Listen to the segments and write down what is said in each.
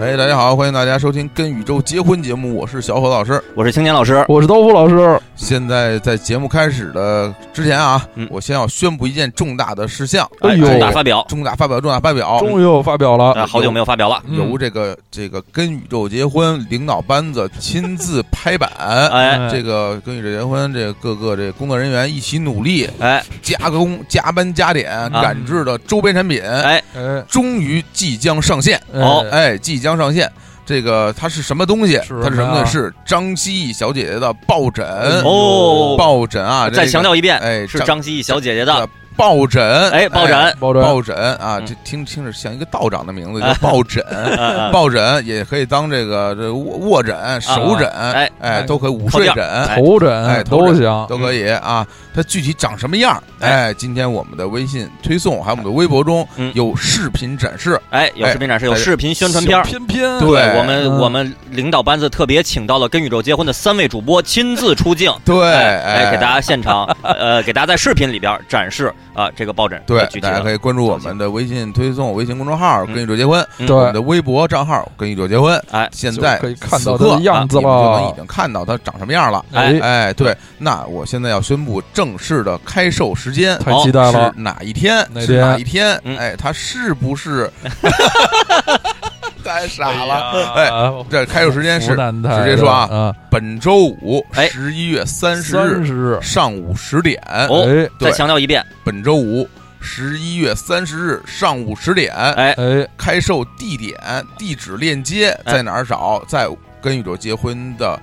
哎，大家好，欢迎大家收听《跟宇宙结婚》节目，我是小伙老师。我是青年老师，我是刀夫老师，现在在节目开始的之前啊，嗯我先要宣布一件重大的事项，哎呦重大发表，重大发表，重大发表，终于又发表啊，哎了，好久没有发表了，嗯由这个这个《跟宇宙结婚》领导班子亲自拍板。哎这个《跟宇宙结婚》这个各个这工作人员一起努力，哎加工、加班、加点赶制的周边产品，啊哎，哎，终于即将上线。好哎，哎，即将上线。这个它是什么东西？是它是什什么呢？么呀是张歆艺小姐姐的抱枕。哦抱枕啊！再哎这个强调一遍，哎，是张歆艺小姐姐的，抱枕。哎，抱枕，抱枕，抱枕啊，嗯这听听着像一个道长的名 字，哎叫抱枕。嗯嗯抱枕也可以当这个这卧卧枕、手枕，哎哎，哎都可以午睡靠枕，哎头哎枕头枕都行，都可以啊。它具体长什么样儿？哎哎，今天我们的微信推送还有我们的微博中嗯有视频展示。哎，有视频展示，有视频宣传片儿。偏偏对我们嗯我们领导班子特别请到了《跟宇宙结婚》的三位主播亲自出镜，对，哎，给大家现场 呃，给大家在视频里边展示啊这个抱枕对的具，体大家的可以关注我们的微信推送、微信公众号“嗯跟宇宙结婚”，嗯我对，们的微博账号“跟宇宙结婚”。哎现就在可以看到它此刻啊的样子你们就能已了，经看到它长什么样了。哎哎，对，那我现在要宣布正式的开售时间太期待是了，哪一天？哪是哪天一天？嗯哎，它是 不是？太傻了！哎了，这开售时间是湖南台的，直接说啊啊，本周五，哎十一月三十三日十日，上午十点。哦哎对再强调一遍，本周五，十一月三十日上午十点。哎哎，开售地点、地址、链接哎在哪儿找？在跟宇宙结婚的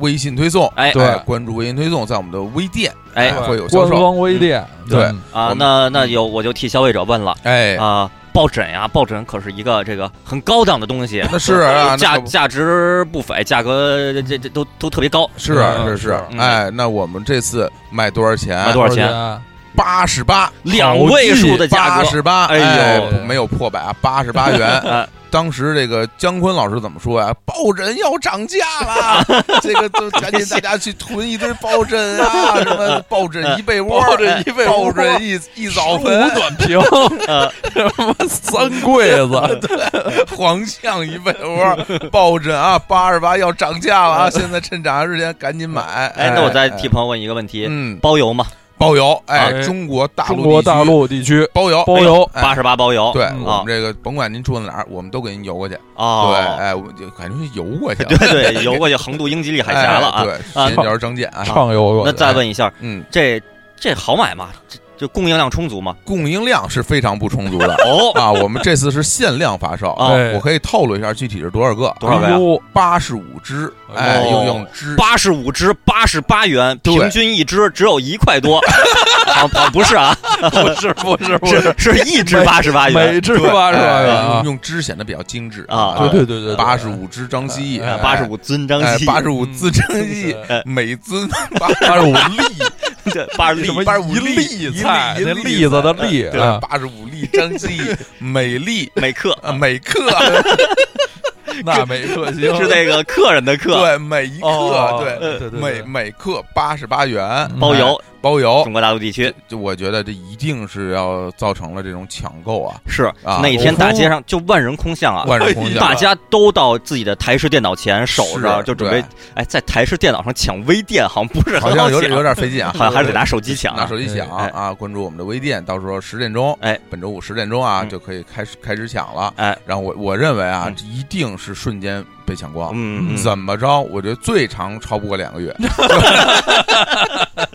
微信推送，哎对关注微信推送，在我们的微店，哎哎会有销官售，方微店，对嗯啊我，们那那有我就替消费者问了哎，啊，抱枕呀，抱枕可是一个这个很高档的东西， 那是啊，那价可不价值不菲，价格这这这都都特别高，是啊嗯是是，嗯哎，那我们这次卖多少卖钱？多少钱钱？八十八，两位数的价八格。十八，哎呦哎，不没有破百啊，八十八元。呃，当时这个姜昆老师怎么说呀？抱枕要涨价了，这个就赶紧大家去囤一堆抱枕啊，什么抱枕一被窝，抱枕一被窝抱枕一一澡十 盆五，短平，呃什么三柜 子，黄象一被窝，抱枕啊，八十八要涨价了啊！现在趁涨价之前赶紧买。哎哎，那我再替朋友问一个问题：嗯，包邮吗？包邮，哎，哎中国大陆中国地区大陆地区包邮，包邮，哎八十八包邮。对嗯我们这个，甭管您住在哪儿，我们都给您邮过去。对，哦，哎，我们就感觉邮过去了，对 对对，邮过去横渡英吉利海峡了哎啊。对，前脚张健啊，畅游过那去，再问一下，嗯，这这好买吗？这这供应量充足吗？供应量是非常不充足的哦，啊。我们这次是限量发售啊哎我可以透露一下具体是多少个？多少个哎呀？呦，八十五只，哎，哦用用只 八十五只，八十八元，对平均一只只有一 块多。啊啊，不是啊，不是不是不 是是一只八十八元每只八十八元哎啊用！用只显得比较精致啊对对对对，对八十五只张歆艺，哎哎八十五嗯尊张哎，歆艺，八十五字张歆 艺，哎每字八八十五粒， 对八十什么粒，八十五一粒粒菜，一粒那一粒栗子的栗对啊，八十五粒 张歆艺，每粒每克啊每克， 那每克星是那个客人的客，对每一克哦，对。对对，嗯每每克八十八元，包邮，哎包邮中，国大陆地区就我觉得这一定是要造成了这种抢购啊，是啊那一天大街上就万人空巷啊。万人空巷，大家都到自己的台式电脑前守着，是就准备对哎，在台式电脑上抢微店，好像不是好很像有抢点，有点费劲啊，好像还是得拿手机抢拿啊。手机抢哎啊，关注我们的微店，到时候十点钟，哎，本周五十点钟啊，嗯就可以开始开始抢了，哎，然后我我认为啊嗯，这一定是瞬间被抢光，嗯，嗯怎么着？我觉得最长超不过两个月，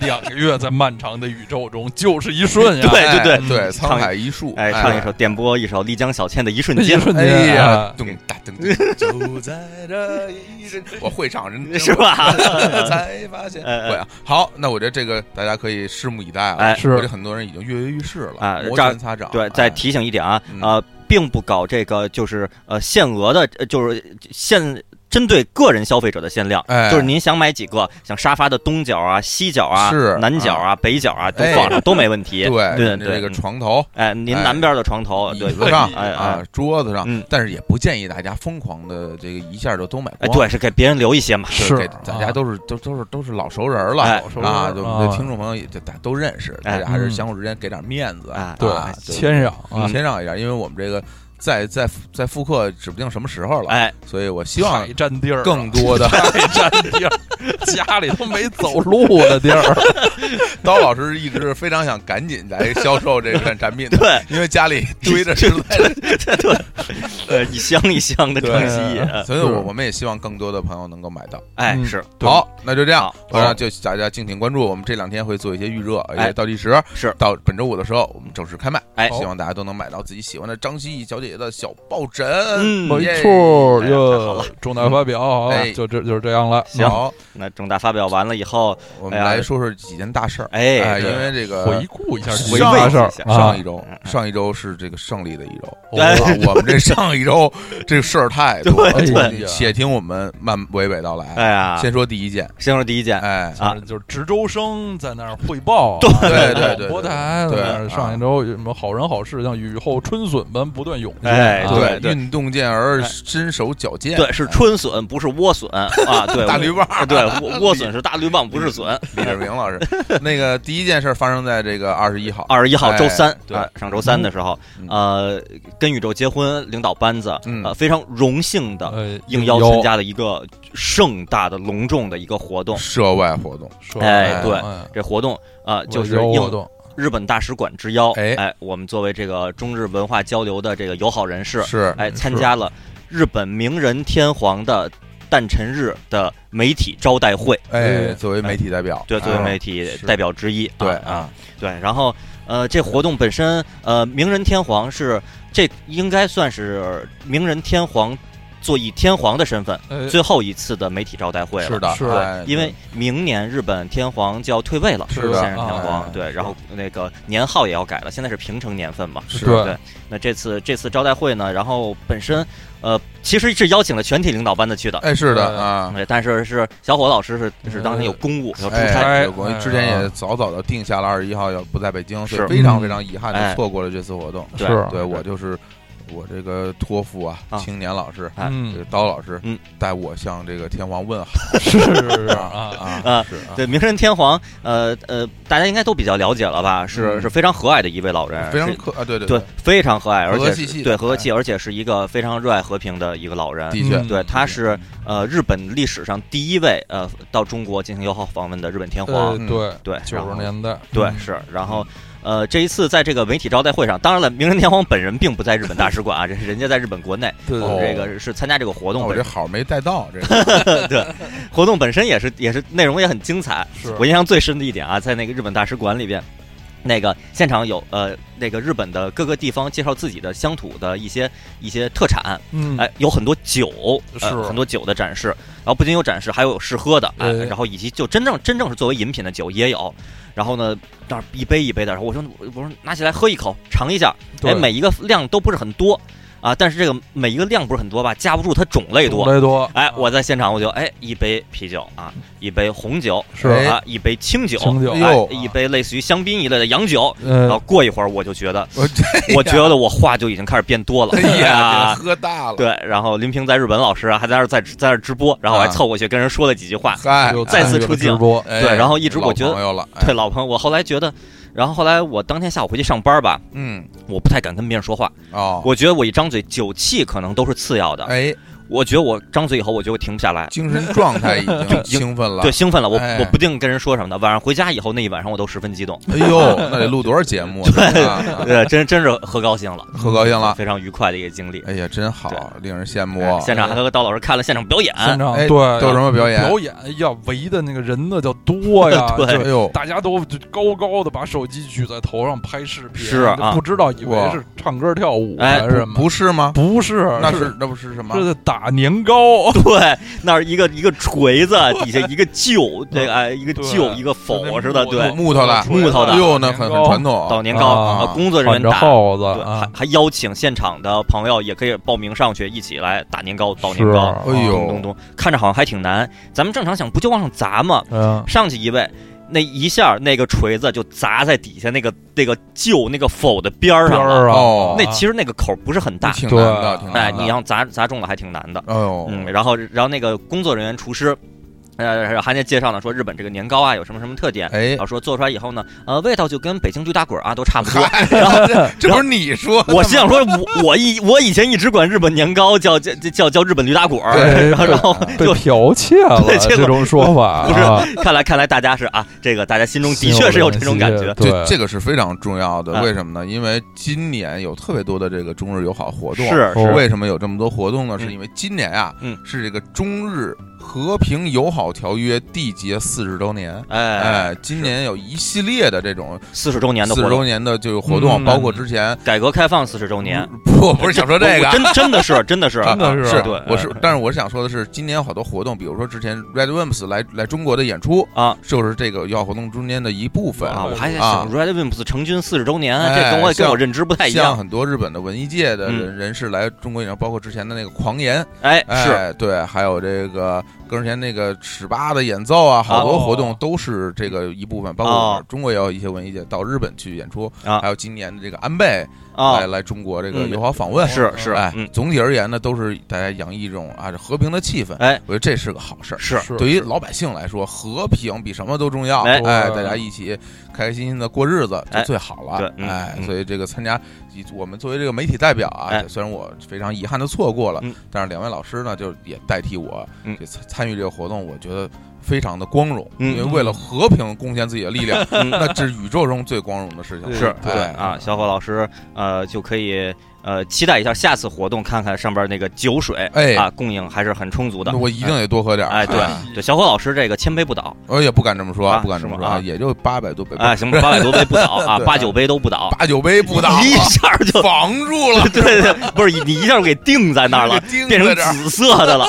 两个月在漫长的宇宙中就是一瞬呀，对哎对对 对，嗯沧海一粟，哎，唱一首电波一首丽江小倩的《一瞬那一间》，瞬哎间呀 啊，，咚哒咚，咚就在这一瞬，我会唱人 是？吧？ 才发现哎哎会啊，好，那我觉得这个大家可以拭目以待了。哎是我觉得很多人已经跃跃欲试了，哎摩这儿拳擦掌。对，哎再提醒一点啊，嗯呃，并不搞这个就是呃限额的，呃就是限。针对个人消费者的限量，哎就是您想买几个，像沙发的东角啊、西角啊、是南角啊、北角啊，都放上、哎都没问题。对对你对这个嗯床头、哎，您哎南边的床头，椅对，子上哎啊哎，桌子上嗯，但是也不建议大家疯狂的这个一下就都买哎，光。对，是给别人留一些嘛。对是给大家啊都是都都是都是老熟人了哎老熟人啊，了就啊听众朋友也大家都认识，大哎家还是嗯相互之间给点面子哎对啊，对谦让嗯啊，谦让一下，因为我们这个在在在复刻指不定什么时候了，哎，所以我希望太占啊地儿了， 更多的太占地儿，家里都没走路的地儿。刀老师一直是非常想赶紧来销售这款产 品的，对，因为家里堆着实在是，对对，呃，一箱一箱的东西，呃所以我我们也希望更多的朋友能够买到。哎，嗯是对好，那就这样好，我好让就大家敬请关注，我们这两天会做一些预热，哎也倒计时是到本周五的时候，我们正式开卖，哎希望大家都能买到自己喜欢的张希怡小姐姐的小抱枕，嗯没耶错哎呀太好哟了，重大发表，好吧哎就这就是这样了。啊行好，那重大发表完了以后，我们哎呀来说说几件大事儿，哎哎，因对为这个回顾一下上这大事儿上啊上一，周嗯，嗯上一周是这个胜利的一周。哎哇我们这上一周这事儿太多对了，对你且听我们慢娓娓道来。哎呀，先说第一件，先说第一件，哎，啊就是就是值周生在那儿汇报啊，对啊对对广对播台在那对儿上一周有什么好人好事，像雨后春笋般不断涌现哎啊，对对运动健儿哎身手矫健，对，是春笋，不是莴笋啊，对，大绿棒嗯啊对，莴莴笋是大绿棒，不是笋。哎李志明 老师。那个第一件事儿发生在这个二十一号，二十一号周三哎，对啊上周三的时候，嗯呃，跟宇宙结婚领导班子，嗯呃，非常荣幸的呃，应邀参加了一个盛大的隆重的一个活动。涉外活动，说，哎对哎这活动啊，呃就是我应活动，日本大使馆之邀，哎哎，我们作为这个中日文化交流的这个友好人士，是哎，参加了日本名人天皇的诞辰日的媒体招待会，哎，哎作为媒体代表，对，作为啊媒体是代表之一，对啊啊，对，然后呃，这活动本身，呃，名人天皇是这应该算是名人天皇做以天皇的身份哎最后一次的媒体招待会了，是的，是哎对，因为明年日本天皇就要退位了，是现的任天哎皇对，然后那个年号也要改了，现在是平成年份嘛。是对对，那这次这次招待会呢，然后本身呃其实是邀请了全体领导班子去的，哎，是的对啊，对但是是小伙老师是是当天有公务要出差，哎，差有关哎之前也啊早早的定下了二十一号要不在北京，所以是非嗯常非常遗憾哎的错过了这次活动。对是对我就是我这个托付啊啊，青年老师，哎这个嗯，刀老师嗯，带我向这个天皇问好是 是是啊，啊，啊是啊，对，明神天皇，呃呃，大家应该都比较了解了吧？是嗯是非常和蔼的一位老人，非常是可啊，对对对，，非常和蔼，和而和且气气是的哎对和和气，而且是一个非常热爱和平的一个老人。的确嗯对，他是呃日本历史上第一位呃到中国进行友好访问的日本天呃皇。对，对，九然十后年代，嗯对是，然后呃这一次在这个媒体招待会上，当然了，明仁天皇本人并不在日本大使馆啊，这 是人家在日本国内，嗯对哦对这个是参加这个活那动我本这身，好没带到，这个活动本身也是也是内容也很精彩。是，我印象最深的一点啊，在那个日本大使馆里边，那个现场有呃那个日本的各个地方介绍自己的乡土的一些一些特产，嗯，哎，有很多酒，呃是很多酒的展示，然后不仅有展示，还有试喝的，哎，哎然后以及就真正真正是作为饮品的酒也有。然后呢，那儿一杯一杯的，然后我说我说拿起来喝一口，尝一下，哎，对每一个量都不是很多啊，但是这个每一个量不是很多吧，架不住它种类多。雷多，啊哎，我在现场我就哎一杯啤酒啊，一杯红酒是哎啊，一杯清酒，清酒哎哎呦一杯类似于香槟一类的洋酒。嗯然后呃，过一会儿，我就觉得， 我这我觉得我话就已经开始变多 了。哎呀，啊这喝大了，对，然后林平在日本老师啊还在那儿在在那儿直播，然后我还啊凑过去跟人说了几句话。哎嗨，又啊再次参与了出镜直播，哎对然后一直老我觉得朋友了，哎对，老朋友，我后来觉得，然后后来我当天下午回去上班吧，嗯，我不太敢跟别人说话，哦，我觉得我一张嘴酒气可能都是次要的，哎，我觉得我张嘴以后我就停不下来，精神状态已经经兴奋了，对，兴奋了，我哎我不定跟人说什么的。晚上回家以后那一晚上我都十分激动，哎 呦，那得录多少节目啊？啊呃，真真是喝高兴了，喝高兴了，非常愉快的一个经历。哎呀，真好，对令人羡慕。啊哎现场还和刀老师看了现场表演，现场哎对都有什么表演表演，哎呀，围的那个人那叫多呀， 对哎就呦，大家都就高高的把手机举在头上拍视频，是啊就不知道以哇为是唱歌跳舞啊哎还是什么？不是吗？不是，那是是那不是什么这？是打年 糕，对，那儿一个一个锤子，底下一个 臼，这个哎一个对臼一个否似的，就那对，木头的木头的哎呦，那很很传统捣啊。年糕啊啊，工作人反员着打。耗子对，啊还，还邀请现场的朋友也可以报名上去，一起来打年糕、捣年是啊糕，哎呦咚咚咚，看着好像还挺难。咱们正常想，不就往上砸吗？嗯，上去一位，那一下那个锤子就砸在底下那个那个臼那个否的边儿边上了。儿啊，哦那其实那个口不是很大，挺难的，对挺哎，难的。你要砸砸中了还挺难的。哎哦呦，嗯，然后然后那个工作人员厨师，呃，还在介绍呢，说日本这个年糕啊有什么什么特点。哎然，后说做出来以后呢，呃，味道就跟北京驴打滚啊都 差不多。这不是你说的吗？我心想说，我我以我以前一直管日本年糕叫叫叫叫日本驴打滚儿，对然后然后啊被 就剽窃 了对结果这种说法，不是啊看来看来大家是啊，这个大家心中的确是有这种感觉，对这这个是非常重要的，啊为什么呢？因为今年有特别多的这个中日友好活动。啊是哦是为什么有这么多活动呢？嗯是因为今年啊，嗯是这个中日和平友好条约缔结四十周年。哎哎，今年有一系列的这种四十周年的四活十周动，年的就活动，嗯包括之前 改革开放四十周年，不，我不是想说这个啊我我，真真的是真的是真的是是对，我是，但是我想说的是，今年有好多活动，比如说之前 Red Wimps 来来中国的演出啊，就是这个友好活动中间的一部分啊，我还在啊想 Red Wimps 成军四十周年，哎这跟我跟像我认知不太一像样，嗯很多日本的文艺界的人、人士来中国演出，包括之前的那个狂言，哎是哎，对，还有这个跟之前那个尺八的演奏啊，好多哦活动都是这个一部分，包括中国也有一些文艺界到日本去演出，哦啊还有今年的这个安倍啊来来中国这个嗯友好访问，是是哎嗯，总体而言呢，都是大家洋溢一种啊这和平的气氛，哎，我觉得这是个好事儿。啊是是对于老百姓来说，和平比什么都重要。哎哎，大家一起开开心心的过日子就哎最好了对。嗯哎嗯，所以这个参加，以我们作为这个媒体代表啊哎，也虽然我非常遗憾的错过了嗯，但是两位老师呢，就也代替我嗯就参参与这个活动，我觉得非常的光荣，嗯因为为了和平贡献自己的力量，嗯那这是宇宙中最光荣的事情。是嗯对对啊，小伙老师，呃，就可以呃期待一下下次活动，看看上边那个酒水，哎啊，供应还是很充足的那。我一定得多喝点儿。啊哎，对对，小伙老师这个千杯不倒，我也不敢这么说啊，不敢这么是说吗啊也就八百多杯，哎，行吧，八百多杯不倒啊， 对八九杯都不倒，八九杯不到，一下就，防住了对对，对不是你一下就给定 在那 儿了，钉变在成这儿紫色的 了。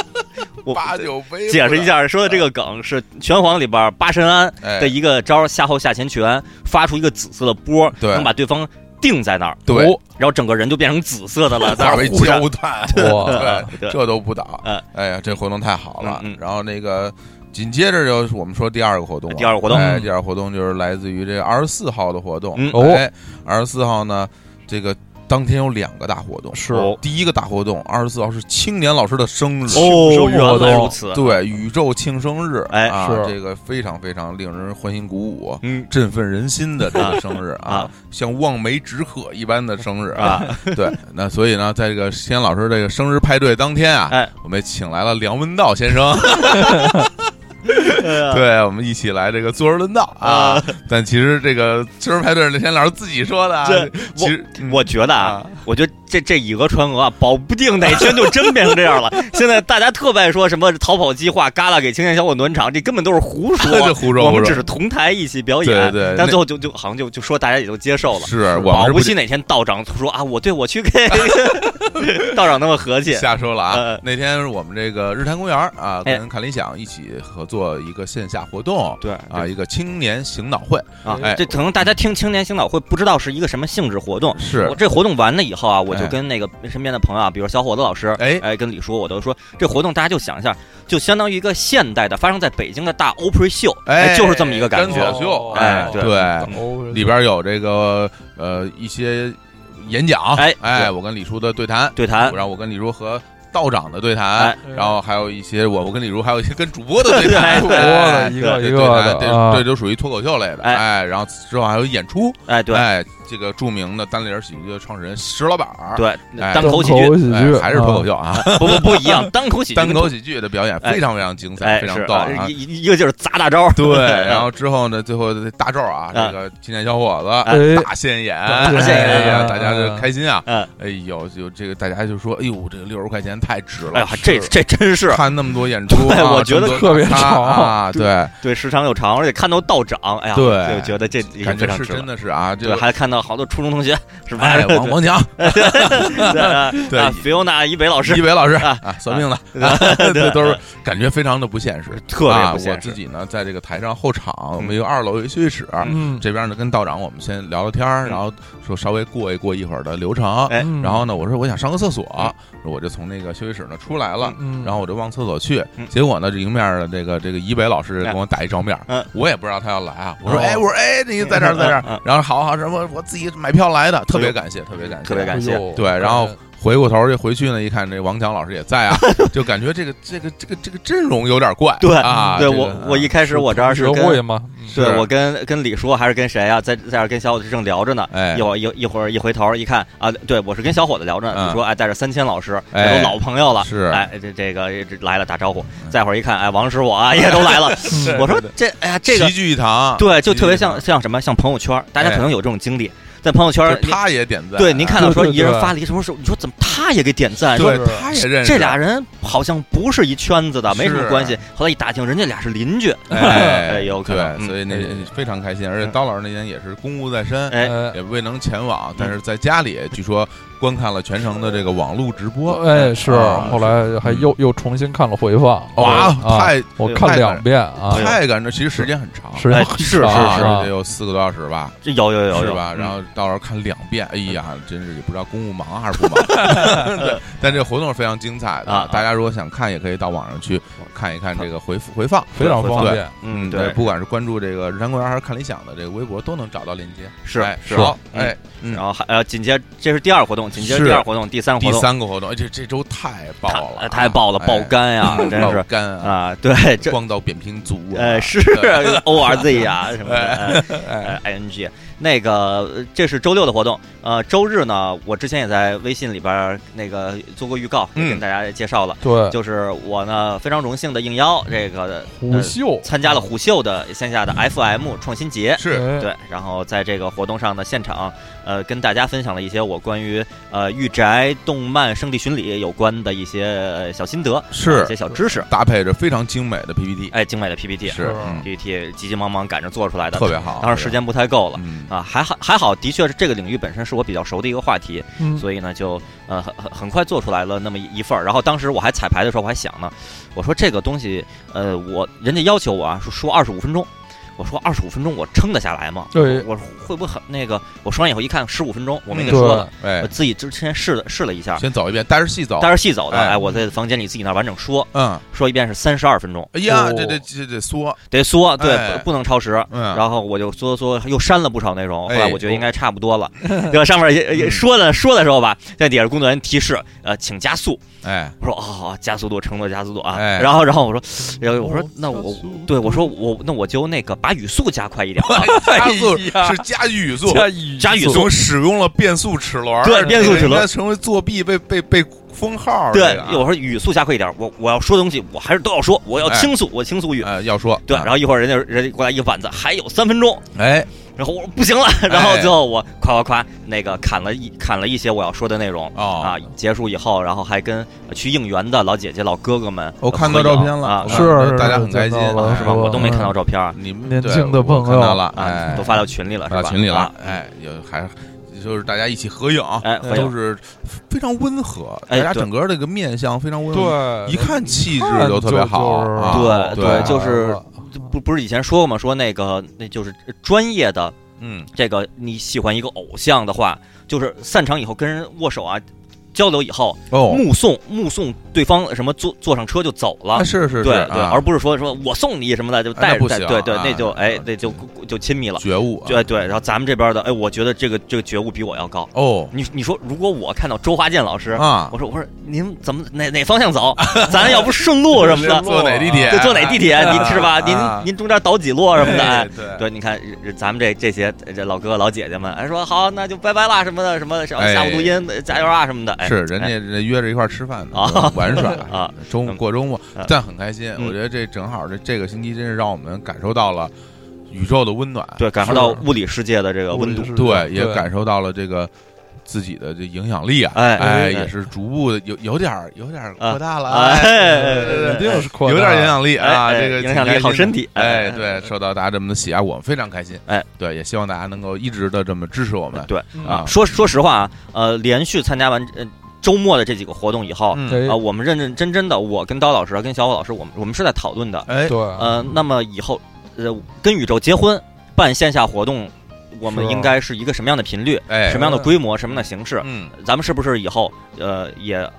我八九杯，解释一，下，说的这个梗是拳皇里边八神庵哎的，一个招儿，夏后下前拳发出一个紫色的波，对能把对方定在那儿，对哦，然后整个人就变成紫色的了，在那化为儿忽闪焦炭， 哇对，这都不倒嗯，哎呀，这活动太好了嗯嗯。然后那个紧接着就是我们说第二个活动啊，第二个活动哎，第二个活动就是来自于这二十四号的活动嗯，哦哎，二十四号呢，这个当天有两个大活动，是哦第一个大活动，二十四号是青年老师的生日。哦，原活来动如此，对，宇宙庆生日，哎啊是这个非常非常令人欢欣鼓舞，嗯振奋人心的这个生日啊啊，像望梅止渴一般的生日啊。 啊，对，那所以呢，在这个先老师这个生日派对当天啊，哎，我们也请来了梁文道先 生，对对我们一起来这个坐而论道啊啊。但其实这个生日派对是先老师自己说的啊这，其实嗯我觉得啊，我觉得这这以讹传讹啊，保不定哪天就真变成这样了。现在大家特爱说什么逃跑计划、旮旯给青年小伙暖场，这根本都是胡这说。啊胡我说胡们只说。是同台一起表演，对对但那最后就就好像就就说大家也就接受了。是我们保是不不齐哪天道长说啊，我对我 去给道长那么和气，瞎说了啊呃！那天我们这个日坛公园啊，哎跟侃理想一起合作一个线下活动对啊，一个青年行脑会啊哦哎，这可能大家听青年行脑会不知道是一个什么性质活动，是我，这活动完了以后啊，我就哎跟那个身边的朋友啊，比如小伙子老师，哎哎，跟李叔，我都说这活动大家就想一下，就相当于一个现代的发生在北京的大 opera 秀，哎就是这么一个感干觉草。秀，哎对对，对里边有这个呃一些演讲，哎对哎，我跟李叔的对谈，对谈然后我跟李叔和道长的对谈哎，然后还有一些我我跟李叔还有一些跟主播的对哎谈，对哎哇一个对一对个谈的这啊这就属于脱口秀类的，哎哎，然后之后还有演出，哎，对哎，这个著名的单立人喜剧的创始人石老板儿，对，哎单单口口喜剧喜哎剧还是脱口秀，秀啊，不不不一 样，单口喜剧单跟口喜剧的表演哎非常非常精彩，哎非是常逗啊啊，一一一个劲儿砸大招儿， 对，然后之后呢，最后大赵啊，嗯这个青年小伙啊子，哎大现眼，大现眼哎呀，大家就开心啊！嗯哎呦，就这个大家就说，哎呦，这个六十块钱太值了。哎呀，这是这真是看那么多演出，对啊我觉得这么多特别大咖长啊，对，对时长又长，而且看到倒涨，哎呀，对就觉得这已经感非觉常是值真了。的是啊，这对，个还看到好多初中同学是吧？哎，王 王强、对对啊，菲欧娜、一北老一师伟老师啊啊，算 命的，啊这都是感觉非常的不现实。特别啊不，我现自实。嗯己呢，在这个台上后场，我们一个二楼有一个休息室，嗯，这边呢跟道长我们先聊聊天儿，嗯然后说稍微过一过一会儿的流程。哎嗯然后呢，我说我想上个厕所，我就从那个休息室呢出来了。嗯，然后我就往厕所去，嗯结果呢，这迎面的这个这个以北老师哎跟我打一照面，嗯我也不知道他要来啊。我说，哦哎，我说，哎，你在这儿，嗯在这儿。嗯嗯然后好好什么，我自己买票来的，特别感谢，特别感谢，特别感谢哎呦对，然后回过头儿就回去呢，一看这王强老师也在 啊，就感觉这个这个这个这个阵容有点怪，对啊，对这个我我一开始我这儿是学会跟吗？嗯是对我跟跟李叔还是跟谁啊，在在这儿跟小伙子正聊着呢。哎一会儿一一会儿一回头一看啊，对我是跟小伙子聊着，嗯呢，就说哎带着三千老师，哎这都老朋友了，是哎这这个这来了打招呼，再会儿一看哎王师傅啊也都来了，嗯我 说对这哎呀这个齐聚一堂，对就齐聚特别一堂像像什么像朋友圈，大家哎可能有这种经历，在朋友就圈是他也点赞，啊对您看到说对对一人对发了一什么时候，你说怎么他也给点赞，说对是他也认识这俩，人好像不是一圈子的，没什么是啊关系。后来一打听，人家俩是邻居，哎， 哎有可能对，嗯所以那嗯非常开心，而且刀老师那天也是公务在身，哎嗯呃也未能前往，但是在家里据说观看了全程的这个网络直播，呃哎，是，啊后来还嗯又又重新看了回放，哦哇，啊太我看两遍啊，哦哎呦太感动，其实时间很长，时间哎很是长啊是得啊有四个多小时吧，这有有有嗯是有吧？然后到时候看两遍，哎呀，真是也不知道公务忙还是 不忙。对，但这个活动是非常精彩啊的啊，大家如果想看，也可以到网上去看一看这个回复回放。非常方便，嗯对，对不管是关注这个日坛公园还是看理想的这个微博，都能找到链接。是哎是好，嗯哎，嗯然后还呃紧接着这是第二活动，紧接着是第二活动第三活第动三个活动，哎，这这周太爆太了啊，呃太爆了，爆肝 呀，哎，真爆是肝啊，啊对这光到扁平足啊，呃是 O R Z 呀什么哎的呃 I N G 那个呃这是周六的活动，呃周日呢我之前也在微信里边儿那个做过预告，嗯也跟大家介绍了。对，就是我呢，非常荣幸的应邀这个嗯呃虎嗅参加了虎嗅的线下的 FM 创新节，是，哎对，然后在这个活动上的现场，呃，跟大家分享了一些我关于呃御宅动漫圣地巡礼有关的一些呃小心得，是一些小知识。搭配着非常精美的 PPT，哎，精美的 PPT，是，嗯 PPT 急急忙忙赶着做出来的，特别好。当时时间不太够了。嗯，啊，还好，还好，的确是这个领域本身是我比较熟的一个话题，嗯所以呢，就呃很很很快做出来了那么一一份儿。然后当时我还彩排的时候，我还想呢，我说这个东西，呃，我人家要求我啊，说说二十五分钟，我说二十五分钟我撑得下来吗？对我会不会很那个？我说完以后一看，十五分钟，我没嗯跟对说了，哎我，自己之前试了试了一下，先走一遍，带着戏走。带着戏走的，哎哎，我在房间里自己那儿完整说嗯，说一遍是三十二分钟，哎呀，哦这这这得缩，得缩，对，哎不不能超时。嗯，然后我就缩缩，又删了不少内容。后哎嗯来我觉得应该差不多了。然后上面也也说的说的时候吧，在底下工作人员提示，呃，请加速。 哎，我说哦，加速度，承诺加速度啊。哎然后然后我说，然后我说那我加速对我说我那我就那个把语速加快一点啊。加速呀哎是 加语速，加语 加语速从使用了变速齿轮，对变速齿轮这个应该成为作弊被被被封号，对这个，啊我说语速加快一点，我我要说的东西我还是都要说，我要哎倾诉，我倾诉欲。呃要说对，然后一会儿人家人家过来一板子，还有三分钟，哎然后我说不行了，然后最后我夸夸夸那个砍了一砍了一些我要说的内容。哦啊，结束以后，然后还跟呃去应援的老姐姐、老哥哥们，我呃看到合影照片了啊我，是啊是大家很开心见到了哎是吧？我都没看到照片啊，你们年对轻的我朋友看到了，啊哎，都发到群里了，是发吧？到群里了啊，哎，有还就是大家一起合影，哎合影都是非常温和，大哎家对整个这个面相非常温和，对，一看气质看就特别好就是，啊对对，对就是不不是以前说过吗？说那个那就是专业的嗯，这个你喜欢一个偶像的话，就是散场以后跟人握手啊，交流以后哦，目送目送对方什么坐坐上车就走了啊，。是是是，对对，啊而不是说说我送你什么的，就哎带那不着带行对对啊，那就哎啊，那就就亲密了。觉悟啊，对对，然后咱们这边的，哎，我觉得这个这个觉悟比我要高。哦你你说，如果我看到周华健老师，啊，我说我说您怎么哪哪方 向走？咱要不顺路什么的，坐哪地铁？就坐哪地铁，您是吧？您啊您中间倒几落什么的，哎，对对，你看呃咱们这这些这老哥哥老姐姐们，哎，说好，那就拜拜啦什么的，什么什么下午录音，呃加油啊什么的，哎，哎是人家哎人约着一块儿吃饭呢啊，玩耍啊，周末嗯过周末嗯，但很开心。嗯我觉得这正好这这个星期真是让我们感受到了宇宙的温暖，对感受到是物理世界的这个温度，对，也感受到了这个自己的这影响力啊，哎哎也是逐步的有有点儿有点儿扩大了，哎哎对对对哎对对哎一定是扩有大点影响力啊，哎哎这个影响挺力开心的好身体哎哎，哎对，受到大家这么的喜爱，我们非常开心，哎，对，也希望大家能够一直的这么支持我们，对嗯啊，说说实话啊，呃，连续参加完呃周末的这几个活动以后，嗯，哎啊，我们认认真真的，我跟刀老师、啊跟小伙老师，我们我们是在讨论的。哎，对，呃，那么以后，呃，跟宇宙结婚办线下活动，我们是啊应该是一个什么样的频率、哎，什么样的规模、什么样的形式？嗯，咱们是不是以后呃也，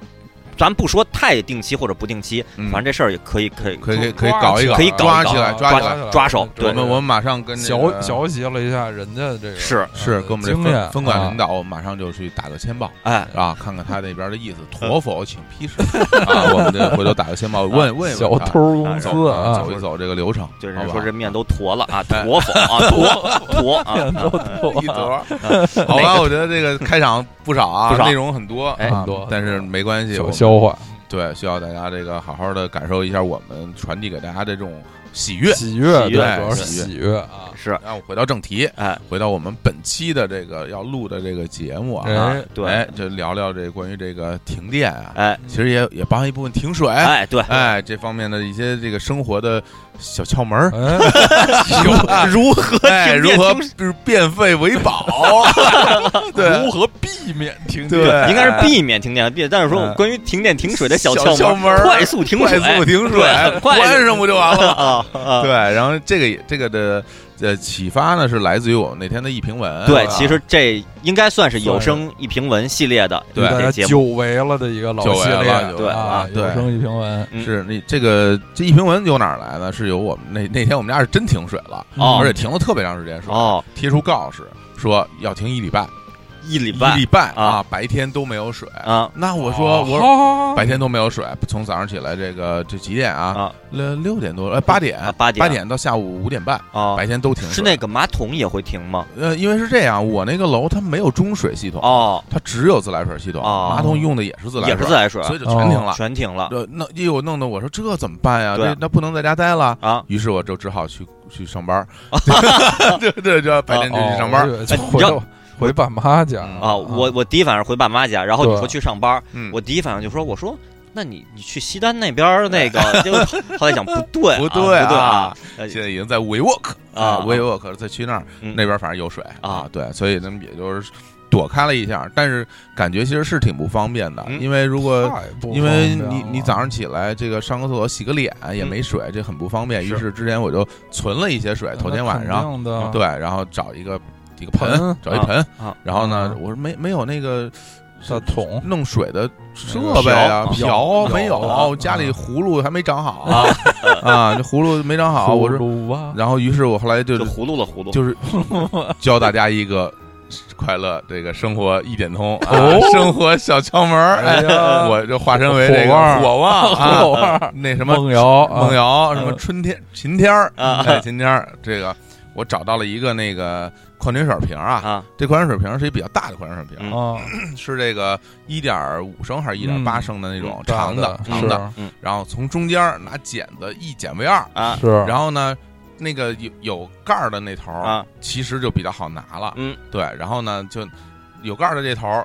咱不说太定期或者不定期，嗯反正这事儿也可以可以可以可以搞一搞，可以搞抓一搞起来，抓抓起来。抓手对我们我们马上跟这小个小习了一下人家这个是是跟我们这经验分分管啊领导，我们马上就去打个签报。哎啊，看看他那边的意 思，妥否请批示啊。我们这回头打个线报，问问一小问他偷啊公走司啊啊走，一走这个流程，就是好吧嗯哎 说这面都坨了啊，坨否啊，坨坨啊，面都啊坨一啊折，好吧，我觉得这个开场不少啊，不少内容很多，哎啊很多但是没关系，我小们消化对需要大家这个好好的感受一下我们传递给大家这种喜悦。喜悦，喜对，悦主要是喜喜悦啊，嗯是然后回到正题，哎回到我们本期的这个要录的这个节目啊，啊哎，对哎，就聊聊这关于这个停电啊，哎其实也也帮一部分停水，哎对，哎，这方面的一些这个生活的小窍门儿，哎， 如何哎，停如电何停就是变废为 宝？对如何避免停对哎嗯电？，应该是避免停电，避。但是说关于停电停水的小小窍门门儿儿，快速停 水， 快速停水对，很快关上不就完了？ 啊啊！对，然后这个也这个的呃启发呢，是来自于我们那天的一评文。对，啊其实这应该算是有声一评文系列的对大这家节久目，违了的一个老久违系了列，久对啊啊，，对有声一评文，嗯是那这个这一评文由哪儿来呢？是由我们那那天我们家是真停水了，嗯哦嗯而且停了特别长时间，是哦，贴出告示说要停一礼拜，一礼一拜礼拜啊啊，白天都没有水。啊那我哦说我我白天都没有水，从早上起来这个这几点啊？啊六六点多，呃八点啊八点八点到下午五点半，啊！白天都停水。是那个马桶也会停吗？呃，因为是这样，我那个楼它没有中水系统，哦，它只有自来水系统，哦马桶用的也是自来水，也是自来水，哦所以就全停了。全停了呃，那又有弄得我说这怎么办呀？对这那不能在家待了。啊！于是我就只好去去上班，对对，就白天就去上班。哦哎回让到回爸妈家嗯啊，我我第一反应回爸妈家，然后你对说去上班，嗯，我第一反应就说我说。那你你去西单那边儿那 个，就后来想不对啊，不不对啊啊，现在已经在 WeWork 啊 WeWork 再去那儿嗯那边反正有水啊对，所以咱们也就是躲开了一下，但是感觉其实是挺不方便的，嗯因为如果太不因为方便你了你早上起来这个上个厕所洗个脸也没水，这很不方便。于是是之前我就存了一些水，头天晚呃那上肯定的对，然后找一个一个盆盆，找一盆啊啊，然后呢啊，我说没没有那个大桶弄水的设备啊，瓢瓢瓢没有，啊家里葫芦还没长好啊啊，这葫芦没长好，啊我说，哎说然后于是我后来就就葫芦了葫芦，就是教大家一个快乐这个生活一点通啊哦，生活小窍门儿，哎哎呀我就化身为这火个旺火 旺啊火旺那什么梦瑶啊梦瑶，什么嗯春天晴天儿啊哎，晴天儿这个。我找到了一个那个矿泉水瓶儿啊，啊这矿泉水瓶儿是一比较大的矿泉水瓶儿，啊，是这个一点五升还是一点八嗯升的那种大长的的嗯长是的，然后从中间儿拿剪子一剪为二，啊是，然后呢，那个有有盖儿的那头儿啊其实就比较好拿了，嗯，对，然后呢就有盖儿的这头儿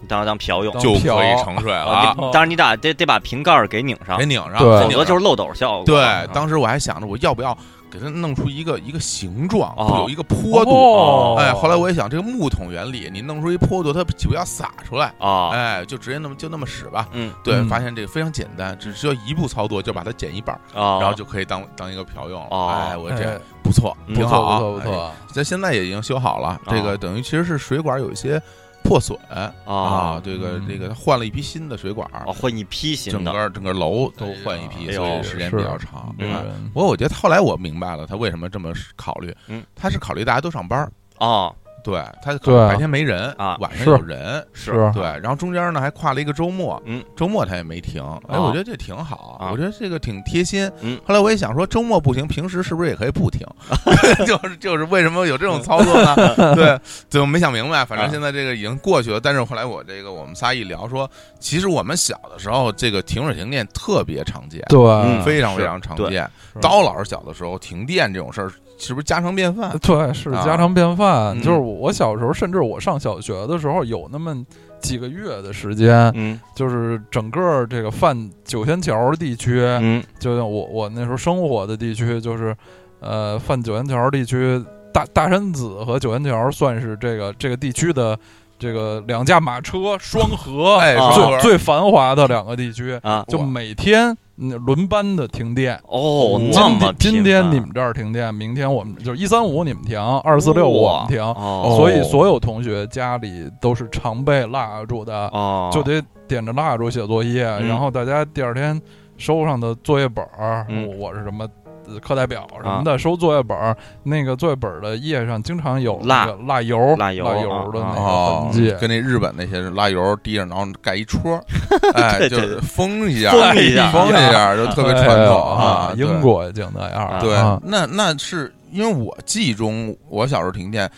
你当当瓢用当就瓢可以盛水啊了，哦当然你得得得把瓶盖儿给拧上给，拧上，对给否拧则上就是漏斗效果。嗯对。当时我还想着我要不要给它弄出一个一个形状，哦不有一个坡度。哦哎，后来我一想，这个木桶原理，你弄出一坡度，它岂不要洒出来？啊，哎，就直接那么就那么使吧。嗯对，嗯发现这个非常简单，只需要一步操作就把它剪一半儿，啊，然后就可以当当一个瓢用了。哦哎，我这哎不错，嗯哦挺不好错啊，不错不哎。错，这现在也已经修好了，这个等于其实是水管有一些破损啊，啊这个嗯这个换了一批新的水管，啊，换一批新整的个整个楼都换一批，哎呀所哎以呦时间是比较长。嗯啊嗯不过我觉得后来我明白了他为什么这么考虑，嗯，他是考虑大家都上班儿，啊，对他考对虑啊白天没人啊晚上是有人，是是对，然后中间呢还跨了一个周末，嗯，周末他也没停，哎，啊我觉得这挺好，啊我觉得这个挺贴心。嗯后来我也想说，周末不行，平时是不是也可以不停？ 就是就是为什么有这种操作呢？对，就没想明白。反正啊现在这个已经过去了，但是后来我这个我们仨一聊说，其实我们小的时候这个停水停电特别常见，对嗯非常嗯是非常常对见。是刀老师小的时候停电这种事儿，是不是家常便饭？对，是啊家常便饭。嗯就是我我小时候，甚至我上小学的时候，有那么几个月的时间，嗯就是整个这个泛九仙桥地区，嗯就像我我那时候生活的地区，就是呃泛九仙桥地区，大大山子和九仙桥算是这个这个地区的这个两驾马车 双核，哎，啊说最最繁华的两个地区，啊就哇每天嗯轮班的停电。哦，今那今么天今频天繁你们这儿停电，明天我们就是一三五你们停，二四六我们停，哦，所以所有同学家里都是常备蜡烛的，哦就得点着蜡烛写作业，嗯然后大家第二天收上的作业本儿，嗯啊我我是什么。呃课代表什么的、收作业本儿，那个作业本儿的页上经常有蜡那个蜡油、蜡蜡油的啊那个哦痕迹，，跟那日本那些是拉油滴上，然后盖一戳 儿，哎，对就对是封一下，封一下封一下，就特别传哎呦统啊。对英国也就那样儿，对啊，那那是因为我记忆中，我小时候停电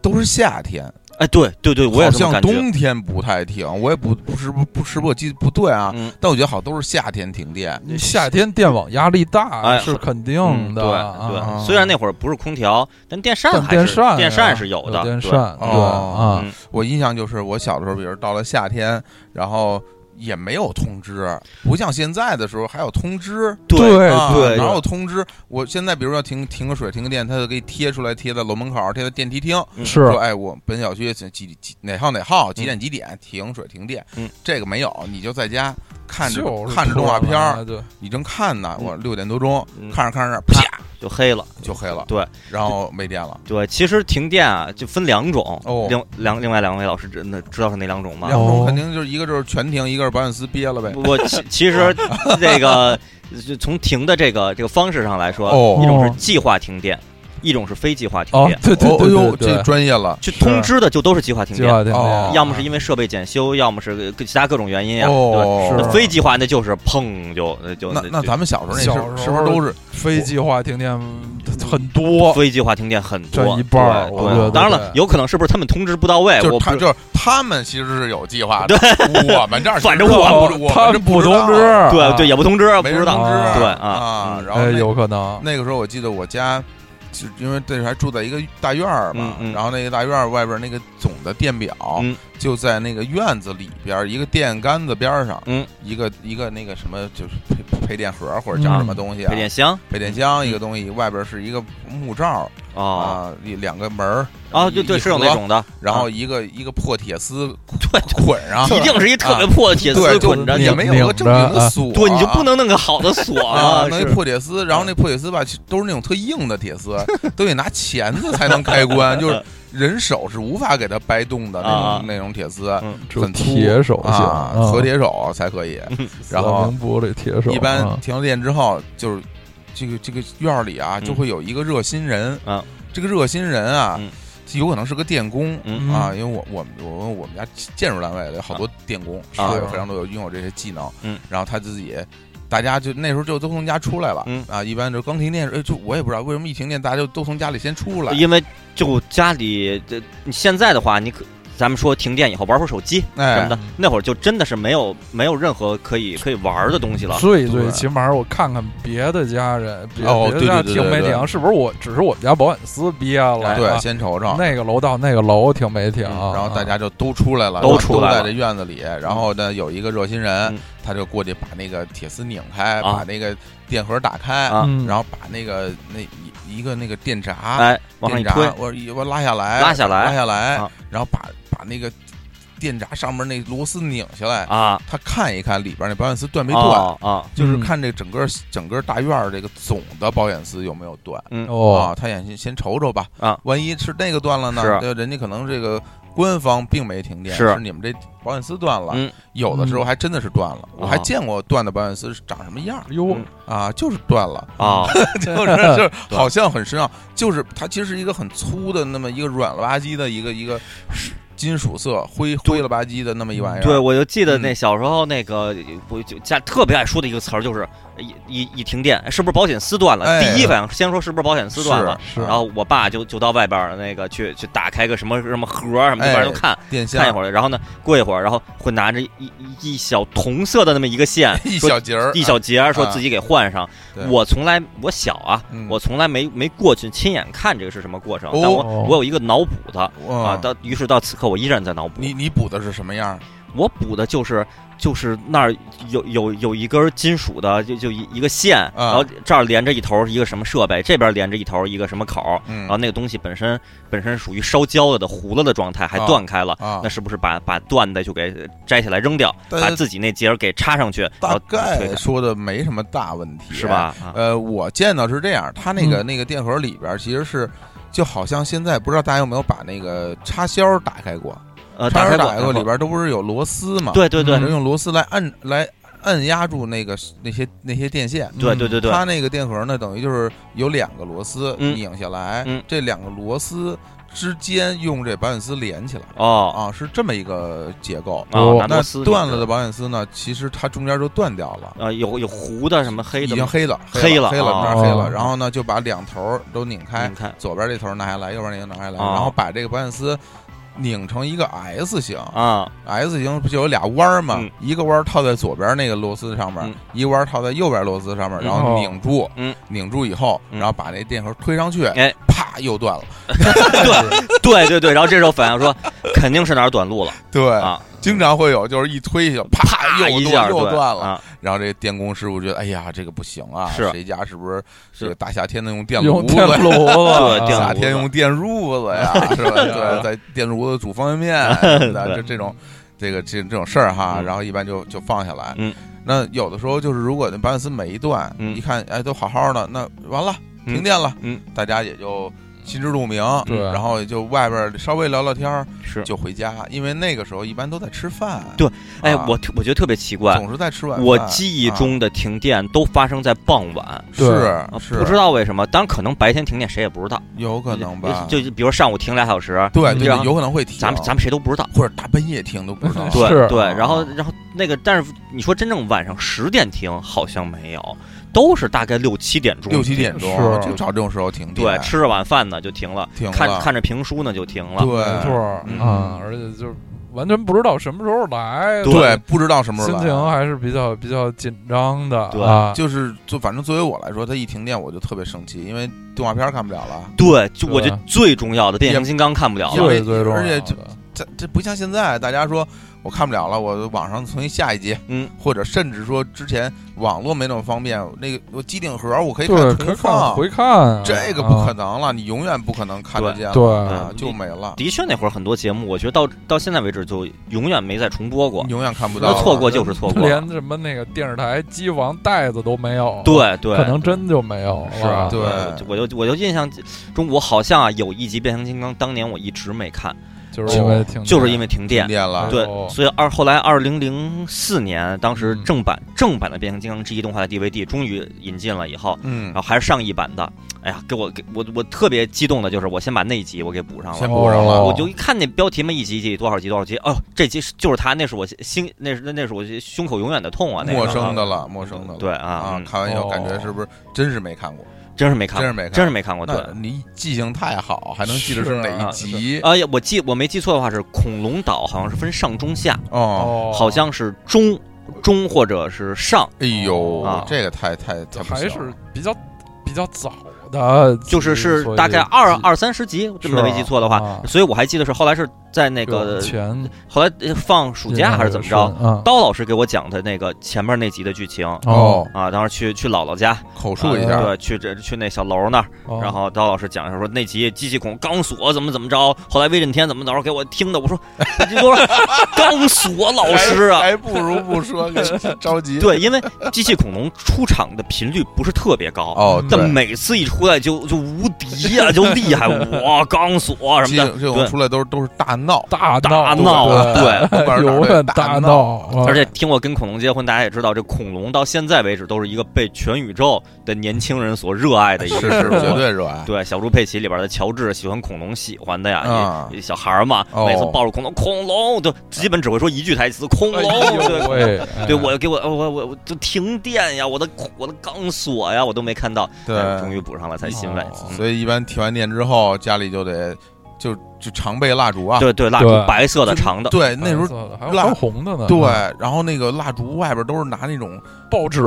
都是夏天，哎，对对对，我也好这像么感觉。冬天不太停，我也不不是不不是我记得不对啊，嗯，但我觉得好像都是夏天停电。你夏天电网压力哎大是肯定的，嗯对啊对，虽然那会儿不是空调，但电扇但还是电扇电呀扇是有的，电扇对，对哦啊，嗯我印象就是我小的时候，比如到了夏天，然后也没有通知，不像现在的时候还有通知，对啊对哪有通知？我现在比如要停停个水、停个电，他就给贴出来，贴在楼门口，贴在电梯厅，嗯是说哎，我本小区几几几哪号哪号几点几点停水停电，嗯这个没有，你就在家看着就是看着动画片儿，破了，你正看呢，嗯我六点多钟嗯看着看着啪就黑了。就黑了，对，然后没电了，对，其实停电啊就分两种，哦另两另外两位老师真的知道是哪两种吗然？后肯定就是一个就是全停，一个是保险丝憋了呗。我 其其实哦这个就从停的这个这个方式上来说，哦一种是计划停电，一种是非计划停哦电，。对对哦，哎对对呦，对，这专业了。就通知的就都是计划停计电，划停哦电，要么是因为设备检修，要么是各其他各种原因啊。对，哦，对那是非计划那就是砰就就那那就咱们小时候那是小时是不是候都是非计划停电很多，非计划停电很多，占一半儿对我对觉得当然了，对有可能是不是他们通知不到位？就是哎我他不就是他们其实是有计划的，我们这儿反正其实我不我他们这们不知通道知，对对也不通知，不啊没人知通道。知啊对啊啊，嗯然后哎，那有可能，那个时候我记得我家。就因为那时候还住在一个大院儿嘛，嗯嗯然后那个大院儿外边那个总的电表、嗯就在那个院子里边儿一个电杆子边儿上，嗯一个一个那个什么就是配配电盒或者叫什嗯么东西啊，配电箱配电箱一个东西，外边是一个木罩、哦啊，一两个门儿哦，对对，一是有盒那种的，然后一个、一个破铁丝 捆上，啊一定是一特别破的铁丝啊对，就捆着，也你没有个正经啊的锁，对你就不能弄个好的 锁啊啊，，弄一是破铁丝，然后那破铁丝吧，其实都是那种特硬的铁丝，都得拿钳子才能开关，就是人手是无法给它掰动的那啊种那种铁丝，嗯只有很粗铁手行啊，和，铁手才可以。嗯然后玻璃铁手一般啊停了电之后，就是这个这个院儿里啊，嗯就会有一个热心人啊，这个热心人啊嗯，有可能是个电工，嗯啊，因为我我们我们我们家建筑单位有好多电工，啊有非常多有拥有这些技能，嗯，然后他自己。大家就那时候就都从家出来了，嗯啊，一般就刚停电，呃就我也不知道为什么一停电大家就都从家里先出来，因为就家里这你现在的话，你可咱们说停电以后玩会儿手机什么哎，的嗯，那会儿就真的是没有没有任何可以可以玩儿的东西了。最对最起码我看看别的家人，别哦别的对对家对停没对对停，是不是我只是我们家保险丝憋了？对，啊先瞅瞅，那个楼道那个楼停没啊停？嗯然后大家就都出来了，都出来了在这院子里。然后呢，有一个热心人嗯，他就过去把那个铁丝拧开，啊把那个电盒打开，啊嗯然后把那个那一一个那个电闸，哎，往上一电闸推，我我拉下来，拉下来拉下来啊，然后把把那个电闸上面那螺丝拧下来。啊，他看一看里边那保险丝哎断没断，哦啊，就是嗯看这整个整个大院儿这个总的保险丝有没有断。嗯哦啊，他眼先先瞅瞅吧啊，万一是那个断了呢？是对，人家可能这个官方并没停电，是是你们这保险丝断了。嗯有的时候还真的是断了，我还啊见过断的保险丝是长什么样儿哟嗯啊，就是断了，啊， 就是就是对好像很深奥，就是它其实是一个很粗的那么一个软了吧唧的一个一个金属色灰灰了吧唧的那么一玩意儿。对，我就记得嗯那小时候那个，我就家特别爱说的一个词儿就是一一一停电，哎是不是保险丝断了？哎第一反应先说是不是保险丝断了，是然后我爸就就到外边儿那个去去打开个什么什么盒儿什么的，哎反正都看、电看一箱，会儿，然后呢过一会儿，然后会拿着一一一小铜色的那么一个线 一说小节儿，一小节儿，说啊自己给换上。对我从来我小啊，嗯我从来没没过去亲眼看这个是什么过程，哦但我我有一个脑补的。啊，哇，到于是到此刻，我依然在脑补。嗯你你补的是什么样儿？我补的就是就是那儿有有有一根金属的，就就一一个线，嗯然后这儿连着一头一个什么设备，这边连着一头一个什么口儿，嗯然后那个东西本身本身属于烧焦了的糊了的状态，还断开了。啊那，是不是把把断的就给摘下来扔掉，但把自己那节儿给插上去，然大后推概开说的没什么大问题，是？吧？嗯啊，呃，我见到是这样，它那个、那个电盒里边儿其实是。就好像现在不知道大家有没有把那个插销儿打开过，呃，插销打开儿打开过过里边儿都嗯不是有螺丝嘛？，对对对能用螺丝来按来按压住那个那些那些电线。对对嗯对对，它那个电盒呢，等于就是有两个螺丝嗯拧下来，嗯这两个螺丝之间用这保险丝连起来，哦啊，是这么一个结构。哦，拿那螺丝断了的保险丝呢，其实它中间就断掉了，呃有有糊的什么黑已的经吗，黑了，黑了，了黑了，哦那儿黑了。哦然后呢，就把两头儿都拧开你，看左边这头拿下来，右边那个拿下来，哦然后把这个保险丝拧成一个 S 型啊， ，S 型不就有俩弯儿吗嗯？一个弯儿套在左边那个螺丝上面嗯，一个弯儿套在右边螺丝上面，嗯然后拧住嗯，拧住以后，嗯然后把那电盒推上去哎，啪又断了。对对对对，然后这时候反应说，肯定是哪儿 短路了对，啊，经常会有就是一推就哎啪啪又一断下又对断了，啊，然后这电工师傅觉得，哎呀，这个不行啊，是谁家是不是这是个大夏天的用 电炉用子电呀？ 炉对子，啊电夏炉天子啊用电褥子呀，是吧？对，在电炉子煮方 便面什么的，这这种这个这这种事儿哈，嗯然后一般就就放下来。嗯，那有的时候就是，如果那保险丝每一段，嗯一看哎都好好的，那完了嗯停电了，嗯，啊大家也就心知肚明，对然后也就外边稍微聊聊天儿是，就回家，因为那个时候一般都在吃饭。对哎，啊我特我觉得特别奇怪，总是啊在吃晚饭。我记忆中的停电都发生在傍晚，是对啊是不知道为什么，当然可能白天停电谁也不知道，有可能吧？就就比如上午停俩小时，对你对，知道对有啊可能会停，咱们咱们谁都不知道。或者大半夜听都不知道。哦 是对对啊，然后然后那个，但是你说真正晚上十点停好像没有，都是大概六七点钟，六七点钟是就找这种时候停电。对，吃着晚饭呢就停了，停了看看着评书呢就停了，对没错儿嗯啊，而且就是完全不知道什么时候来，对对，不知道什么时心候情来。还是比较比较紧张的，对啊，就是就反正作为我来说，它一停电我就特别生气，因为动画片儿看不了了。对，就对我觉啊得最重要的变形金刚看不了因了，为最最重要而且的，就这这不像现在，大家说我看不了了，我网上重新下一集，嗯，或者甚至说之前网络没那么方便，那个我机顶盒我可以看对，可重以看放，回看啊，这个不可能了，你永远不可能看得见对了啊，嗯就没了，的确那会儿很多节目，我觉得到到现在为止就永远没再重播过你，永远看不到那了。错过就是错过，连什么那个电视台机王袋子都没有，，对对，可能真就没有是啊了，啊对我呃就我就印象中，我好像啊有一集变形金刚，当年我一直没看，就是因为挺哦就是因为停停电。电了，对哦，所以二后来二零零四年，当时嗯正版正版的变形金刚 G 一动画的 DVD 终于引进了以后，嗯然后，还是上一版的，哎呀，给我给我我特别激动的就是我先把那一集我给补上了先。补上了哦我就一看那标题嘛，一集一集多少集多少集，哦，这集是就是他，那是我心，那是那是我胸口永远的痛啊！那个陌生的了，陌生的了。对啊啊，，嗯看完以后哦感觉是不是真是没看过？真是没看真过，是没看，真是。没看过。对，那你记性太好，还能记得是啊哪一集？哎呀，我记我没记错的话是恐龙岛，好像是分上中下，哦，哦，好像是中中或者是上，哎呦啊，这个太太太不还行是了比较比较早的，就是是所以大概二二三十集，这么是没记错的话，啊所以我还记得是后来是在那个有钱后来呃放暑假还是怎么着，啊，刀老师给我讲的那个前面那集的剧情。哦，啊，当时去去姥姥家，口述一啊下，对，去这去那小楼那儿，哦然后刀老师讲一下说那集机器孔钢索怎么怎么着，后来威震天怎么怎么着给我听的，我 说这都是钢索老师啊，哎还不如不 说，给着急。对，因为机器恐龙出场的频率不是特别高，哦，但对每次一出来就就无敌呀、就 厉害，哇，钢索啊什这么种的，这种对出来都是都是大 闹，大大闹闹啊，对对， 不管是哪儿永都远是大 闹。闹，啊而且听过跟恐龙结婚，大家也知道，这恐龙到现在为止都是一个被全宇宙的年轻人所热爱的一是个是，生绝物。对热爱。对，小猪佩奇里边的乔治喜欢恐龙，喜欢的呀，啊也也小孩儿嘛，哦每次抱着恐龙，恐龙就基本只会说一句台词，恐龙。哎对，对对我给我我我我就停电呀，我的我的钢索呀，我都没看到，但哎是终于补上了，才欣慰。哦嗯所以一般停完电之后，家里就得就就常备蜡烛啊。对对，蜡烛对白色的就长的，对，那时候候还有辣还有红的呢，啊对，然后那个蜡烛外边都是拿那种报纸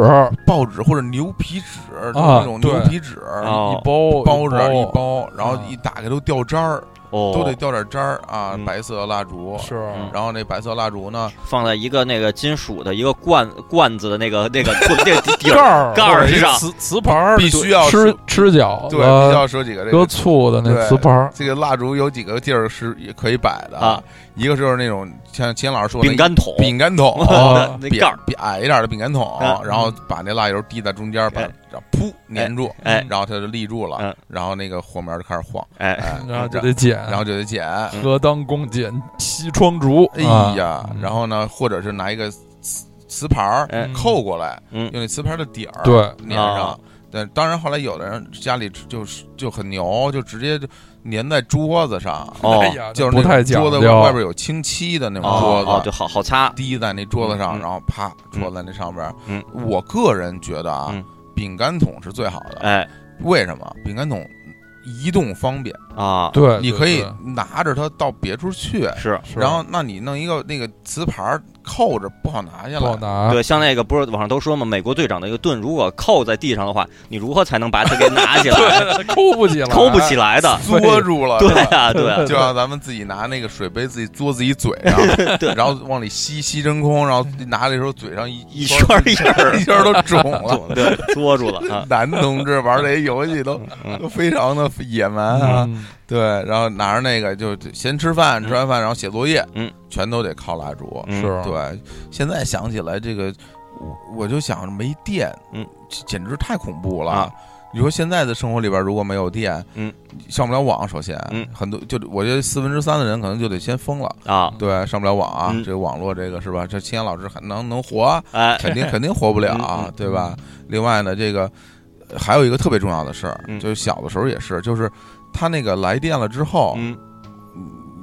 报纸或者牛皮纸，就是啊那种牛对皮纸哦一包包着一一包，然后啊一打开都掉渣儿，哦，都得掉点渣儿啊嗯。白色蜡烛，是啊嗯然后那白色蜡烛呢，放在一个那个金属的一个罐罐子的那个那个那个底盖儿，儿盖儿或者一上瓷瓷盘儿，必须要吃吃饺对，必须子要说几个这呃搁个。醋的那对瓷盘儿，这个蜡烛有几个地儿是也可以摆的啊，一个就是那种像钱老师说的饼干桶， 饼干桶，哦那那扁盖儿，扁矮一点的饼干桶啊嗯，然后把那蜡油滴在中间，把哎然后噗粘住，哎然后它就立住嗯了，然后那个火苗就开始晃，哎，哎，然后就然得剪，然后就得捡，嗯何当弓剪西窗烛，哎啊呀，然后呢，或者是拿一个瓷瓷盘儿哎扣过来，嗯用那瓷盘的底儿对粘啊上。但当然，后来有的人家里就是就很牛，就直接就粘在桌子上，哦哎呀就是不那太种讲桌子究，外边有清漆的那种哦桌子，哦，就好好擦，滴在那桌子上，嗯嗯然后啪嗯戳在那上边儿。嗯我个人觉得啊，嗯饼干桶是最好的。哎为什么？饼干桶移动方便，啊，对，你对可以对拿着它到别处去。是。是然后，那你弄一个那个瓷盘儿扣着，不好拿下不好来。拿，对，像那个不是网上都说嘛，美国队长的一个盾，如果扣在地上的话，你如何才能把它给拿起来？抠不起来，抠不起来的。嘬住了，啊对是啊吧啊， 对啊，就让咱们自己拿那个水杯自己嘬自己嘴上， 对然后往里吸吸真空，然后拿的时候嘴上一一圈儿一圈 儿一圈儿都肿 了。对，捉住了啊。男同志玩这游戏都嗯都非常的野蛮啊，嗯，对，然后拿着那个就就先吃饭，嗯吃完饭然后写作业，嗯，全都得靠蜡烛。嗯是，对，现在想起来这个，我我就想着没电，嗯，简直太恐怖了。啊你说现在的生活里边如果没有电，嗯，上不了网，首先，嗯很多就我觉得四分之三的人可能就得先疯了，啊，对，上不了网啊，嗯这个网络这个是吧？这青阳老师还能能活 啊，哎，肯定肯定活不了嗯啊，嗯对吧？另外呢，这个呃还有一个特别重要的事儿，嗯就是小的时候也是，就是他那个来电了之后，嗯，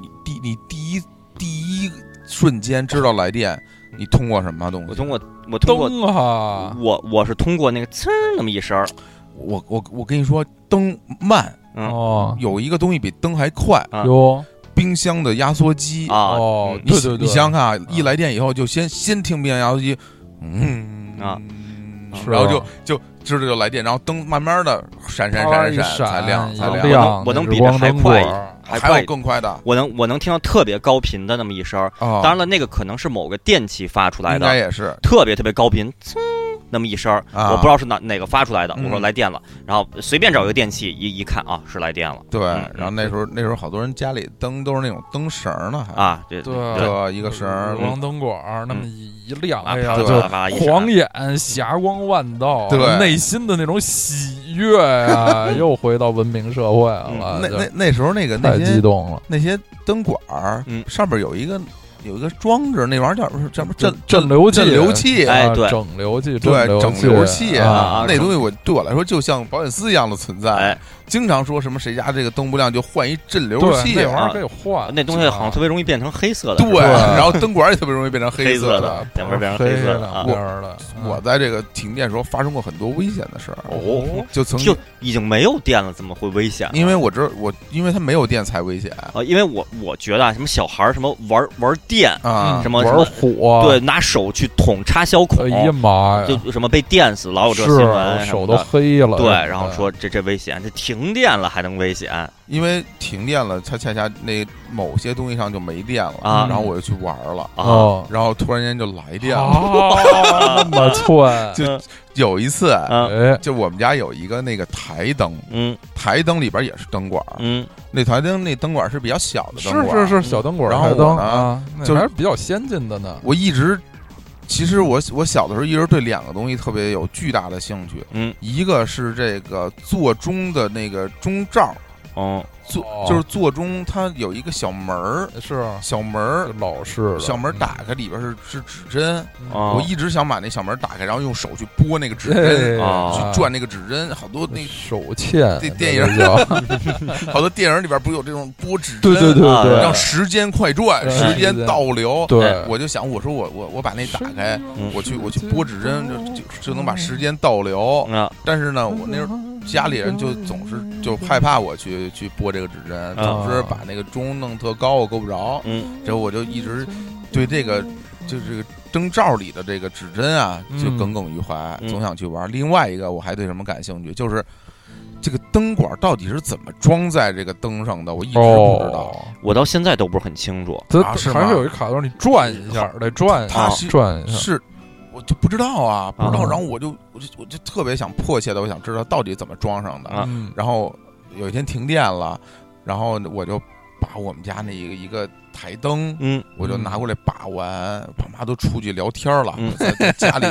你第你第一第一瞬间知道来电，你通过什么东西？嗯我通过我通过灯啊，我我是通过那个呲儿那么一声儿，我我我跟你说，灯慢，嗯哦，有一个东西比灯还快，啊哟，冰箱的压缩机。啊，哦嗯，你对对你对，想想看啊，一来电以后就先先听冰箱压缩机，嗯啊是然后就就知道就来电，然后灯慢慢的闪闪啪闪一闪才亮才亮一亮，我能我能那比日这光还灯快管儿还还快有。更快的我能我能听到特别高频的那么一声儿，哦啊，当然了，那个可能是某个电器发出来应该的，也是特别特别高频，噌那么一声儿，啊我不知道是哪哪个发出来的。嗯我说来电了，然后随便找一个电器一一看啊，是来电了对。嗯然后那时候那时候好多人家里灯都是那种灯绳儿呢，还啊，这对对吧？嗯一个绳儿日光灯管儿那么一一亮，啊，哎呀，啪就啪啪一闪狂眼霞光万道，啊对内心的那种喜 悦啊，又回到文明社会嗯了，那就那那时候那个那太激些动了，那些灯管儿嗯上边有一个有一个装置，那玩意儿叫什么叫什么就震镇流器震流器。哎啊对整流器，对，整流流器啊那东西我对我来说就像保险丝一样的存在哎。，经常说什么谁家这个灯不亮就换一震流对，器那，玩意啊儿可以换，啊那东西好像特别别容易变成黑色的，对，对然后灯管也特别容易变成黑色色的的。两边变成黑黑色的啊两边儿的，我在这个停电时候发生过很多危险的事儿，哦就曾经就已经没有电了，怎么会危险呢？因为我知道我因为它没有电才危险啊，因为我我觉得啊，什么小孩儿什么玩玩电，啊嗯什，么什玩哎么火，对，，拿手去捅插销孔哦哎，呀妈呀，就什么被电死，老有这新啊闻是什啊么手都的。黑了，对，然哎嗯后说这这危险，这停电了还能危险啊因为停电了，它恰恰那某些东西上就没电了，啊然后我就去玩了，啊！哦，然后突然间就来哎电啊了。 哦，那嗯 么寸，就有一次，啊，哎，就我们家有一个那个台灯，嗯台灯里边也是灯管儿，嗯那台灯那灯管儿是比较小的灯是管，是。是，小灯管儿然后台我灯呢啊，那就是还是比较先进的呢，我一直其实我我小的时候一直对两个东西特别有巨大的兴趣，嗯，一个是这个座钟的那个钟罩，哦，座哦就是座钟，它有一个小门儿，是啊小门儿，老式嗯了，小门儿打开里边是是指针，哦我一直想把那小门儿打开，然后用手去拨那个指针，哎啊去转那个指针，好多那手欠，这电影儿这 就叫好多电影里边不有这种拨指针，对对对啊对，让时间快转，对时间倒流。对，嗯我就想，我说我我我把那打开，嗯我去我去拨指针，就就就能把时间倒嗯流。啊，但是呢，我那时候家里人就总是就害怕我去去拨这个指针，嗯总是把那个钟弄特高，我够不着。嗯，这我就一直对这个就是这个灯罩里的这个指针啊，嗯就耿耿于怀，嗯总想去玩。另外一个我还对什么感兴趣，就是这个灯管到底是怎么装在这个灯上的，我一直不知道。哦，我到现在都不是很清楚。它啊是吗还是有一卡座，你转一下，得转一下，它是转一下，是。我就不知道啊，不知道，啊然后我就我就我就特别想迫切的，我想知道到底怎么装上的。啊嗯，然后有一天停电了，然后我就把我们家那一个一个台灯，嗯，我就拿过来把玩，爸妈都出去聊天了， 嗯在在家里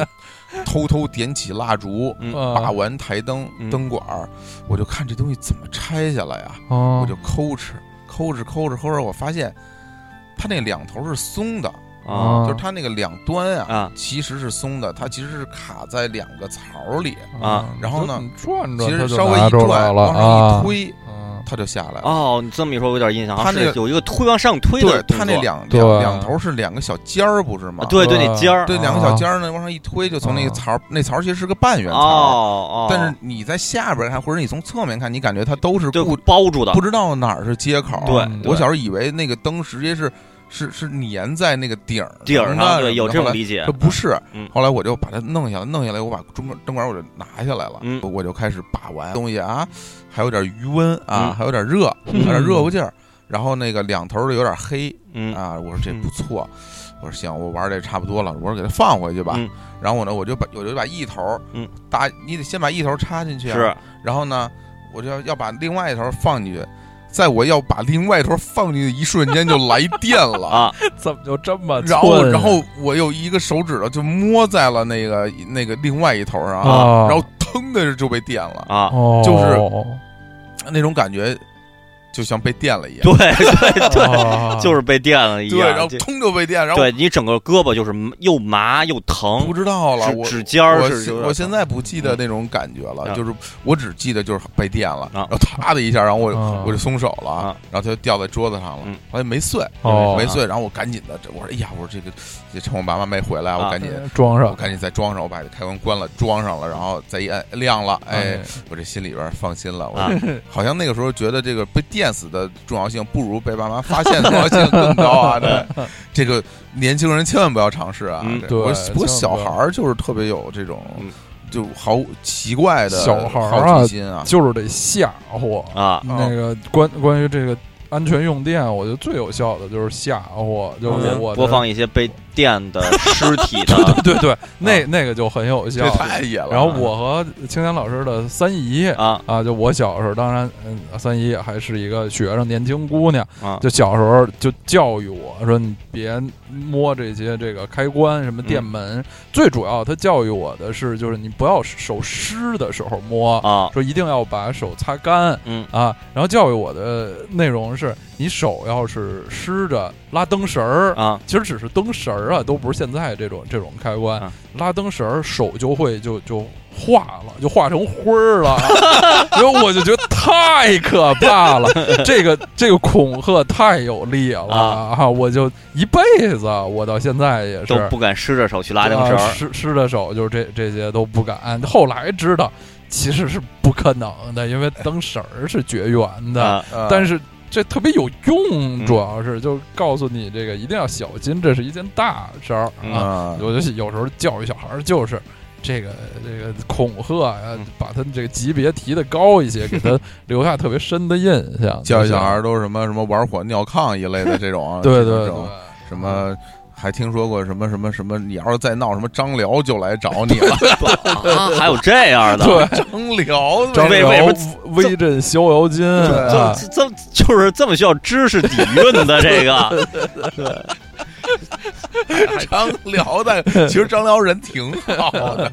偷偷点起蜡烛，嗯把啊，玩台灯嗯灯管儿，我就看这东西怎么拆下来呀，我啊我就抠哧抠哧抠哧抠哧，我发现它那两头是松的，啊就是它那个两端啊。啊，其实是松的，它其实是卡在两个槽儿里，啊然后呢，哦你转转，其实它就稍微拿一出来转，了往上啊一，推，嗯它就下来了。哦，你这么一说，我有点印象，它那个是有一个推往上推对的，动它那作两对两两头是两个小尖儿，不是吗啊？对对，对那尖儿，对，啊两个小尖儿呢，往上一推，就从那个槽儿，那槽儿其实是个半圆哦槽儿。哦，但是你在下边看，或者你从侧面看，你感觉它都是就固，包住的不，知道哪儿是接口。啊对嗯，对我小时候以为那个灯直接是是是粘在那个顶儿底儿上上，的，对，有这后种来理解这，不是嗯，后来我就把它弄下来，弄下来，我把中灯管我就拿下来了嗯，我就开始把玩东西啊，还有点余温啊，嗯还有点热，嗯有点热乎劲儿，然后那个两头儿有点黑，嗯啊，我说这嗯不错，我说行，我玩的差不多了，我说给它放回去吧。嗯然后我呢，我就把我就把一头儿，嗯搭，你得先把一头儿插进去、啊，是，然后呢，我就要要把另外一头儿放进去，在我要把另外一头儿放进去的一瞬间就来电了。啊，怎么就这么然后，寸然后我有一个手指头就摸在了那个那个另外一头儿上，啊然后腾的就被电了，啊，哦，就是 那种感觉就像被电了一样对，对对，啊 就是被电了一哦对，然后样。这通就被电，然后对你整个胳膊就是又麻又不疼，知道了，指我指尖儿我是现有点我现在不记得那种感觉了，嗯就是我只记得就是被电了，啊然后啪的一下，然后我就、啊我就松手了，啊然后它就掉在桌子上了，嗯后来没碎，哦没碎，然后我赶紧的，这我说哎呀，我说这个这趁我爸妈没回来，我啊赶紧。装哎我上，赶紧再装上，我把这开关关了，装上了，然后再一按亮了，嗯哎，我这心里边放心了。我啊好像那个时候觉得这个被电死的重要性不如被爸妈发现的重要性更高 啊！这这个年轻人千万不要尝试啊！嗯这对我千不万不过要小孩儿就是特别有这种嗯就好奇怪的小孩儿啊好奇心啊！就是得吓唬。 啊，那个关关于这个安全用电，我觉得最有效的就是吓唬，就是嗯我的播放一些被电 的尸体的 对对对，那那个就很有效这。啊太野了。然后我和青年老师的三姨啊啊，就我小时候，当然，嗯，三姨还是一个学生，年轻姑娘，啊就小时候就教育我说，你别摸这些这个开关，什么嗯电门。最主要，她教育我的是，就是你不要手湿的时候摸，啊，说一定要把手擦干。嗯啊，然后教育我的内容是，你手要是湿着，拉灯绳儿。啊其实只是灯绳儿啊，都不是现在这种这种开关，啊拉灯绳儿手就会就就化了，就化成灰儿了， 然后我就觉得太可怕了， 这个这个恐吓太有力了啊啊！我就一辈子，我到现在也是都不敢湿着手去拉丁绳啊儿湿湿的手，就是这这些都不敢。后来知道其实是不可能的，因为灯绳儿是绝缘的，啊呃，但是是这特别有用，嗯主要是就告诉你这个一定要小心，这是一件大事儿嗯啊。啊，我就有时候教育小孩儿就是。这个这个恐吓呀、嗯把他这个级别提的高一些，给他留下特别深的印象。教育就小像孩儿，都是什么什么玩火、尿炕一类的这 种啊，对这对种对，什么。还听说过什么什么什么？你要是再闹什么张辽，就来找你 了。 啊，还有这样的，对张辽，张为辽为什么威震逍 遥津，啊这 这这就是这么需要知识底蕴的这个，张辽 的，其实张辽人挺好的，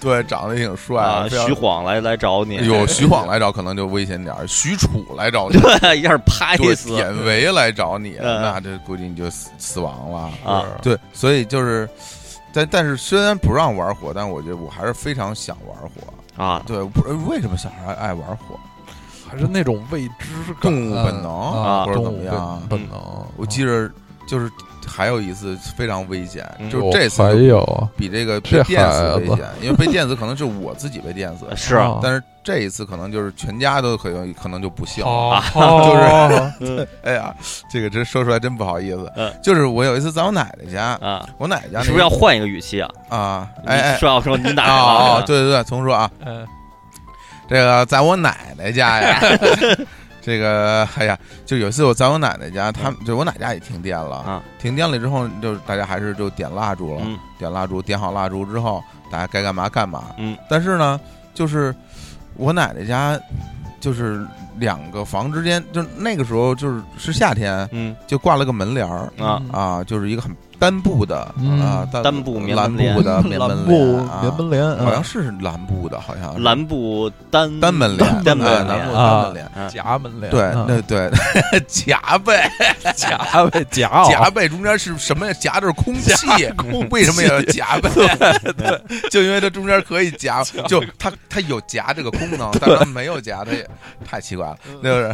对，长得也挺帅啊，非常徐晃来来找你，有徐晃来找可能就危险点儿，徐褚来找你， 对，一下拍对，哎死典韦来找你，嗯那这估计你就死死亡了。啊！是对，所以就是，但但是虽然不让玩火，但我觉得我还是非常想玩火。啊！对，不是为什么小孩爱爱玩火？还是那种未知感，动物本能啊，或者动怎么物样本本能。我记着就是还有一次非常危险，嗯，就是这次还就有比这个被这电死危孩子险，因为被电死可能是我自己被电 死是啊，但是这一次可能就是全家都可能可能 就不幸了。哦， 就是嗯哎呀，这个真说出来真不好意思。嗯就是我有一次在我奶奶家，啊，我奶奶家那是不是要换一个语气啊？啊？哎你哎，说要说你哪啊儿啊！啊？对对对，重说啊，嗯这个在我奶奶家 呀，这个哎呀，就有一次我在我奶奶家，他们就我奶奶家也停电了，嗯啊停电了之后，就是大家还是就点蜡烛了，嗯点蜡烛，点好蜡烛之后，大家该干嘛干嘛。嗯，但是呢，就是我奶奶家，就是两个房之间，就是那个时候就是是夏天，嗯就挂了个门帘儿啊，啊，就是一个很单布的、嗯啊，单单布棉蓝门帘布 的棉蓝门布啊棉门帘，好像嗯是蓝布的，好像是蓝布单单门帘，单哎门蓝帘布啊单门帘。嗯夹门帘，对，嗯那对 夹呗， 夹被夹哦夹背中间是什么呀？夹着空气，为什么也要 夹背？对， 就因为它中间可以 夹，就它它有夹这个功能，但是它没有夹，它也太奇怪了，就是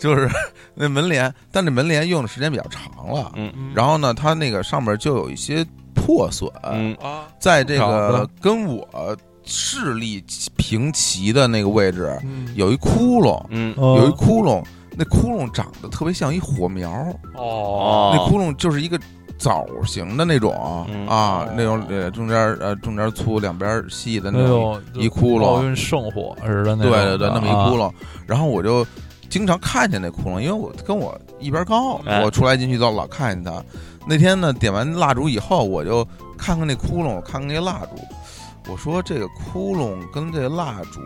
就是那门帘，但这门帘用的时间比较长了，嗯然后呢，它那个上面就有一些破损，嗯啊，在这长个子跟我视力平齐的那个位置嗯有一窟窿，嗯哦有一窟窿，那窟窿长得特别像一火苗儿。哦，哦，那窟窿就是一个枣形的那种嗯啊，那种呃中间呃中间粗两边细的哎那那种，种一窟窿哎奥运圣火似的那对啊对种，对，那么一啊窟窿，窿。然后我就经常看见那窟窿，因为我跟我一边高，哎我出来进去都老看见它。那天呢，点完蜡烛以后，我就看看那窟窿，我看看那蜡烛，我说这个窟窿跟这蜡烛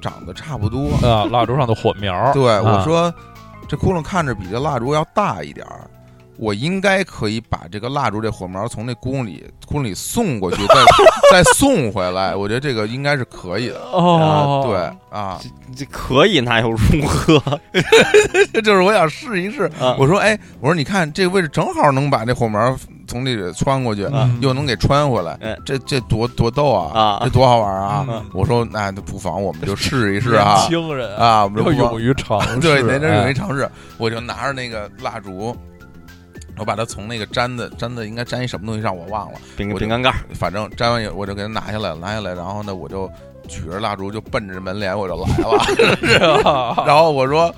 长得差不多，啊，蜡烛上的火苗儿，对，我啊说这窟窿看着比这蜡烛要大一点儿，我应该可以把这个蜡烛这火苗从那窟窿里窟窿里送过去， 再再送回来。我觉得这个应该是可以的。哦，对啊， 这可以，那又如何就是我想试一试。啊？我说，哎，我说你看这个位置正好能把这火苗从里穿过去，嗯又能给穿回来哎，这这多多逗啊啊！这多好玩啊！嗯我说，那不妨我们就试一试年啊轻人，啊！我们就要不妨勇于尝 试，对，那阵儿有一哎尝试，我就拿着那个蜡烛，我把它从那个粘的粘的应该粘一什么东西上，我忘了，饼我就饼干盖儿反正粘完以后我就给它拿下来了，拿下来，然后呢，我就举着蜡烛就奔着门帘我就来了， 啊 然后我说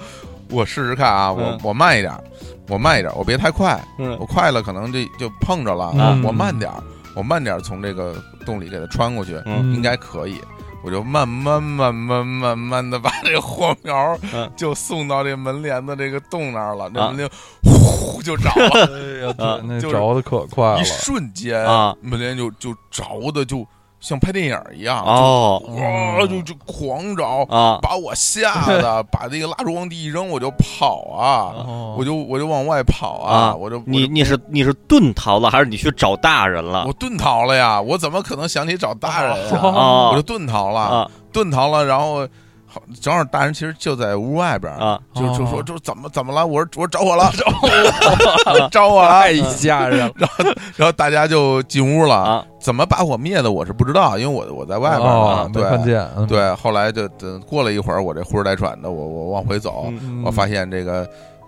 我试试看啊，我嗯我慢一点儿，我慢一点儿，我别太快，嗯我快了可能这就碰着了，嗯我慢点儿，我慢点儿从这个洞里给它穿过去，嗯应该可以。我就慢慢慢慢慢慢的把这个火苗嗯就送到这门帘的这个洞那儿了，那啊门帘呼就着了， 哎呀，啊对那嗯就是着的可快了一，瞬间啊门帘就就着的就像拍电影一样，哦就哇就就狂着，啊把我吓得把那个蜡烛往地一扔，我就跑啊，哦我就我就往外跑啊我就我你就你是你是遁逃了，还是你去找大人了我？遁逃了呀，我怎么可能想起找大人呀？哦啊我就遁逃了。啊遁逃了，然后好正好大人其实就在屋外边儿，啊！就就说哦就怎么怎么了？我说我说着火了，着 火着火了。太吓人了， 然后大家就进屋了，啊怎么把火灭的？我是不知道，因为我我在外边儿哦嘛，没看啊对见，嗯，对。后来就等过了一会儿，我这呼哧带喘的，我我往回走，嗯我发现这个。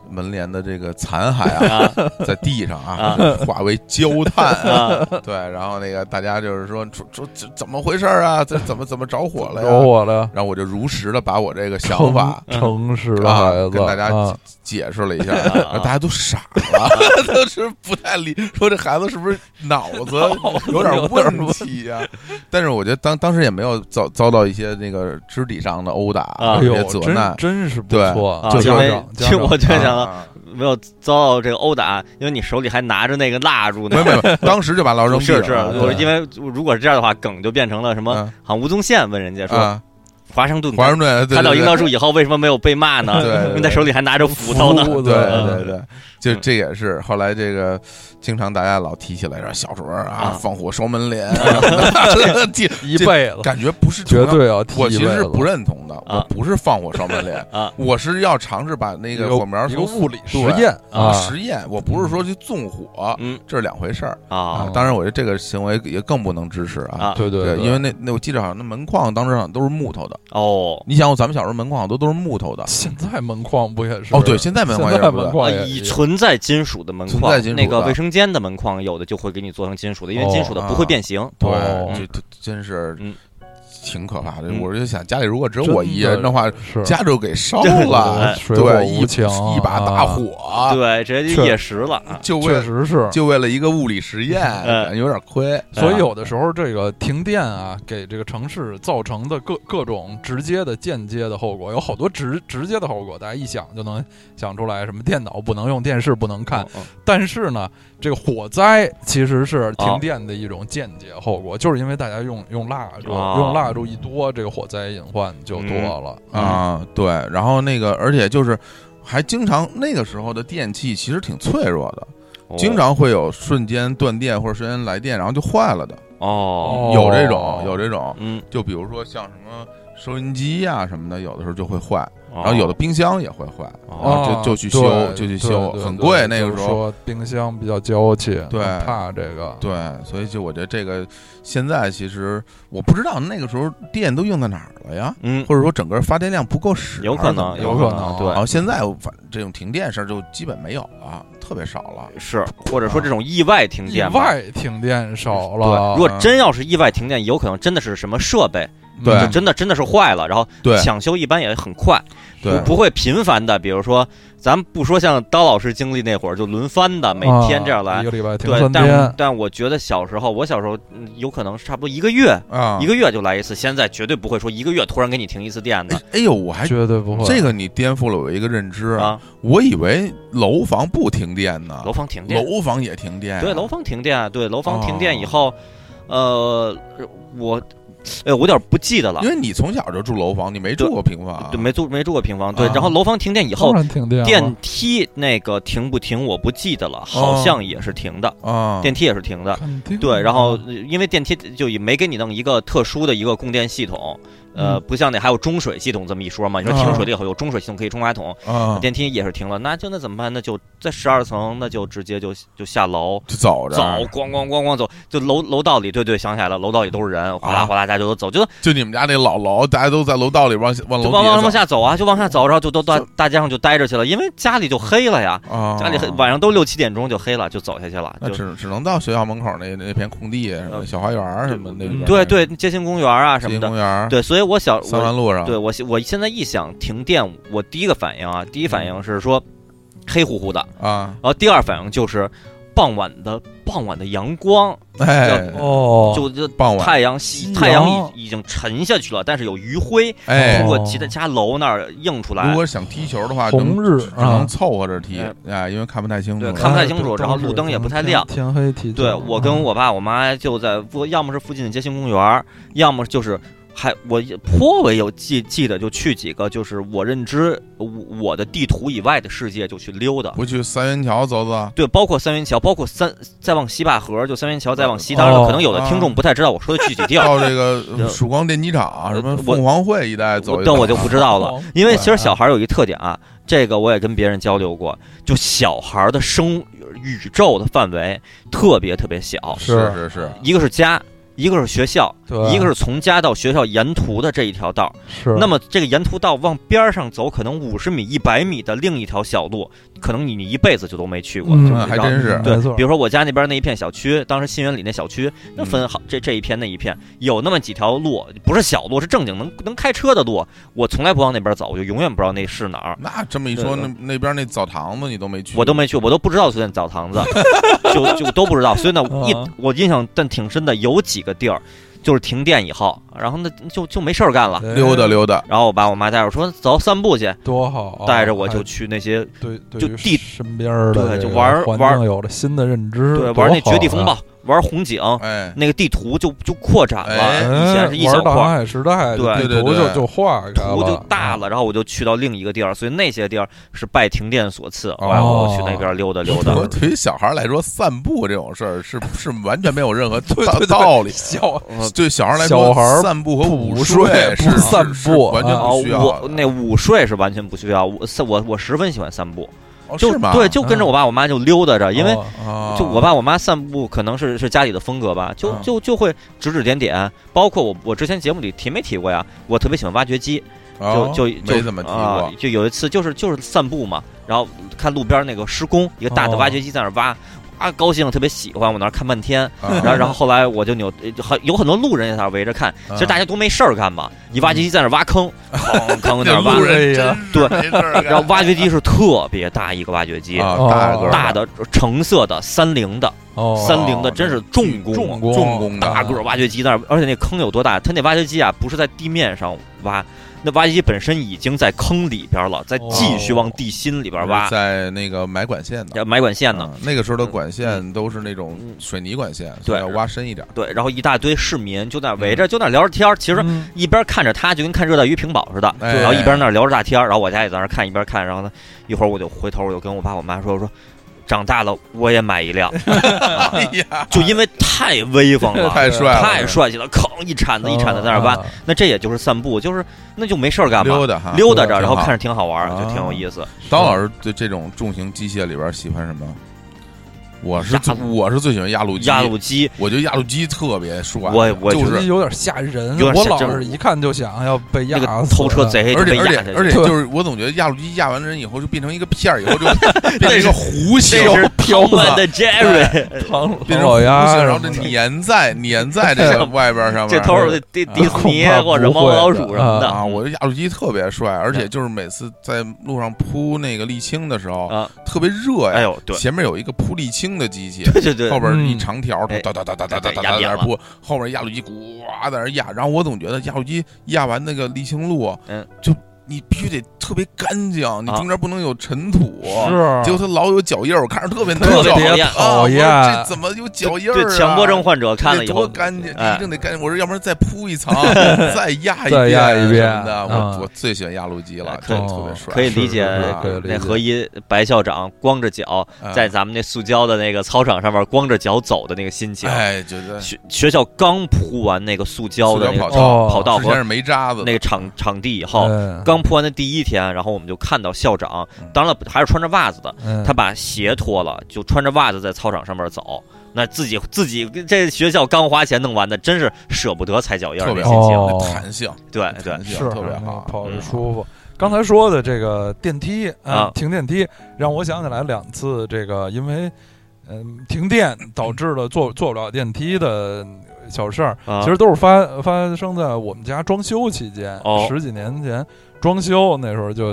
门帘的这个残骸 啊，啊在地上啊啊，就化为焦炭 啊，啊！对，然后那个大家就是说，说说这怎么回事儿啊？这怎么怎么着火了呀？着火了，然后我就如实的把我这个想 法诚嗯诚实的啊孩子，跟大家 啊解释了一下，啊然后大家都傻了，都是不太理，说这孩子是不是脑子有点问题呀、但是我觉得当当时也没有遭遭到一些那个肢体上的殴打，啊哎别呦，责难真。真是不对错，啊就因家为长，其实家长我就啊想到啊没有遭到这个殴打，因为你手里还拿着那个蜡烛没呢有。没有，没有当时就把 老扔地是是，了。我对因为如果是这样的话，梗就变成了什么？嗯好像吴宗宪问人家说啊，华盛顿华盛顿对看到对樱对桃树以后，为什么没有被骂呢？对对因为他手里还拿着斧头呢。斧对嗯对对，就这也是后来这个，经常大家老提起来说小时候啊啊放火烧门帘啊， 这一辈子，感觉不是同绝样对要我提其一辈实是子。不认同的，啊我不是放火烧门帘啊， 我是要尝试把那一个火苗一从个物理实对验啊啊，实验，我不是说去纵火，嗯这是两回事儿啊啊。当然，我觉得这个行为也更不能支持啊啊。对对对，因为那那我记得好像那门框当时好像都是木头的，哦，你想，咱们小时候门框好多都是木头的。现在门框不也是？哦，对，现在门框啊现也在是哎木门的。啊框也以存在金属的门存在框金，属的那个卫生间的门框有的就会给你做成金属的，因为哦金属的不会变形。对哦，这这真是嗯挺可怕的。嗯我就想，家里如果只有真我一人的的话，是哎家就给烧真了。的水火对，一无情，一把大啊，火，对，直接就确野食了啊！就为确实是。就为了一个物理实验，嗯感觉有点亏。所以有的时候这个停电啊，给这个城市造成的各各种直接的、间接的后果，有好多直直接的后果，大家一想就能想出来，什么电脑不能用，电视不能哦看。嗯，但是呢，这个火灾其实哦是停电的一种间接后果，就是因为大家用用蜡烛，哦用蜡烛一多，这个火灾隐患就嗯多了。嗯啊，对，然后那个，而且就是还经常那个时候的电器其实挺脆弱的，嗯经常会有瞬间断电或者瞬间来电，然后就坏了的，哦，有这种，有这种，嗯，就比如说像什么。收音机呀、什么的，有的时候就会坏，然然后有的冰箱也会坏，哦然啊后就就去修，啊对就去对修，对很对贵那个就是时候。说冰箱比较娇气，对怕这个，对，所以就我觉得这个现在其实我不知道那个时候电都用在哪儿了呀，嗯，或者说整个发电量不够使，有可能，有啊有可可能然对。后现在反正这种停电事儿就基本没有了，特别少了。是，或者说这种意外停意电吧，外停电少对，了如。嗯果嗯真要是意外停电，有可能真的是什么设备，对就真的真的是坏了，然后嗯对抢修一般也很快，对不不会频繁的，比如说，咱们不说像刀老师经历那会儿就轮番的，每天这样啊来一个，礼拜停对三，但天，但我觉得小时候，我小时候嗯有可能是差不多一个月。啊，一个月就来一次，现在绝对不会说一个月突然给你停一次电的哎哎呦，我还绝对不会。这个你颠覆了我一个认知，啊！我以为楼房不停电呢，楼房停电，楼房也停电啊，对，楼房停电啊，对，楼房停电以哦后，呃，我，哎，我有点不记得了因，为你从小就住楼房，你没住过平房，对，没住没住过平房，对，啊然后楼房停电以当后，然停电了电梯那个停不停我不记得了，好像也是停的，啊，电梯也是停的，肯定啊对，然后呃嗯因为电梯就也没给你弄一个特殊的一个供电系统，呃，嗯不像那还有中水系统这么一说嘛，你说啊停水了以后有中水系统可以冲马桶，啊，电梯也是停了，那就那怎么办？那就在十二层，那就直接就就下楼。就走着走，咣咣咣咣走，就楼楼道里，对对，想起来了，楼道里都是人，哗啦啊哗啦，大家就都走，就就你们家那老楼，大家都在楼道里往下往就楼往底下往往走嗯下走啊，就往下走，然后就都大就大街上就待着去了，因为家里就黑了呀，啊，家里黑晚上都六七点钟就黑了，就走下去了，那就嗯只只能到学校门口那那片空地、啊什么小花园儿什么那里嗯边儿对，对，街心公园啊吉什么林的公，园儿，对，所以我小三我环路啊上，对我现我现在一想停电，我第一个反应啊，第一嗯反应是说黑乎乎的，啊，然后第二反应就是傍晚的傍晚的阳光，哎，哦，就就傍晚，太阳西夕太阳阳已已经沉下去了，但是有余晖哎通，过哦其他家楼那儿映出如来。果想踢球的话，红能日只只啊哎能凑合着踢哎啊，因为看不太清楚对了，看不太清楚然后路灯也不太亮天黑啊体对我嗯跟我爸我妈就在附，要么是附近的街心公园，要么就是还我也颇为有记记得，就去几个就是我认知我我的地图以外的世界就去溜达。不去三元桥 走走，对，包括三元桥，包括三再往西坝河，就三元桥再往西，当然哦了，可能有的听众不太知道我说的具体地儿，到这 个对曙光电机厂啊什么我凤凰汇一带走一走啊但我就不知道了哦。因为其实小孩有一特点啊，这个我也跟别人交流过，就小孩的生宇宙的范围特别特别小，是是是是，一个是家，一个是学校，对一个是从家到学校沿途的这一条道。是那么这个沿途道往边儿上走，可能五十米、一百米的另一条小路，可能你你一辈子就都没去过。嗯就还然后真是没对，错比如说我家那边那一片小区，当时新源里那小区，那嗯分好这这一片那一片，有那么几条路，不是小路，是正经能能开车的路，我从来不往那边走，我就永远不知道那是哪儿，那这么一说，对那那边那澡堂子你都没去，我都没去，我都不知道存在澡 堂子，就就都不知道，所以呢，一啊我印象但挺深的，有几个地儿就是停电以后，然后呢就就没事儿干了。溜达溜达，然后我把我妈带着我说走散步去，哎多好，啊带着我就去那些对，对就于地身边的对这就个玩环玩境有了新的认知，对多玩那好绝地啊风暴，玩红警，哎，那个地图就就扩展哎了，以前是一小玩块大航儿，海时代，对对地对图就对就画开图就了大啊 嗯了，然后我就去到另一个地儿，所以那些地儿是拜停电所赐，哦然后我去那边溜达溜达。我对于小孩来说，散步这种事儿是是完全没有任何对对对道理。哦小嗯对小孩来说，小孩儿散步和午午睡是不散是是步完全啊哦不需，要我的。那午睡是完全不需要，我散我我十分喜欢散步，哦就是吗？对，就跟着我爸我妈就溜达着，因为哦啊，就我爸我妈散步，可能是是家里的风格吧，就嗯就就会指指点点。包括我我之前节目里提没提过呀，我特别喜欢挖掘机，就哦就就没怎么提啊过。就有一次就是就是散步嘛，然后看路边那个施工，一个大的哦挖掘机在那儿挖。啊，高兴，特别喜欢，我那儿看半天，啊然后，然后后来我就扭，呃很有很多路人在那儿围着看，嗯其实大家都没事儿干嘛，一挖掘机在那儿挖 坑，坑坑在那那儿挖路，人哎真呀是对没事儿干，然后挖掘机是特别大一个挖掘机，啊，大个儿大的橙色的三菱的，哦三菱的真是重工，嗯重工重工的大个儿挖掘机那儿，而且那坑有多大？它那挖掘机啊，不是在地面上挖，那挖掘机本身已经在坑里边了，再继续往地心里边挖，哦在那个埋管线的要埋管线呢。啊那个时候的管线都是那种水泥管线，所以对要挖深一点儿。对，然后一大堆市民就在那嗯围着，就在那聊着天儿，其实嗯一边看着他，就跟看热带鱼屏保似的，哎然后一边那儿聊着大天儿，然后我家也在那儿看，一边看，然后呢，一会儿我就回头，我就跟我爸我妈说，我说长大了我也买一辆，哎呀，就因为太威风了， 嗯太帅了，太帅气了，吭一铲子一铲子在那儿挖，，啊那这也就是散步，就是那就没事儿 干嘛，溜达哈。溜达着，对然啊后挺好看着挺好玩儿，啊就挺有意思。当老师对这种重型机械里边喜欢什么？我是压最我是最喜欢压路机，压路机，我觉得压路机特别帅，我我就觉得是。有点吓人，有点我吓老真是一看就想要被压那死个了。偷车贼就而被且而且压下而去，且，对就是我总觉得压路机压完人以后就变成一个片儿，以后就 变成一个弧形，这是飘我们的 Jerry，唐变成老弧鸭形，什然么后的，这粘在粘在这 个外边上面。这头是迪迪士尼啊或者猫和老鼠什么啊，的嗯我觉得压路机特别帅，而且就是每次在路上铺那个沥青的时候，啊，特别热呀。哎呦，对前面有一个铺沥青的机器，对对对后，边一嗯长条，哎哒哒哒哒哒哒对哒压哒在扁那了铺，后边压路机呱在那压，然后我总觉得压路机压完那个沥青路，啊嗯，就你必须得特别干净，你啊中间不能有尘土，是结果它老有脚印儿，我看着特别难 特受别讨厌啊，我讨说厌这怎么有脚印儿啊？对强迫症患者看了得以后多，干净，这哎一定得干净。我说，要不然再铺 一层，再压一再压一一遍哦什么的。我嗯我最喜欢压路机了，哎可真的以特别帅。可以理解是是是可以理那解合一白校长光着脚哎在咱们那塑胶的那个操场上面光着脚走的那个心情。哎，觉得学学校刚铺完那个塑胶塑的那个料跑道跑道之前和是没渣子的，那个场场地以后，嗯刚铺完的第一天，然后我们就看到校长嗯，当然了，还是穿着袜子的，嗯他把鞋脱了，就穿着袜子在操场上面走。那自己自己这学校刚花钱弄完的，真是舍不得踩脚印儿特那别心情。哦弹性，对对弹，性是特别好，跑着嗯舒服。刚才说的这个电梯啊停电梯，让我想起来两次这个因为嗯、停电导致了坐坐不了电梯的小事儿，啊嗯其实都是发发生在我们家装修期间，哦十几年前装修那时候就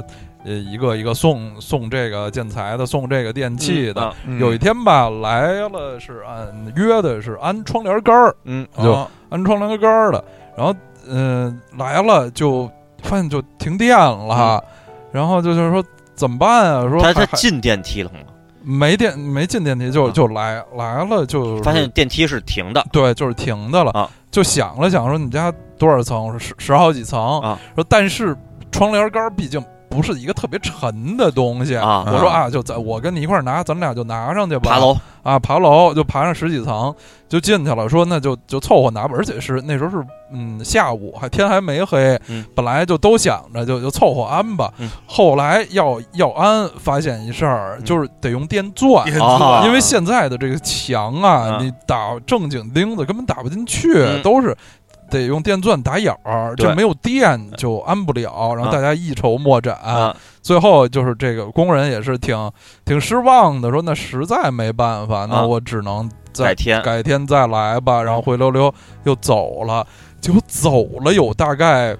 呃一个一个送送这个建材的，送这个电器的。啊嗯有一天吧，来了是按约的是安窗帘杆儿，嗯，就啊安窗帘杆儿的，然后嗯、呃来了就发现就停电了，然后就就是说怎么办啊？说嗯他还他还进电梯了吗？没电没进电梯就啊就来、来了就发现电梯是停的，对就是停的了，啊就想了想说你家多少层？我说十十好几层，啊说但是窗帘杆儿毕竟。不是一个特别沉的东西啊我说啊啊，就咱我跟你一块儿拿，咱俩就拿上去吧。爬楼啊，爬楼就爬上十几层，就进去了。说那就就凑合拿吧，而且是那时候是嗯下午，还天还没黑，嗯本来就都想着就就凑合安吧。嗯后来要要安，发现一事儿，嗯就是得用电钻。电啊钻因为现在的这个墙啊，啊你打正经钉子根本打不进去，嗯都是得用电钻打眼儿，对这没有电就安不了。然啊后大家一筹莫展，啊，最后就是这个工人也是挺挺失望的，说那实在没办法，啊那我只能改再天改天再来吧。然后灰溜溜又走了，结果走了有大概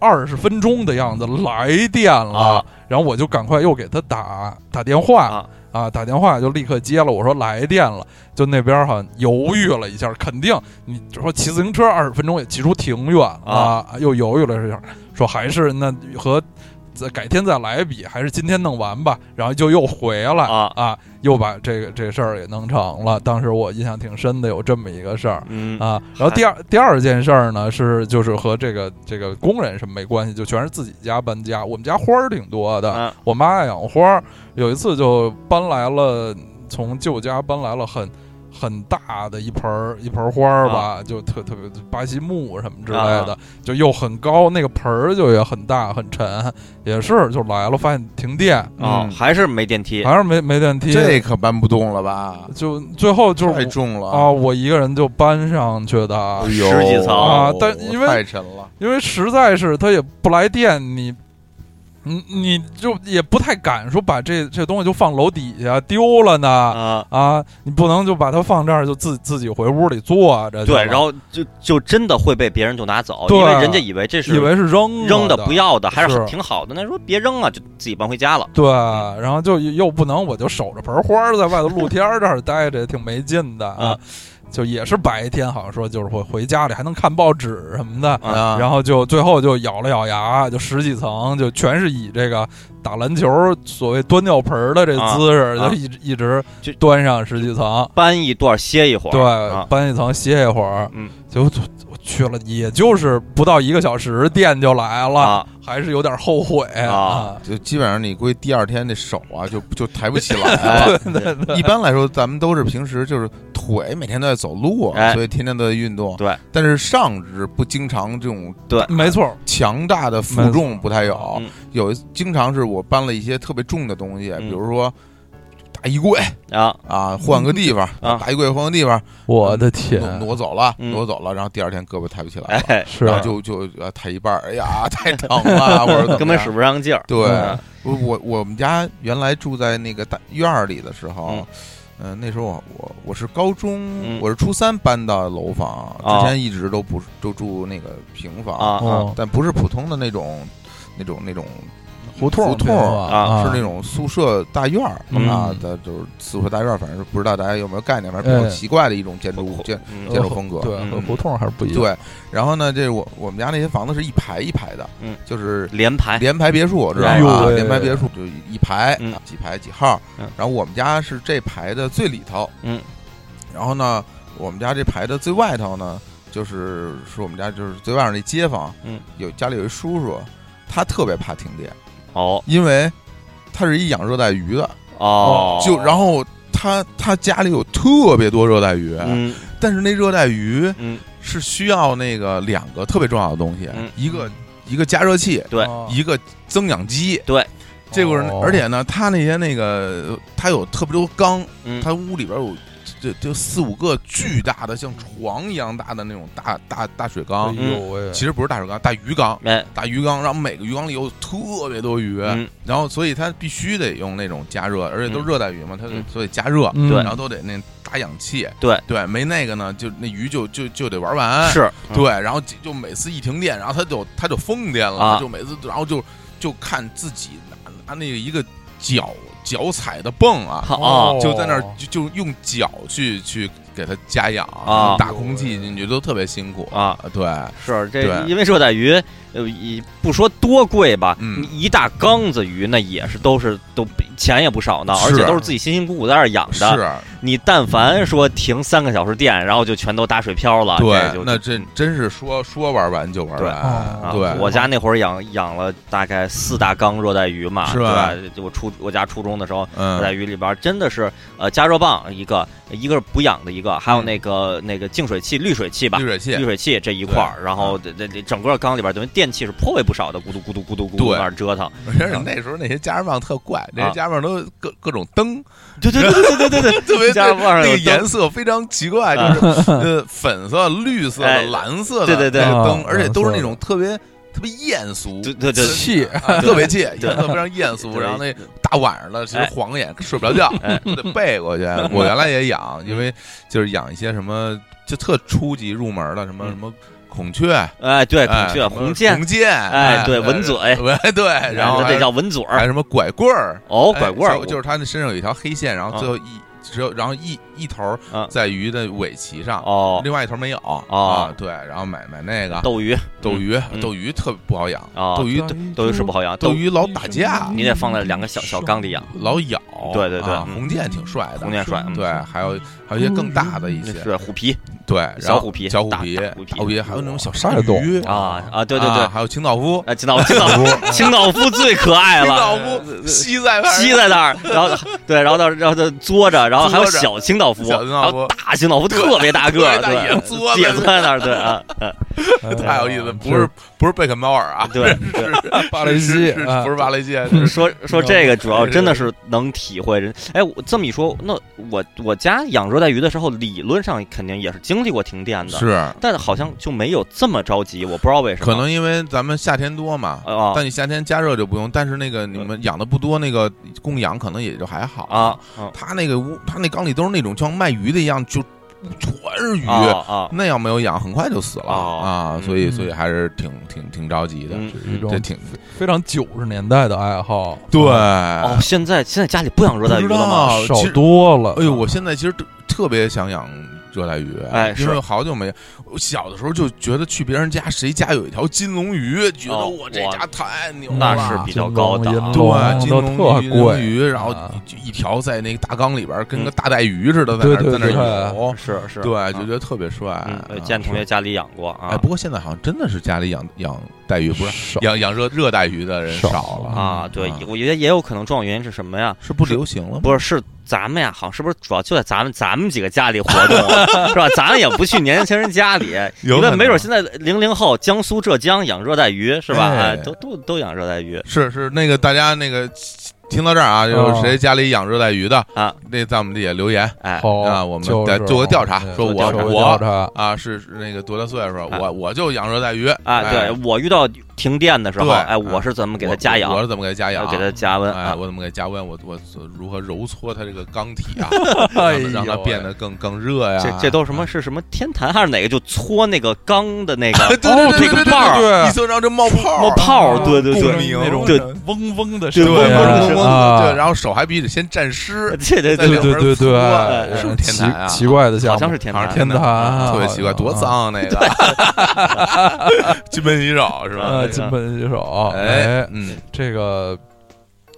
二十分钟的样子，来电了，啊然后我就赶快又给他打打电话啊打电话就立刻接了，我说来电了，就那边好像犹豫了一下，肯定你说骑自行车二十分钟也骑出挺远了，啊又犹豫了一下，说还是那和。再改天再来一笔，还是今天弄完吧，然后就又回来啊又把这个这事儿给弄成了。当时我印象挺深的，有这么一个事儿。嗯啊，然后第二第二件事儿呢是就是和这个这个工人什么没关系，就全是自己家搬家。我们家花儿挺多的，嗯我妈爱养花儿，有一次就搬来了，从舅家搬来了很很大的一盆儿一盆儿花儿吧，就特特别巴西木什么之类的，啊就又很高，那个盆儿就也很大很沉，也是就来了，发现停电，哦，还是没电梯，嗯还是没没电梯，这可搬不动了吧？就最后就是太重了我啊，！我一个人就搬上去的。哎呦十几层啊但因为太沉了，因为实在是他也不来电，你，你你就也不太敢说把这这东西就放楼底下丢了呢啊，啊，你不能就把它放这儿就自自己回屋里坐着去了，对，然后就就真的会被别人就拿走，对因为人家以为这是以为是扔扔的的不要的，还是是挺好的。那说别扔啊，就自己搬回家了。对，然后就又不能我就守着盆花儿在外头露天儿这儿待着，也挺没劲的啊，就也是白天好像说就是回回家里还能看报纸什么的，啊然后就最后就咬了咬牙，就十几层，就全是以这个打篮球所谓端尿盆儿的这姿势，啊啊就一直一直就端上十几层。搬一段歇一会儿，对，啊，搬一层歇一会儿，嗯，就我去了，也就是不到一个小时，电就来了，啊还是有点后悔啊。就基本上你估计第二天那手啊，就就抬不起 来。 哎一般来说，咱们都是平时就是腿每天都在走路，啊哎所以天天都在运动。对，但是上肢不经常这种没错，强大的负重不太有嗯，有一经常是我搬了一些特别重的东西，嗯比如说大衣柜啊啊，换个地方，嗯啊大衣柜换个地方，我的天，挪挪走了，嗯挪走了，然后第二天胳膊抬不起来了，哎，是啊然后就就呃抬一半儿，哎呀， 太疼了，或者怎么样根本使不上劲儿。对啊嗯，我我我们家原来住在那个大院儿里的时候嗯，嗯、那时候我我我是高中，嗯我是初三搬到楼房，哦之前一直都不是都住那个平房，啊啊哦但不是普通的那种那种那种胡同胡同儿儿。啊是那种宿舍大院儿、嗯啊的，就是宿舍大院儿，反正是不知道大家有没有概念，反正比较哎奇怪的一种建筑物嗯建嗯建筑风格。对，嗯和胡同儿还是不一样。对，然后呢，这我我们家那些房子是一排一排的，嗯就是连排联排别墅，我知道哎呦啊，喂联排别墅就一排啊嗯几排几号嗯，然后我们家是这排的最里头，嗯，然后呢，我们家这排的最外头呢，就是是我们家就是最外头那街坊，嗯，有家里有一叔叔，他特别怕停电，哦因为他是一养热带鱼的，哦，就然后他他家里有特别多热带鱼，嗯但是那热带鱼嗯是需要那个两个特别重要的东西嗯，哦一个一个加热器，对啊一个增氧机，这个人，哦而且呢，他那些那个，他有特别多缸，嗯，他屋里边有就就四五个巨大的像床一样大的那种大大大水哎嗯缸，呦喂，其实不是大水缸，大鱼缸，哎大鱼缸，然后每个鱼缸里有特别多鱼，嗯然后所以他必须得用那种加热，而且都嗯热带鱼嘛，他嗯所以加热，嗯然后都得那打氧气，对对，没那个呢，就那鱼就就就得玩完，是，对，然后就就每次一停电，然后他就他就疯癫了，啊他就每次然后就就看自己拿拿那个一个脚脚踩的泵啊，好啊就在那儿就就用脚去去给它加氧啊打空气进去都特别辛苦啊。啊，对，是这，对因为热带鱼，呃，一不说多贵吧，嗯你一大缸子鱼那也是都是都钱也不少呢，而是啊且都是自己辛辛苦苦在那儿养的。啊是，你但凡说停三个小时电，然后就全都打水漂了，这对就，嗯那真真是说说玩完就玩对完，啊，对，我家那会儿养养了大概四大缸热带鱼嘛，是吧对吧？就我初我家初中的时候，热带嗯鱼里边真的是呃加热棒一个，一个是补氧的一个，还有那个、那个净水器、滤水器吧嗯滤。水器嗯滤水器这一块儿，然后这这这整个缸里边等于电器是颇为不少的，咕嘟咕嘟咕嘟咕嘟对在那儿折腾。而且那时候那些加热棒特怪，那些啊加热棒都各各种 灯，对对对对对对特别对， 加热棒上那有个灯啊颜色非常奇怪， 就是呃粉色、绿色的、哎蓝色的，对对对啊灯哦，而且都是蓝色的那种特别特别艳俗，对对对对气啊特别气，对颜色非常艳俗。对然后那大晚上的，其实哎晃眼睡不着觉哎，都得背 过去。我原来也养，因为就是养一些什么就特初级入门的，什么嗯什么孔雀、哎，对，孔哎雀、什么红箭红，箭，哎对吻嘴哎 对，然后这还这叫吻嘴还儿有什么拐棍儿，哦，哎拐棍就儿，就是他那身上有一条黑线，然后最后一。只有然后一一头啊在鱼的尾鳍上，哦，另外一头没有哦啊。对，然后买买那个斗鱼斗鱼嗯，斗鱼特不好养，啊，斗鱼斗鱼是不好养，斗哎鱼老打架，你得放在两个小小缸里养，老咬。对对对啊嗯红箭挺帅的，红箭帅嗯对，还有还有一些更大的一那些，是虎皮对，然后小虎皮小虎大皮、大虎皮嗯大虎皮，还有那种小太鲨懂鱼啊啊，对对啊对，还有清道夫，哎，青岛 青岛 青岛夫最可爱清了。道 夫吸在那儿吸在那儿，然后 对，然后到然后就嘬着，然后还有嘬着小青岛夫，小青岛然夫后大青岛夫特别大个儿，特别大也嘬对，着也嘬在那儿，对啊， 太有意思，嗯不是不是贝肯鲍尔啊，对， 芭蕾是西是是啊不是芭蕾西，是嗯嗯说说这个主要对对对真的是能体会人。哎，我这么一说，那我我家养热带鱼的时候，理论上肯定也是经历过停电的，是，但好像就没有这么着急，我不知道为什么。可能因为咱们夏天多嘛。啊但你夏天加热就不用，但是那个你们养的不多，那个供养可能也就还好啊。啊他那个屋，他那缸里都是那种像卖鱼的一样，就全是鱼，啊那要没有养，很快就死了哦啊。嗯所以所以还是挺挺挺着急的，嗯是一嗯种这挺非常九十年代的爱好，对。哦，现在现在家里不养热带鱼不知了吗？道，少其实多了。哎呦，我现在其实特特别想养热带鱼，哎因为是好久没，我小的时候就觉得去别人家，谁家有一条金龙鱼，觉得哦我这哇家太牛那了是比较高档嗯金龙银对龙啊，金哦都龙特鱼、金龙贵，鱼，然后啊就一条在那个大缸里边，跟个大带鱼似的，在对那儿对在那儿对游，是嗯是，哦对，啊就觉得特别帅。嗯，呃啊建同学家里养过啊。哎，不过现在好像真的是家里养养带鱼，不是少养养热热带鱼的人少少了啊，对，我觉得也有可能重要原因是什么呀？是不流行了吗？不是，是咱们呀，好像是不是主要就在咱们咱们几个家里活动，啊是吧？咱们也不去年轻人家里， 有可那能没准现在零零后江苏、浙江养热带鱼是吧？哎哎，都都都养热带鱼是是，那个大家那个听到这儿啊，就是哦谁家里养热带鱼的啊，那在我们这也留言哎。好啊我们就得是做个调查对说我做个我调查啊，是是那个多大岁数？啊我我就养热带鱼啊，对哎我遇到停电的时候，对哎，我啊是怎么给我它加氧我，是怎么给它加要氧？给它加温哎，啊？我怎么给它加温？我我我如何揉搓它这个缸体啊，哎让它让呦它喂变得更更热呀？这这都什哎么？是什么天坛还是哪个？就搓那个缸的那 啊？个对对对那对哦对个泡儿对，一搓然后这冒泡儿冒泡儿，对对共对，鸣哦那种对嗡嗡的对，声嗡嗡音，对嗡啊嗡嗡啊对，然后手还必须得先蘸湿，这这在对这两对边对搓哎对，是不是天坛啊？奇奇怪的项好目，像是天好坛像是天坛啊特别奇怪，多脏啊 那个，金盆洗手是吧呃，？对金盆洗手，哎，，嗯，这个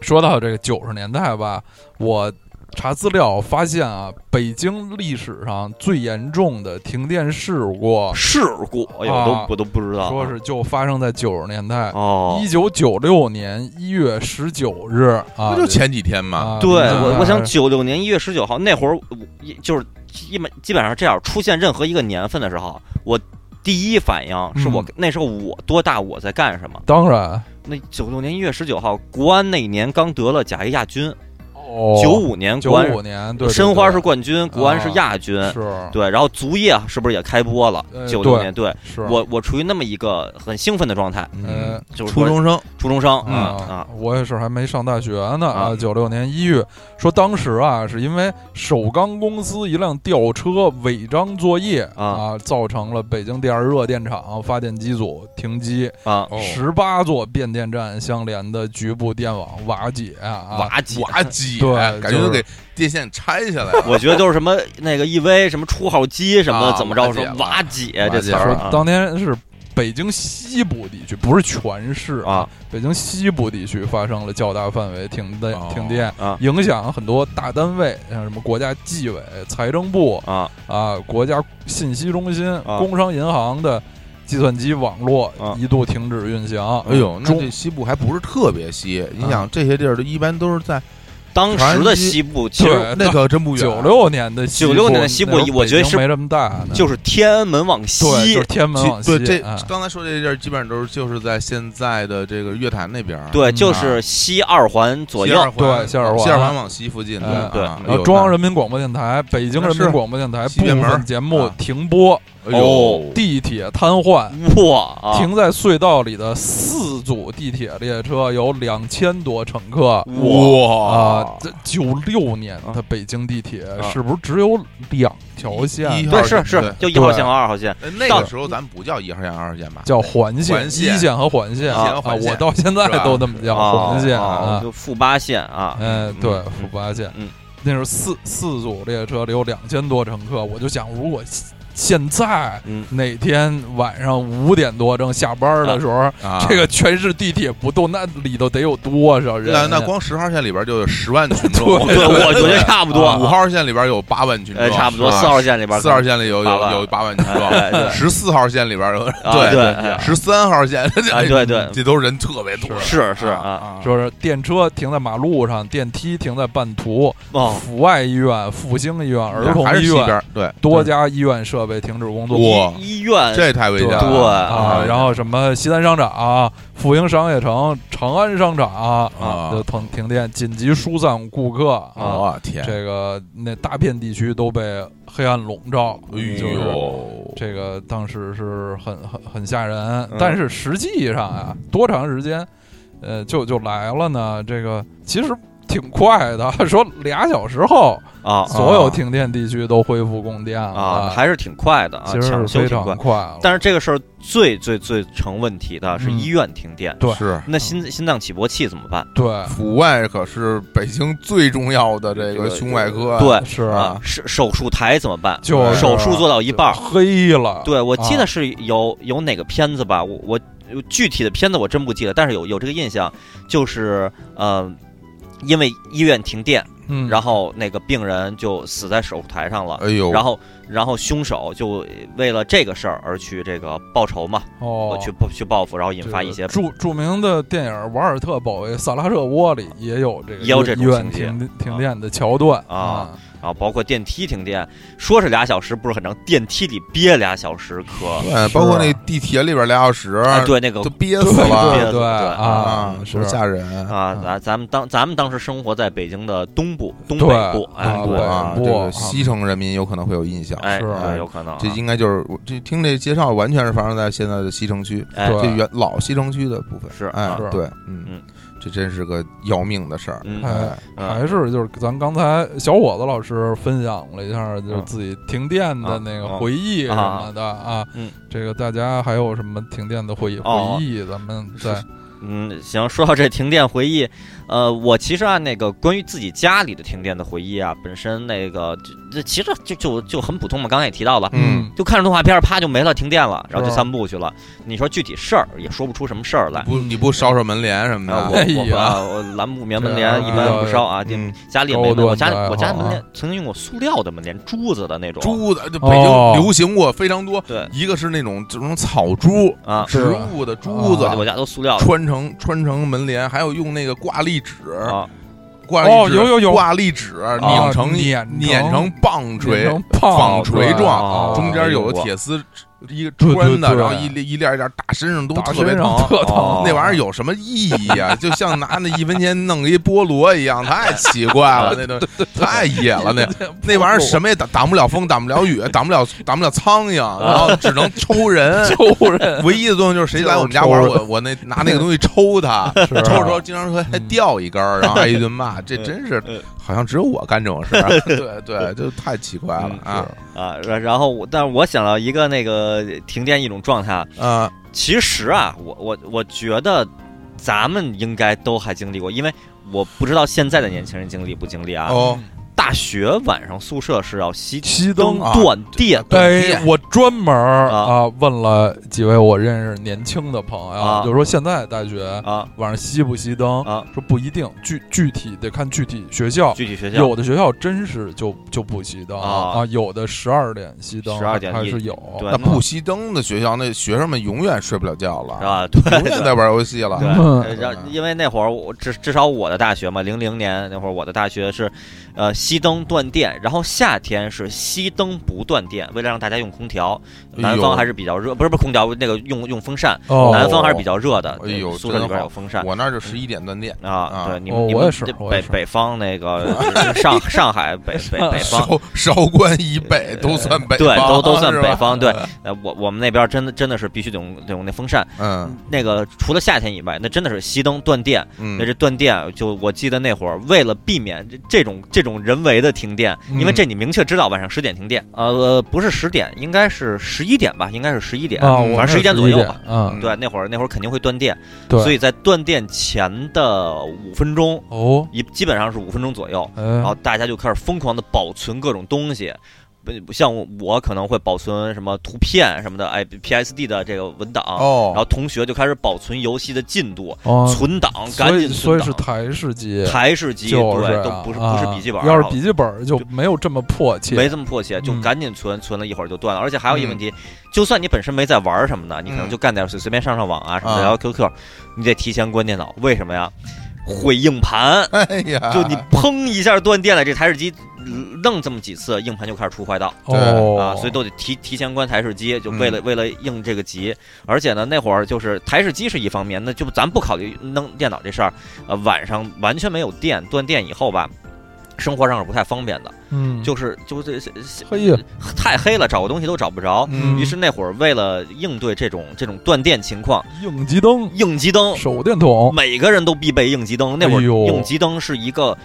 说到这个九十年代吧，我查资料发现啊，北京历史上最严重的停电事故，事故，哎呦，我啊都我都不知道啊。说是就发生在九十年代，哦一，九九六年一月十九日啊，不就前几天嘛，啊对嗯我，我想嗯九六年一月十九号那会儿，我一就是基本基本上这样出现任何一个年份的时候，我第一反应是我、嗯那时候我多大，我在干什么？当然那九六年一月十九号，国安那一年刚得了甲 A 亚军，哦，九五、年九国安五年对对申花对是冠军，国安是啊亚军。是对，然后足业是不是也开播了呃？九六对年，对是我我处于那么一个很兴奋的状态，嗯，呃就是初说中生初中生啊啊我也是还没上大学呢啊啊，九六年一月，说当时啊是因为首钢公司一辆吊车违章作业啊啊，造成了北京第二热电厂发电机组停机，啊啊，十八座变电站相连的局部电网瓦解啊，瓦解。瓦解，对哎感觉都就是给电线拆下来了。我觉得就是什么那个 EV 什么出号机什么啊的，怎么着瓦解说了瓦解瓦这解词儿了啊说当天是北京西部地区，不是全市啊，北京西部地区发生了较大范围停电哦，停电啊影响很多大单位，像什么国家纪委、财政部啊啊、国家信息中心、工商银行的计算机网络啊一度停止运行。哎呦，那中啊这西部还不是特别西，你想这些地儿都一般都是在当时的西部其实对那可真不远，啊九六年的西部96年的西部那时候我觉得北京是没这么大呢，就是天安门往对，西就是，天安门往其西。对这哎刚才说这地儿基本上都是就是在现在的这个乐坛那边儿，对，嗯就是西二环左西右二环对西二环西二环往西附近，哎对啊然后中央人民广播电台、北京人民广播电台西边部门分节目啊停播，哎呦哦，地铁瘫痪。哇啊，停在隧道里的四组地铁列车有两千多乘客，啊哇，这九六年啊的北京地铁是不是只有两条一线一？对是是对，就一号对线和二号线，呃那到个时候咱不叫一号线、二号线吧？叫环线、环线一线和环线一线和啊！环线我到现在是吧哦都那么叫啊环线啊啊。就副八线啊，嗯，对，嗯副八线。嗯那时候四四组列车里有两千多乘客，我就想，如果现在嗯，哪天晚上五点多正下班的时候，啊，这个全市地铁不动，那里头得有多少人啊那呀？那光十号线里边就有十万群众， 对 对，我觉得差不啊五多，号线里边有八万群众，啊呃，差不多，四号线里边儿可四能，号线里有八有万有八万群哎众，对十四号线里边有啊对哎十三号线，哎对对这都是人特别多，是是啊，啊，说是电车停在马路上，电梯停在半途，哦，阜外医院、复兴医院、儿童还是医西院边对，多家医院设备停止工作。哇，医院这太危险了，对啊，然后什么西单商场、复兴商业城、长安商场啊，啊就停停电，紧急疏散顾客啊。我天，这个那大片地区都被黑暗笼罩，哎就是呦，这个当时是很很很吓人，嗯但是实际上啊，多长时间，呃，就就来了呢？这个其实挺快的， 说俩小时后，啊所有停电地区都恢复供电了，啊，还是挺快的啊，其实抢是修非挺常快。快了。但是这个事儿最最最成问题的是嗯医院停电，对是那心心脏起搏器怎么办？对，阜外可是北京最重要的这个胸外科，对是啊，，手手术台怎么办？就是手术做到一半儿，黑了，对我记啊得是有有哪个片子吧，我我我具体的片子我真不记得，但是有有这个印象，就是呃，因为医院停电，嗯，然后那个病人就死在手术台上了。哎呦，然后，然后凶手就为了这个事儿而去这个报仇嘛，哦，去报去报复，然后引这发个一些著著名的电影《瓦尔特保卫萨拉热窝》里也有这个也有这医种院情节停停电的桥段啊然后包括电梯停电，说是俩小时不是很长，电梯里憋俩小时可，对，哎包括啊那地铁里边俩小时，啊，对那个都憋对死憋了对死对了啊，多是吓人啊，嗯咱咱们当咱们当时生活在北京的东部、东北对部，哎，东对，北啊！这不个西城人民有可能会有印象，哎，是哎有可能啊，这应该就是我这听这介绍，完全是发生在现在的西城区，哎对这原老西城区的部分是哎啊，是对，嗯嗯，这真是个要命的事儿，嗯哎，还是就是咱刚才小伙子老师分享了一下，就是嗯自己停电的那个回忆什么的啊嗯。这个大家还有什么停电的回忆哦回忆？咱们再嗯，行，说到这停电回忆，呃，我其实按那个关于自己家里的停电的回忆啊，本身那个这这其实就就就很普通嘛，刚才也提到了。嗯，就看着动画片儿，啪就没了，停电了，然后是就啊散步去了。你说具体事儿也说不出什么事儿来。不，你不烧烧门帘什么啊，的，我哎我呀哎啊，我栏目棉门这帘一般不烧啊，就嗯家里也高没门，我端家里的我家爱好门帘啊曾经用过塑料的门帘，珠子的那种。猪的，这北哦京流行过非常多，对一个是那种这种草珠，啊，植物的珠子啊我家都塑料的穿成穿成门帘，还有用那个挂历纸，啊，挂历纸哦有有啊有挂历纸拧成碾成碾成棒变槌，成棒纺嗯锤状啊中间有个铁丝一个穿的，对对对然后一粒一链一链打身上都打特别身上疼。特哦疼，那玩意儿有什么意义啊？就像拿那一分钱弄一菠萝一样，太奇怪了， 那都太野了。那那玩意儿什么也挡挡不了风，挡不了雨，挡不了挡不了苍蝇，然后只能抽 人。救 人？唯一的作用就是谁来我们家玩，我我那拿那个东西抽 他，是啊抽着抽着经常嗯说还哎掉一根儿，然后挨一顿骂。这真是好像只有我干这种事 儿，对对，就太奇怪了啊啊，然然后我，但是我想到一个那个停电一种状态，啊！其实啊，我我我觉得咱们应该都还经历过，因为我不知道现在的年轻人经历不经历啊。哦，大学晚上宿舍是要熄熄灯灯啊断电对哎，我专门儿啊啊问了几位我认识年轻的朋啊友，就说现在大学啊晚上熄不熄灯，啊！说不一定，具具体得看具体学校。具体学校有的学校真是就就不熄灯啊啊，有的十二点熄灯， 12点还也是有。对那不熄灯的学校，那学生们永远睡不了觉了，是吧？对永远在玩游戏了 对，嗯呃然后因为那会儿我至至少我的大学嘛，零零年那会儿我的大学是，呃，熄灯断电，然后夏天是熄灯不断电，为了让大家用空调，哎呦南方还是比较热，不是不是空调，那个用用风扇，哦南方还是比较热的，哎呦宿舍里真边好有风扇。我那儿就十一点断电，啊啊，对，你哦们你我也们是这我也北是啊北方 那个上上海北北北方，韶韶关以北都算北对，方都都算是吧北 方，对，呃，我我们那边真的真的是必须得用得用那风扇，嗯那个除了夏天以外，那真的是熄灯断电，那嗯，这断电，就我记得那会儿，为了避免这这种这种人为的停电，嗯因为这你明确知道晚上十点停电，呃，不是十点，应该是十一点吧，应该是十一点，嗯啊，反正十11点左右吧。嗯，对，那会儿那会儿肯定会断电，对，所以在断电前的五分钟，哦，哎一基本上是五分钟左右，然然后大家就开始疯狂的保存各种东西。不像我我可能会保存什么图片什么的，哎，PSD 的这个文档，然后哦，同学就开始保存游戏的进度、哦，存档，赶所以紧啊所存以是档。台式机，台式机就是对，啊都不是不是啊笔记本，要然是后笔记本就没有这么迫切，没这么迫切，就嗯赶紧存，存了一会儿就断了。而且还有一个问题，就算你本身没在玩什么的，你可能嗯就干点随随便上上网啊什么的，啊聊聊 QQ，你得提前关电脑，为什么呀？毁硬盘，哎啊呀，就你砰一下断电了，这台式机嗯弄这么几次，硬盘就开始出坏道。哦嗯啊，所以都得提提前关台式机，就为了、为了应这个急。而且呢，那会儿就是台式机是一方面，那就咱不考虑弄电脑这事儿，呃，晚上完全没有电，断电以后吧，生活上是不太方便的，嗯就是就这这这黑夜太黑了，找个东西都找不着。嗯于是那会儿为了应对这种这种断电情况，应急灯、应急灯手电筒，每个人都必备应急灯。那会儿哎呦应急灯是一个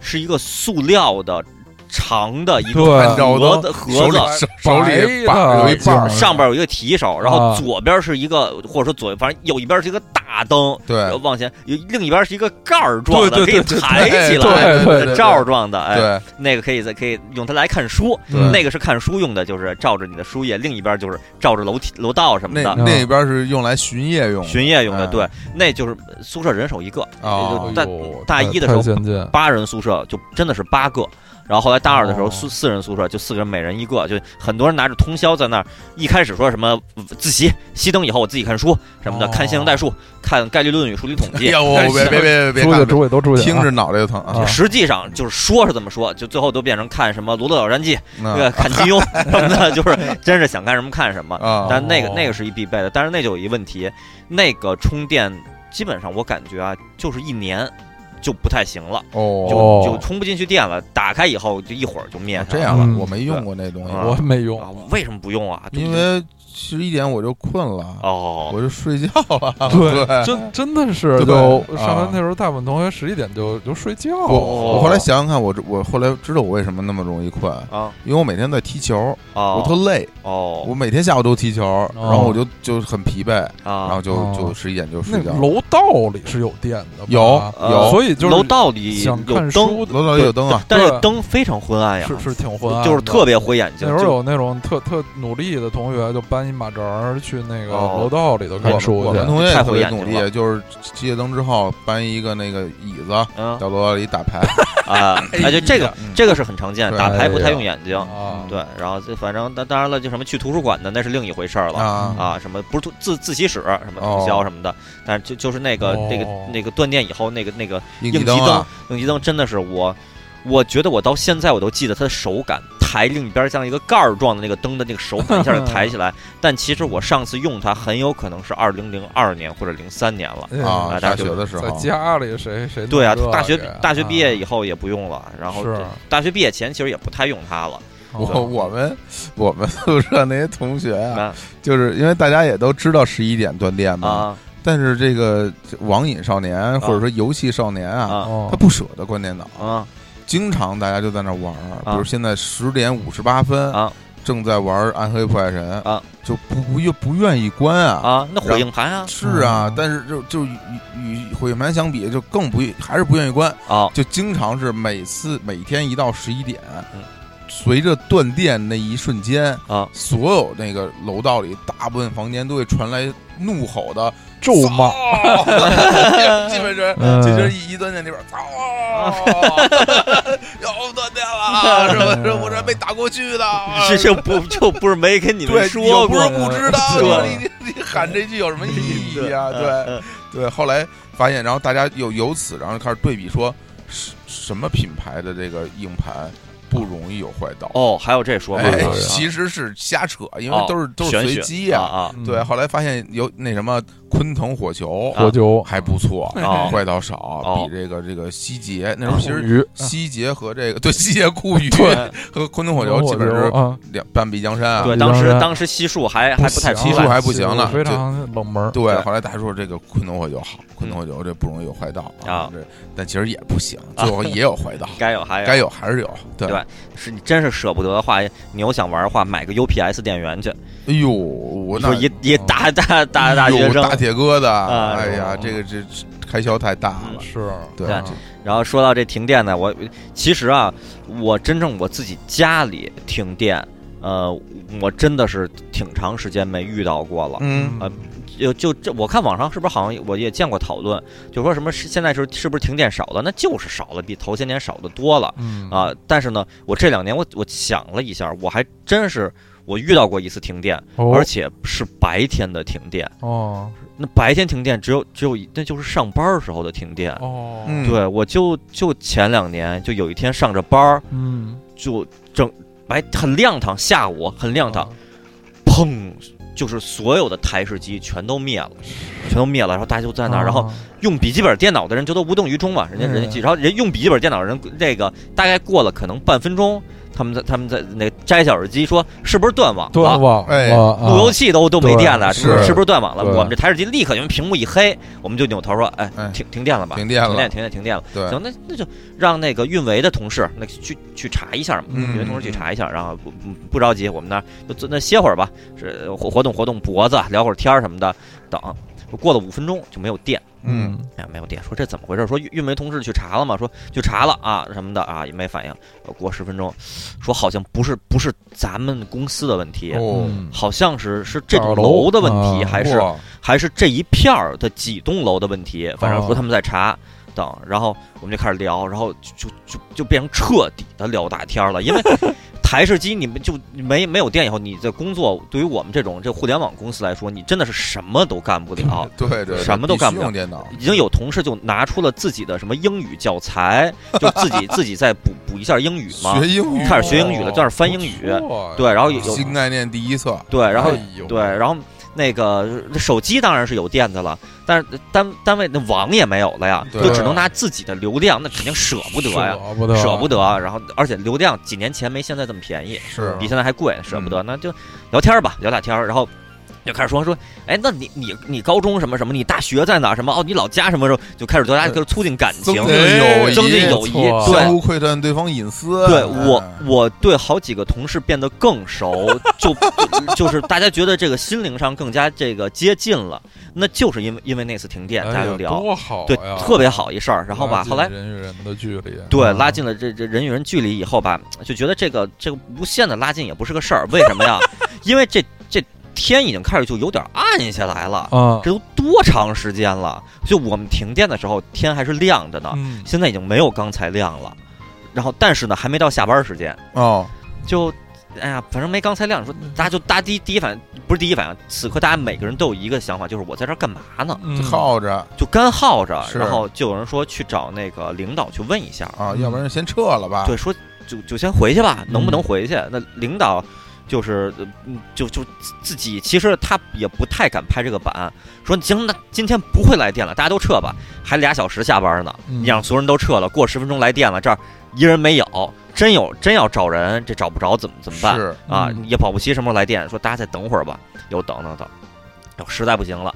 是一个塑料的长的一个对，按照盒子盒手里。子手手里白把的有一半儿，上边有一个提手，然后嗯啊左边是一个，或者说左，反正有一边是一个大灯，呃对往前，有另一边是一个盖儿状的，对可以对对抬起哎对来，对对对对，罩儿状的，哎，对，那个可以在可以用它来看书，嗯那个是看书用的，就是照着你的书页，另一边就是照着楼梯楼道什么那的。那边是用来巡夜用的，巡夜用的，嗯对，那就是宿舍人手一个，哦就大哎呦嗯大一的时太候先进，八人宿舍就真的是八个，然后后来大二的时候哦四四人宿舍就四个人每人一个，就很多人拿着通宵在那儿。一开始说什么呃自习，熄灯以后我自己看书什么的，哦看线性代数，看概率论与数理统哎 计。呀，我但我 是别别别别出去看，出去都出去啊，听着脑袋就疼啊啊！实际上就是说是这么说，就最后都变成看什么《罗德岛战记》呃嗯看金 庸什么的，就是真是想干什么看什么。啊，但那个哦那个是一必备的，但是那就有一问题，那个充电基本上我感觉啊，就是一年就不太行了。就哦，哦就充不进去电了，打开以后就一会儿就灭上了。这样了，嗯我没用过那东西，啊我没用啊，为什么不用啊？对因不对为十一点我就困了，哦，我就睡觉了，对，真真的是对就啊上完那时候，大部分同学十一点就就睡觉我哦了。我后来想想看，我这我后来知道我为什么那么容易困，啊因为我每天在踢球，我特哦累，我哦每天下午都踢球，然后我就就很疲惫，然后啊，就哦就十一点就睡那觉。楼道里是有电的吧，有有所以就是楼道里有想看灯，书的楼道里有灯啊，但是对灯非常昏暗呀，是是挺昏暗的，就是特别毁眼睛那时，候就有那种特特努力的同学，就搬一马扎儿去那个哦楼道里头我看们书我去们。同学也太特毁别眼努睛了力，就是熄灯之后搬一个那个椅子 嗯到楼道里打牌。啊，哎，就这个嗯这个是很常见，对打牌不太哎呀用眼睛，啊，对，然后这反正当当然了，就什么去图书馆的那是另一回事儿了。啊啊，什么不是图自自习室，什么哦通宵什么的，但是就就是那个那哦个那个断电以后，那个那个应应急灯灯啊，，应急灯真的是我，我觉得我到现在我都记得它的手感，抬另一边像一个盖儿状的那个灯的那个手感一下就抬起 来。但其实我上次用它很有可能是二零零二年或者零三年了。哎啊，大家大就学的时在候，家里谁 谁对啊弄这，个大学呀大学毕业以啊后也不用了，然后是大学毕业前其实也不太用它了。啊我 我们我们宿舍那些同学啊，啊就是因为大家也都知道十一点断电嘛，啊但是这个网瘾少年或者说游戏少年啊，啊他哦不舍得关电脑，啊经常大家就在那玩儿，啊比如现在十点五十八分啊正在玩《暗黑破坏神》啊，就不不愿不愿意关啊。啊！那火硬盘啊是啊嗯，但是就就与与与毁盘相比，就更不还是不愿意关，啊就经常是每次每天一到十一点嗯，随着断电那一瞬间啊，所有那个楼道里大部分房间都会传来怒吼的咒骂，操 基本是嗯这就是一一断电里边，操， 又断电了，是吧？这我这没打过去的，这啊 就不就不是没跟你对，们你说又不是过。不知道，对你你你喊这句有什么意义啊？嗯对嗯对，后来发现，然后大家有由此，然后开始对比说，什什么品牌的这个硬盘不容易有坏道？哦，还有这说法哎呢，其实是瞎扯，因为都是都是啊哦玄随学机呀。啊对，后来发现有那什么昆腾火球啊火球、还不错， 哦怪倒哦少，比这个这个西杰那时候其实鱼，西杰和这个对西杰酷鱼对和昆腾火球基本是啊，两半壁江山啊。对，比当时当然当时西数还还不太出西数来，还不行呢非常冷门儿。对对，嗯后来大家说这个昆腾火球好，昆腾火球这不容易有坏道啊这但其实也不行，最后也有坏道，该有还有，该有还是有。对，哎对吧是你真是舍不得的话，你要想玩的话，买个 UPS 电源去，哎呦，我你那哦说一一大大大大学有生大铁疙瘩，啊哎呀，是这个这开销太大了。是，对啊然后说到这停电呢，我其实啊，我真正我自己家里停电，呃，我真的是挺长时间没遇到过了。嗯，啊就就这，我看网上是不是好像我也见过讨论，就说什么是现在是是不是停电少了？那就是少了，比头些年少的多了嗯啊。但是呢，我这两年我我想了一下，我还真是我遇到过一次停电，哦而且是白天的停电。哦那白天停电只有只有一那就是上班时候的停电。哦，嗯对，我就就前两年，就有一天上着班儿，嗯，就整白很亮堂，下午很亮哦堂，砰，就是所有的台式机全都灭了，全都灭了，然后大家就在那儿，然后啊用笔记本电脑的人就都无动于衷嘛，人家人家，嗯然后人用笔记本电脑的人这个大概过了可能半分钟，他们在他们在那摘下耳机说是不是断网断了？网，哎啊啊路由器都都没电了，对是不是是是不是断网了？对我们这台式机立刻因为屏幕一黑，我们就扭头说，哎哎，停停电了吧？停电停电，了，停电，停电了。对，行，那那就让那个运维的同事那去去查一下嘛，嗯运维同事去查一下，然后不不不着急，我们那儿就坐那歇会儿吧，是活活动活动脖子，聊会儿天儿什么的。等过了五分钟就没有电，嗯，嗯哎呀，没有电，说这怎么回事？说运运维同事去查了嘛，说去查了啊什么的啊，也没反应。过十分钟，说好像不是不是咱们公司的问题。哦，嗯好像是是这二栋楼楼的问题，啊还是哇。还是这一片儿的几栋楼的问题，反正说他们在查。等，然后我们就开始聊，然后就就就就变成彻底的聊大天儿了。因为台式机你们就没没有电以后，你的工作对于我们这种这互联网公司来说，你真的是什么都干不了对对，什么都必须干不了用电脑，已经有同事就拿出了自己的什么英语教材，就自己自己再补补一下英语嘛学，英语，开始学英语了，在那儿翻英语。对，然后啊有有新概念第一册，对，然后哎呦对，然后那个手机当然是有电的了，但是单单位的网也没有了呀，对就只能拿自己的流量，那肯定舍不得呀，舍不得，舍不得。啊然后而且流量几年前没现在这么便宜，啊是比现在还贵，舍不得。那就聊天儿吧，聊大天儿，然后。就开始说说，哎，那你你你高中什么什么，你大学在哪儿什么？哦，你老家什么时候？就开始聊天，对就是促进感增情进，哎友谊，增进友谊。没错哦对相，互窥探对方隐私。对哎我，我对好几个同事变得更熟，就就就是大家觉得这个心灵上更加这个接近了，那就是因为因为那次停电，大哎家呀就聊，多好呀，对，特别好一事儿。然后吧，拉近后来人与人的距离，对拉啊近了这这人与人距离以后吧，就觉得这个这个无限的拉近也不是个事儿，为什么呀？ 因为这这天已经开始就有点暗下来了，啊，这都多长时间了？就我们停电的时候，天还是亮着呢，嗯，现在已经没有刚才亮了，然后但是呢，还没到下班时间。哦，就哎呀，反正没刚才亮。说大家就大家第一第一反应不是第一反应，此刻大家每个人都有一个想法，就是我在这儿干嘛呢？嗯就耗着就干耗着。是然后就有人说去找那个领导去问一下，啊，嗯要不然先撤了吧。对，说就就先回去吧，能不能啊嗯回去？那领导。就是，呃嗯就就自自己，其实他也不太敢拍这个板，说行，那今天不会来电了，大家都撤吧，还俩小时下班呢，嗯你让所有人都撤了，过十分钟来电了，这儿一人没有，真有真要找人，这找不着怎么怎么办？是啊嗯，也保不齐什么时候来电，说大家再等会儿吧，又等等等，哟，实在不行了，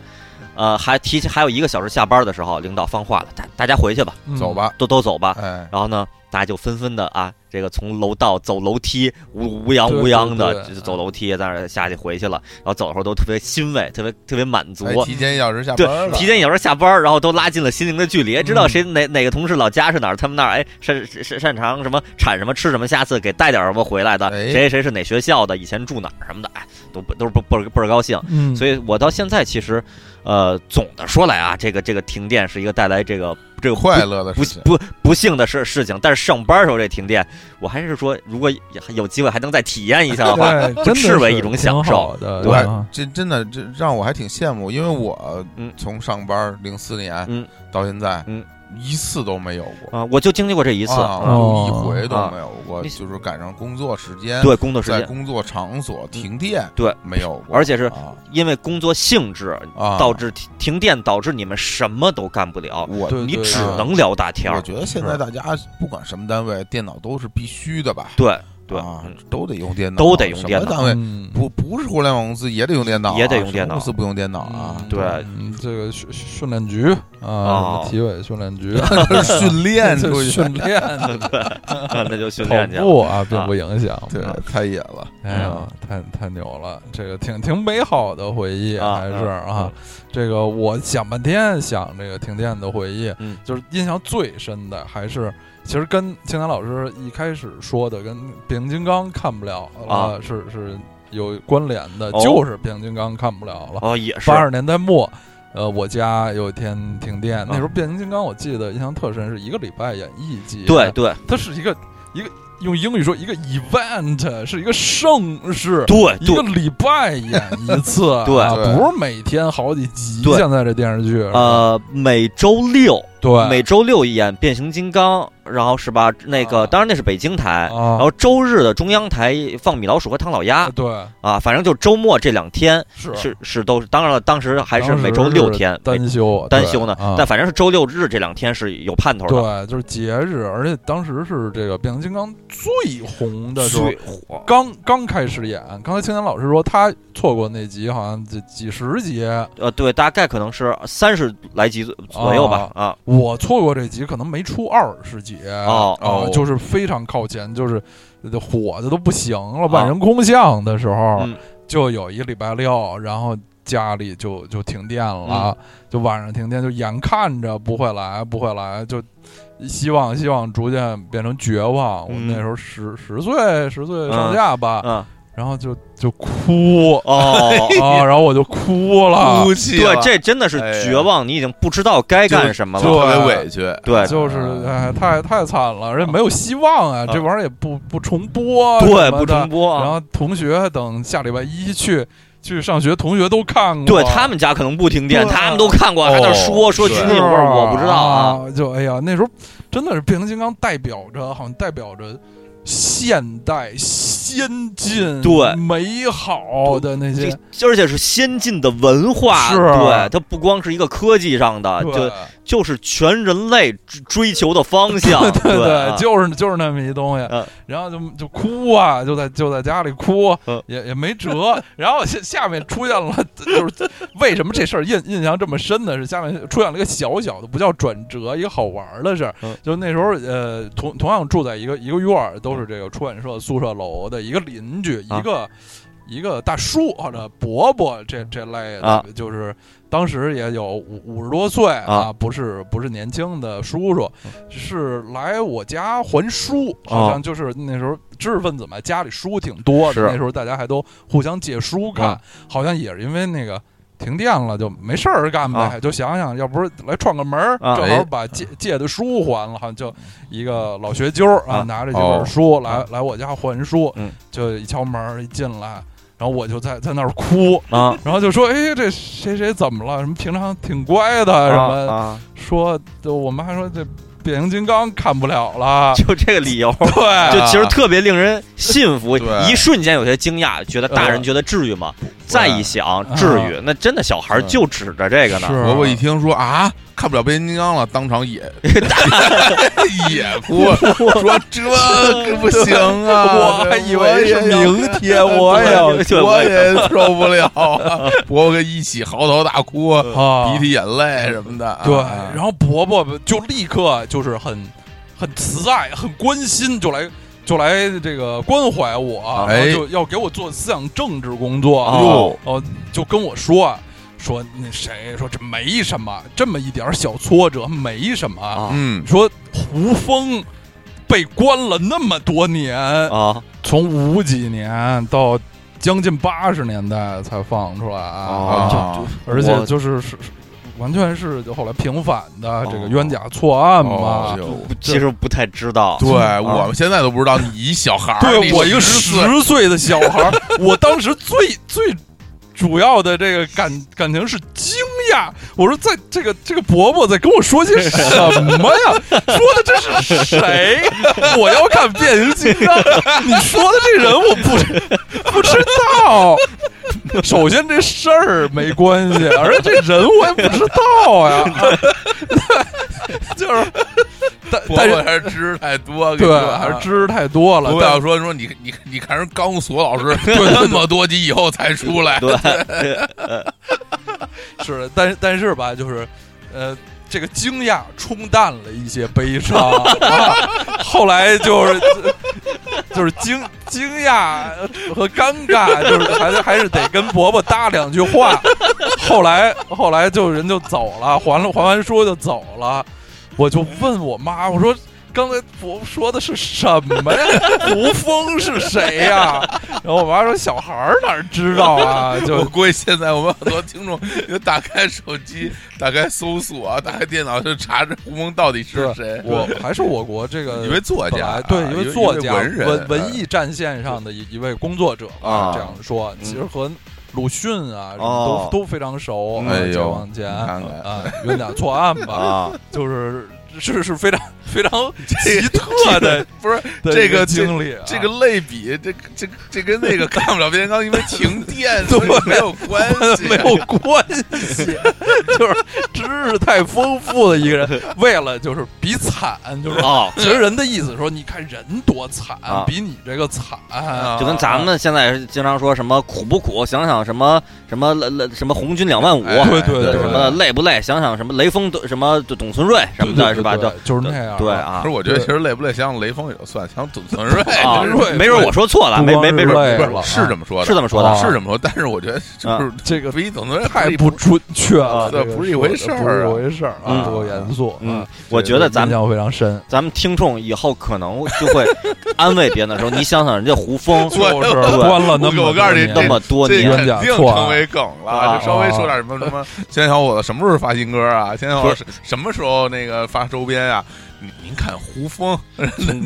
呃，还提前还有一个小时下班的时候，领导放话了，大大家回去吧，嗯走，吧，都都走吧。哎，然后呢，大家就纷纷的啊，这个从楼道走楼梯，无无恙对无恙的对对嗯就走楼梯，在那儿下去回去了。然后走的时候都特别欣慰，特别特别满足哎。提前一小时下对班，了，嗯提前一小时下班，然后都拉近了心灵的距离，哎知道谁哪哪个同事老家是哪儿，他们那儿哎擅擅擅长什么产什么吃什么，下次给带点什么回来的，哎谁谁是哪学校的，以前住哪儿什么的，哎，都不都是倍倍儿倍儿高兴。嗯，所以我到现在其实，呃，总的说来啊，这个这个停电是一个带来这个这个不快乐的不事情。不不幸的事事情，但是上班时候这停电，我还是说，如果有有机会还能再体验一下的话， 对，真不的视为是一种挺享受好的，对啊，呃这真的这让我还挺羡慕，因为我嗯从上班零四年嗯到现在，嗯一次都没有过，啊，我就经历过这一一次，啊、嗯就一哦回都啊没有过，你就是赶上工作时间，对工作时在间，嗯工作场所停电，对，没有过，而且是啊因为工作性质啊导致停停电，导致你们什么都干不了，我对你对只对能聊大天我儿。觉得现在大家不管什么单位，电脑都是必须的吧？对对，啊嗯，都得用电脑，都得用电脑什么单位嗯不不是互联网公司也得用电脑啊，也得用电什么脑公司不用电脑啊嗯？对嗯这个训训练局啊哦，体委训练 局训 练就出去，是嗯训练的 那就训练去了。跑步啊，并不影响。对啊，太野 了。哎呀，太太牛了，这个挺挺美好的回忆，啊还是嗯啊嗯，这个我想半天想这个停电的回忆，嗯就是印象最深的还是，其实跟青年老师一开始说的跟变形金刚看不了了，啊是是有关联的，哦就是变形金刚看不了了。哦，也是八十年代末，呃，我家有一天停电，那时候嗯变形金刚我记得印象特深，是一个礼拜演一集，啊对，对它是一个一个用英语说一个 event，是一个盛事。对一个对，礼拜演一次啊， 对对不是每天好几集。对现在这电视剧，呃，每周六对，每周六演变形金刚，然后是吧？那个啊当然那是北京台，啊然后周日的中央台放米老鼠和唐老鸭对啊，反正就周末这两天是是是都是，当然了，当时还是当时每周六天哎是单休单休呢对啊，但反正是周六日这两天是有盼头的，对，就是节日，而且当时是这个变形金刚最红的时候最，火刚刚开始演。刚才青年老师说他错过那集，好像几几十集，呃，对，大概可能是三十来集左左右吧啊我错过这集可能没出二十集哦啊哦就是非常靠前，就是呃火的都不行了，万人空巷的时候，嗯就有一个礼拜六，然后家里就就停电嗯了，就晚上停电，就眼看着不会来，不会来，就希望希望逐渐变成绝望。我嗯那时候十十岁十岁上下吧，嗯然后就就哭。哦 啊，然后我就哭了，哭泣对了，这真的是哎呀绝望，你已经不知道该干什么就了。特别委屈，对就是哎，太太惨了，而且没有希望啊，这玩意儿也不不重播，嗯对，不重。播然啊。后同学等下礼拜一去去上学，同学都看过，对他们家可能不停电，对啊他们都看过，还在那说哦说是群体味儿，我不知道啊。啊。就哎呀，那时候真的是变形金刚代表着，好像代表着现代先进、对美好的那些，这而且是先进的文化，是对它不光是一个科技上的，对啊就就是全人类追追求的方向。 对啊就是就是那么一东西，嗯然后就就哭啊，就在就在家里哭，嗯也也没辙。然后下下面出现了， 就是为什么这事儿印印象这么深呢？是下面出现了一个小小的，不叫转折，一个好玩儿的事儿。嗯就那时候，呃，同同样住在一个一个院儿，都是这个出版社宿舍楼的一个邻居，啊一个。一个大叔或者伯伯这这类的，啊就是当时也有五五十多岁啊不是不是年轻的叔叔，是来我家还书，哦好像就是那时候知识分子嘛，家里书挺多的，是那时候大家还都互相借书看啊，好像也是因为那个。停电了就没事儿干呗，啊就想想，要不是来串个门儿，啊正好哎把借借的书还了，好像就一个老学究啊，啊拿着几本书来来我家还书嗯，就一敲门儿一进来，然后我就在在那儿哭，啊然后就说，哎，这谁谁怎么了？什么平常挺乖的，什么啊，，说，就我妈说这变形金刚看不了 了就这个理 由。对，就其实特别令人信服，对一瞬间有些惊讶，觉得大人觉得至于吗？再一想，至于？那真的小孩儿就指着这个呢，嗯 是伯伯一听说啊，看不了变形金刚了，当场 也也哭，说这可不行啊！我还这以为是也要明 天，我也要 对我也受不了啊！伯伯一起嚎啕大哭，啊鼻涕眼泪什么的啊。对，然后伯伯就立刻就是很很慈爱、很关心，就来就来这个关怀我，哎然后就要给我做思想政治工作，哦哟，哦，就跟我说啊说那谁说这没什么，这么一点儿小挫折没什么，啊嗯，说胡风被关了那么多年，哦啊从五几年到。将近八十年代才放出来哦啊！就而且就是是是完全是就后来平反的这个冤假错案嘛哦。哟就其实不太知道对，我们现在都不知道你一小孩儿，对你我一个10岁，十岁的小孩儿，我当时最最主要的这个感感情是惊呀！我说在这个这个伯伯在跟我说些什么呀？说的这是谁？我要看变形金刚，你说的这人我不不知道。首先这事儿没关系，而且这人我也不知道呀。 就是， 但伯但伯是还是知识太多，对，还是知识太多了。不但要说说你你你看人刚索老 师那么多集以后才出来，对，是的，但是但是吧，就是，呃，这个惊讶冲淡了一些悲伤，啊、后来就是就是惊惊讶和尴尬，就是还是还是得跟伯伯搭两句话，后来后来就人就走了，还了还完书就走了，我就问我妈，我说。刚才伯伯说的是什么呀？ 胡风是谁呀？ 然后我妈说：“小孩儿哪儿知道啊？” 就我估计现在我们很多听众就打开手机、打开搜索、啊打开电脑就查这胡蒙到底是谁。我还是我国这 个一位作本家来啊，对一一位作家、一位文人、啊文文艺艺战线上的一一位工作者吧啊这样说，嗯其实和鲁迅啊什么哦都都非常熟，哎呦解放前看啊，看冤假错案吧，啊，就是是是非常非常 这奇特的不是的这一个经历啊，这个类比，这这这跟那个看不了变形金刚，因为停 电，所以没有关系，没有关系， 就是知识太丰富的一个人，为了就是比惨，就是哦，其实人的意思说，你看人多惨啊，比你这个惨啊就跟咱们现在是经常说什么苦不苦，想想什么什么累什么红军两万五，哎对对对对什么累不累，想想什么雷锋什么董存瑞什么的，对对是吧？就对就是那样，对，啊可是，我觉得其实累不累，像雷锋也就算，像董 存瑞啊这是瑞对没准我说错了，不没光没是没准累不了啊是是这么说的，是这么说的啊是这么说，但是我觉得啊就是这个比董存瑞太不不准确了，对这个不是一回事儿啊不是一回事儿啊，嗯不够严肃啊。嗯，我觉得咱印们象非 常深，咱们听众以后可能就会安慰别人的 时候，你想想人家胡风对就是 对关了那么我告诉你多年那么多这年肯定成为梗了，啊就稍微说点什么什么。现在小伙子什么时候发新歌啊？现在小伙子什么时候那个发周边啊？您您看胡风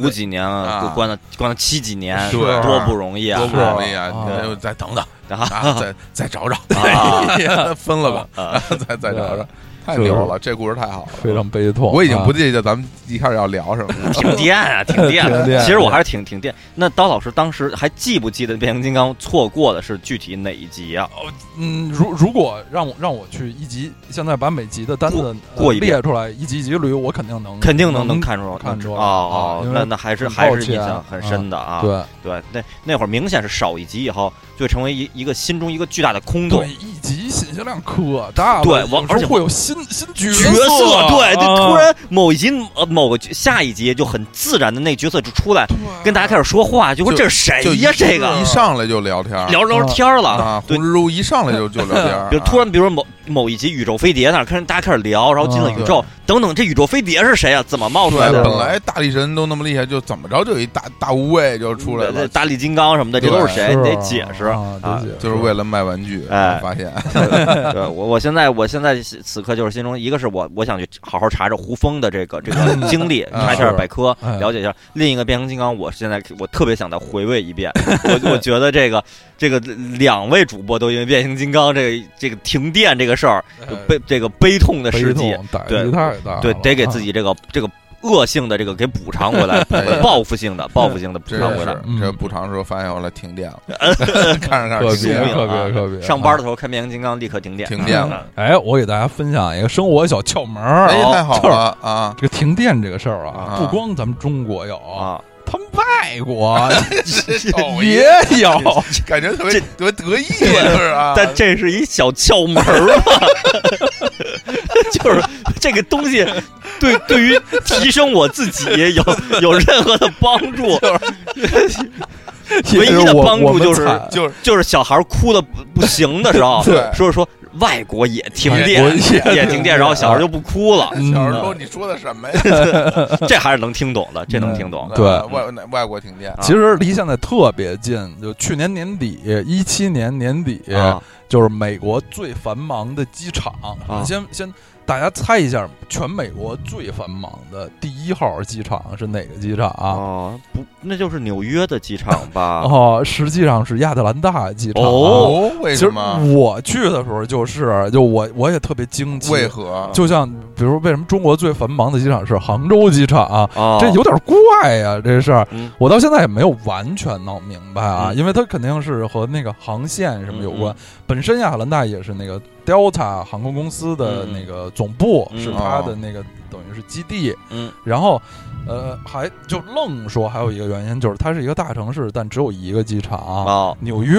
五几年了，啊就关了关了七几年，是多不容易啊！多不容易啊！啊你就再 等等啊啊，再再找找， 啊分了吧，啊 再再找找对。太牛了，这故事太好了，非常悲痛啊。我已经不记得咱们一开始要聊什么 了。停电啊，停电停电啊！其实我还是挺挺电。那刀老师当时还记不记得变形金刚错过的是具体哪一集啊？嗯，如如果让我让我去一集，现在把每集的单子过过一呃遍列出来，一集一集捋，我肯定能肯定能能能看出嗯看出哦来啊哦因，为那那还是很抱还是印歉象很深的啊。对对，那那会儿明显是少一集以后，就会成为一一个心中一个巨大的空洞对，。一集信息量可大了，对我有时候而且会有新新角角色，对，就啊突然某一集呃某个下一集就很自然的那角色就出来，跟大家开始说话，就说就这是谁就一哎呀？这个一上来就聊天，聊着聊着天儿了。啊，对胡蜘蛛一上来就就聊 天，比如突然，比如说某某一集宇宙飞碟那儿，开始大家开始聊，然后进了啊宇宙，等等，这宇宙飞碟是谁啊？怎么冒出来对，对的？本来大力神都那么厉害，就怎么着就有一大大无畏就出来了，大力金刚什么的，这对都是谁？是你哎得啊解释啊得啊解释就是为了卖玩具。哎发现对我，我现在我现在此刻就是心中，一个是我我想去好好查查胡风的这个这个经历， 啊查一下是百科哎，了解一下；另一个变形金刚，我现在我特别想再回味一遍。 我我觉得这个这个两位主播都因为变形金刚这个这个停电这个事儿，就哎悲这个悲痛的嗯悲事迹，痛，打啊对击太大了，对，得给自己己这个这个恶性的这个给补偿回 来，哎呀报复性的报复性的补真偿回来是。嗯这补偿的时候发现后来停 电了，看着看着特停电别了特啊别特别嗯上班的时候看变形金刚，立刻停电。停电了，哎，我给大家分享一个生活小窍门儿。哎，太好了啊！这个停电这个事儿啊啊，不光咱们中国 有，啊！他们外 国讨也厌，有。感觉特别这特别得意，就是啊。但这是一小窍门儿嘛，就是这个东西对对于提升我自己有有任何的帮助？也唯一的我帮助我们就是惨就是就是小孩哭的不不行的时候，对说说外国也停电外国，哎也也停电，然后小孩就不啊哭了，嗯小时候你说的什么呀？这还是能听懂的，这能听懂。对嗯外外外国停电，其实离现在特别近，就去年年底，一七年年底，啊就是美国最繁忙的机场。啊先先大家猜一下，全美国最繁忙的第一号机场是哪个机场啊？哦，不，那就是纽约的机场吧？哦，实际上是亚特兰大机场啊。哦啊哦，为其实什么？我去的时候就是，就我我也特别惊嗯奇，为何？啊就像比如为什么中国最繁忙的机场是杭州机场啊、哦，这有点怪呀、这事儿嗯我到现在也没有完全闹明白啊，嗯因为它肯定是和那个航线什么有关。嗯本身亚特兰大也是那个 Delta 航空公司的嗯那个总部，嗯是它的那个等于是基地。嗯，然后，呃，还就愣说还有一个原因就是它是一个大城市，但只有一个机场。啊哦，纽约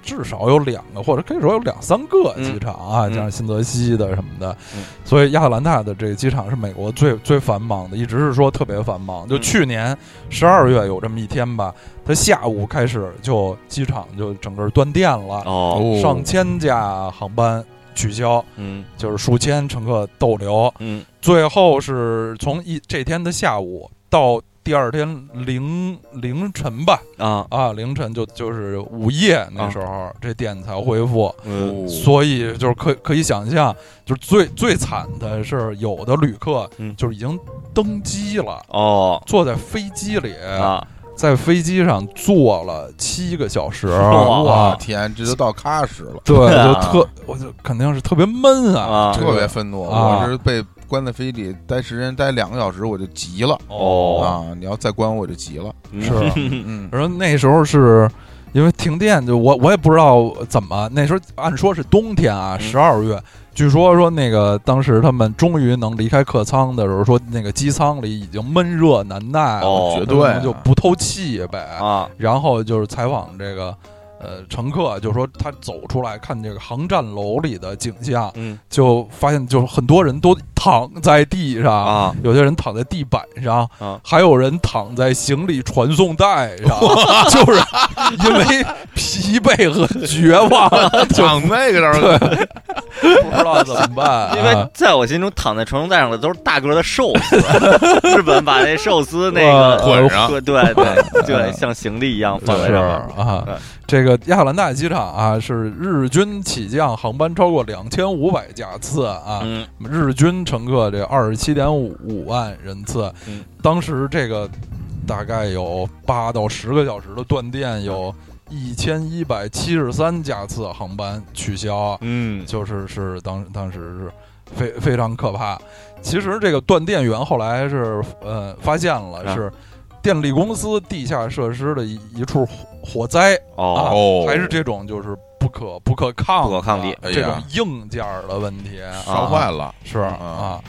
至少有两个，或者可以说有两三个嗯机场啊，嗯加上新泽西的什么的嗯，所以亚特兰大的这个机场是美国最最繁忙的，一直是说特别繁忙。就嗯去年十二月有这么一天吧，它下午开始就机场就整个断电了，哦，哦上千架航班取消，嗯就是数千乘客逗留。嗯，最后是从一这天的下午到第二天凌凌晨吧，啊，啊，凌晨就就是午夜那时候，这店才恢复，嗯所以就是可可以想象，就是最最惨的是有的旅客嗯就是已经登机了，哦坐在飞机里，啊，在飞机上坐了七个小哦时，啊我哇哇，天，这都到喀什了，对，对啊就特，我就肯定是特别闷啊，啊这特个别愤怒。啊我是被关在飞机里待时间待两个小时，我就急了哦，啊！你要再关我就急了。是 嗯，嗯，然后那时候是因为停电，就我我也不知道怎么，那时候按说是冬天啊，嗯十二月，据说说那个当时他们终于能离开客舱的时候，说那个机舱里已经闷热难耐了，哦绝对啊 他们就不透气呗。啊，然后就是采访这个。呃，乘客就说他走出来看这个航站楼里的景象，嗯就发现就是很多人都躺在地上，啊，有些人躺在地板上，啊还有人躺在行李传送带 上，就是因为疲惫和绝 望，躺那个上儿，不知道怎么办、因为啊。在我心中躺在传送带上的都是大个儿的寿司， 日本把那寿司那个哇捆上对对对对，像行李一样放在是上面。啊对，这个亚特兰大机场啊，是日均起降航班超过两千五百架次啊，嗯，日均乘客这二十七点五五万人次嗯，当时这个大概有八到十个小时的断电，有一千一百七十三架次航班取消，嗯，就是是当当时是非非常可怕。其实这个断电源后来是呃发现了啊是电力公司地下设施的一一处火火灾， 哦，哦还是这种就是不可不可抗不可抗力的这哎种呀硬件儿的问题烧啊，坏了，是啊啊。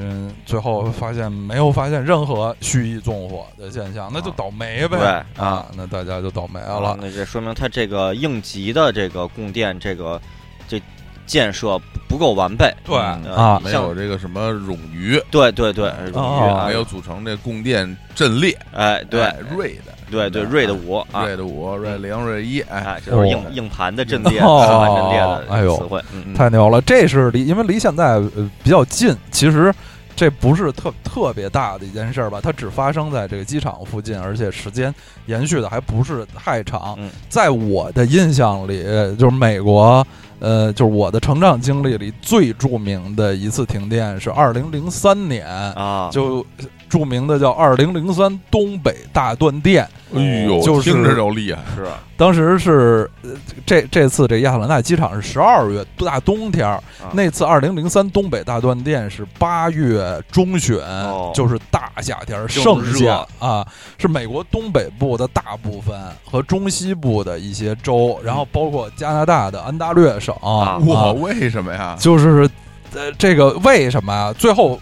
嗯，最后发现没有发现任何蓄意纵火的现象，那就啊倒霉对呗啊。啊，那大家就倒霉啊了。那这说明它这个应急的这个供电这个这建设不够完备。对嗯啊没有像这个什么冗余，对对对，哦啊没有组成这供电阵列。哎，对哎瑞的，哎对对，瑞的五啊，瑞的五，瑞的零，瑞的一，哎，哎，这都是哦硬硬盘的阵列，硬哦盘阵列的哎呦词汇。嗯，太牛了！这是离，因为离现在呃比较近，其实这不是特特别大的一件事儿吧？它只发生在这个机场附近，而且时间延续的还不是太长。嗯在我的印象里，就是美国，呃，就是我的成长经历里最著名的一次停电是二零零三年，啊，就著名的叫二零零三东北大断电。哎呦，就是听着就厉害，是当时是呃这这次这亚特兰大机场是十二月大冬天儿，啊那次二零零三东北大断电是八月中旬，哦就是大夏天就儿是盛夏热啊，是美国东北部的大部分和中西部的一些州，然后包括加拿大的安大略省啊哇，为什么呀？就是呃这个为什么啊？最后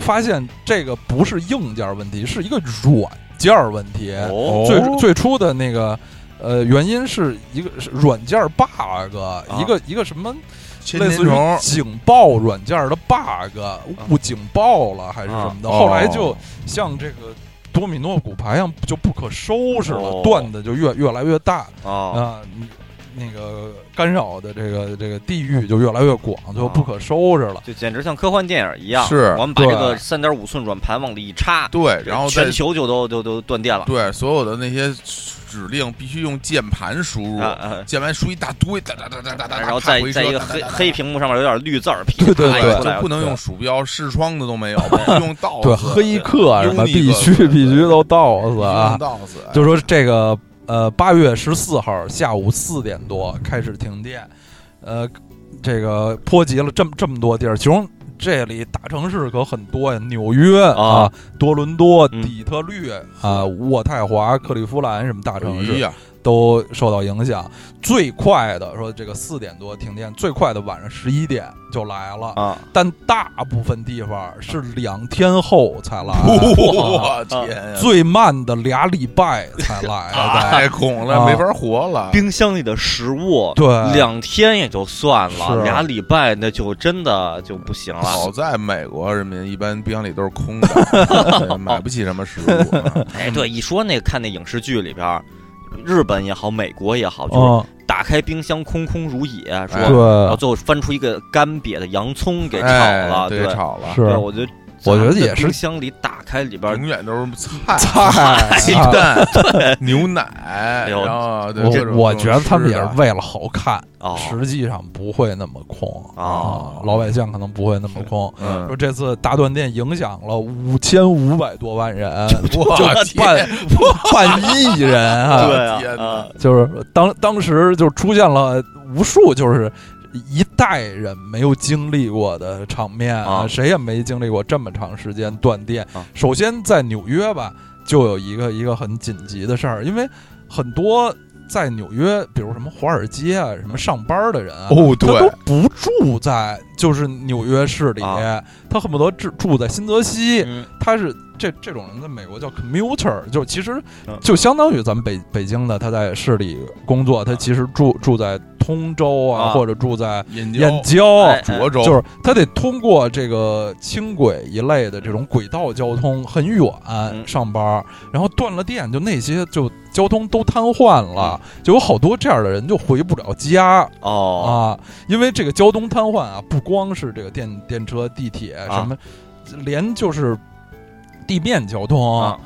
发现这个不是硬件问题，是一个软件儿问题。哎哦最最初的那个呃原因是一个是软件儿 bug，、一啊个一个什么千类年似于虫警报软件的 bug 误警报了还是什么的，啊后来就像这个多米诺骨牌一样，就不可收拾了，哦断的就越越来越大哦啊。那个干扰的这个这个地域就越来越广，最后不可收拾了。就简直像科幻电影一样。是我们把这个对三点五寸软盘往里一插，对，然后再全球就都都都断电了。对所有的那些指令必须用键盘输入啊，啊！键盘输一大堆，哒哒哒哒哒哒，然后在啪回车在一个哒哒黑哒哒黑屏幕上面有点绿字儿，噼对啪对一对出来就不能用鼠标，视窗的都 没有，必须用哦 DOS，对，黑客啊什么用力必个须对必须都 DOS 必须啊用，DOS，哎就说这个呃，八月十四号下午四点多开始停电，呃，这个波及了这么这么多地儿，其中这里大城市可很多呀，纽约啊多伦多、嗯底特律啊、渥太华、克利夫兰什么大城哎市呀，都受到影响。最快的说这个四点多停电，最快的晚上十一点就来了，啊！但大部分地方是两天后才 来。我天呀，啊最慢的俩礼拜才来的，太恐了，啊没法活 了。冰箱里的食物，对， 两天也就算了，是俩礼拜那就真的就不行好了。在美国人民一般冰箱里都是空 的，买不起什么食物啊。哎，对，一说那个看那影视剧里边儿，日本也好，美国也好，哦就是嗯，打开冰箱空空如也，说哎然后对，最后翻出一个干瘪的洋葱给炒哎了，对，炒了，是对， 我觉得我觉得咱们也是冰箱里打开里边儿永远都是菜、菜鸡 蛋、啊牛奶，呦然后对各哎我种我觉得他们也吃是的为了好看，哦，实际上不会那么空哦啊，老百姓可能不会那么空。嗯，说这次大断电影响了五千五百多万人，我就半天，半亿人 啊！对天啊哪啊，就是当当时就出现了无数就是一代人没有经历过的场面啊谁也没经历过这么长时间断电。啊首先在纽约吧，就有一个一个很紧急的事儿，因为很多在纽约，比如什么华尔街啊，什么上班的人啊。哦，他对，都不住在就是纽约市里，啊他恨不得住住在新泽西，嗯他是这这种人在美国叫 commuter，就其实嗯就相当于咱们北北京的，他在市里工作，他其实住住在通州嗯啊，啊或者住在燕燕郊、郊，哎涿州，就是他得通过这个轻轨一类的这种轨道交通很远嗯上班儿，然后断了电，就那些就交通都瘫痪了，嗯就有好多这样的人就回不了家哦，啊，因为这个交通瘫痪啊，不光是这个电电车、地铁啊什么，连就是地面交通。啊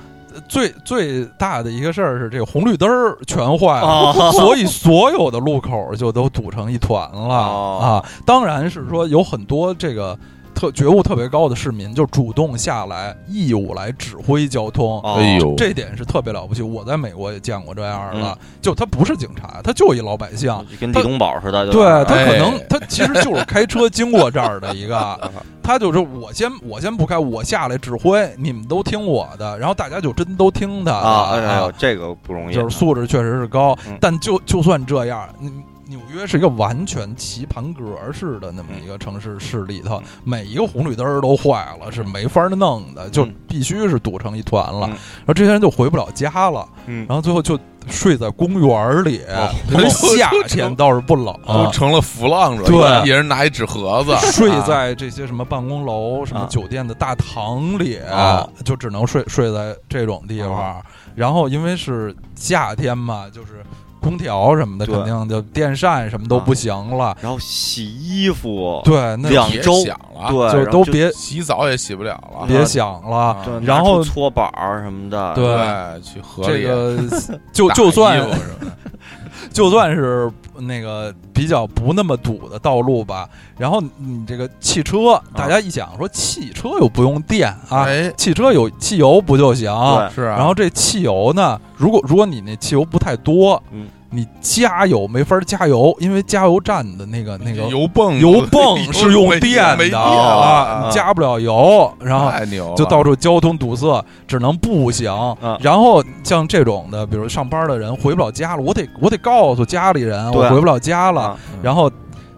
最最大的一个事儿是，这个红绿灯儿全坏了，哦所以所有的路口就都堵成一团了、哦啊！当然是说有很多这个特觉悟特别高的市民就主动下来义务来指挥交通，哦哎呦，这点是特别了不起。我在美国也见过这样的，就他不是警察，他就一老百姓，就跟李东宝似的，啊对吧他可能哎他其实就是开车经过这儿的一 个，他就是我先我先不开，我下来指挥，你们都听我的，然后大家就真都听他的啊，哎呦，这个不容易，就是素质确实是高嗯，但就就算这样，你纽约是一个完全棋盘格式的那么一个城市市里头嗯，每一个红绿灯儿都坏了，是没法儿弄的，就嗯必须是堵成一团了。嗯然后这些人就回不了家了，嗯然后最后就睡在公园儿里 哦。因为夏天倒是不冷，都成了浮浪者，啊对一人拿一纸盒子， 睡啊在这些什么办公楼、什么啊酒店的大堂里，啊就只能睡睡在这种地方。啊然后因为是夏天嘛，就是空调什么的，对肯定就电扇什么都不行了。啊然后洗衣服，对，那两别周想了，对，就然后都别洗澡也洗不了了，别想了。啊对然后拿出搓板儿什么的，对对，去河这里个 就打就算衣服什么的 就算是那个比较不那么堵的道路吧，然后你这个汽车，大家一想说汽车又不用电啊，啊哎，汽车有汽油不就行？对，是啊，然后这汽油呢，如果如果你那汽油不太多，嗯你加油没法加油，因为加油站的那嗯个那个油泵油泵是用电没电的了啊，啊哎你加不了油，然后太牛了，就到处交通堵塞，只能步行啊。然后像这种的，比如上班的人回不了家了，我得我得告诉家里人，对我啊回不了家了。啊嗯然后，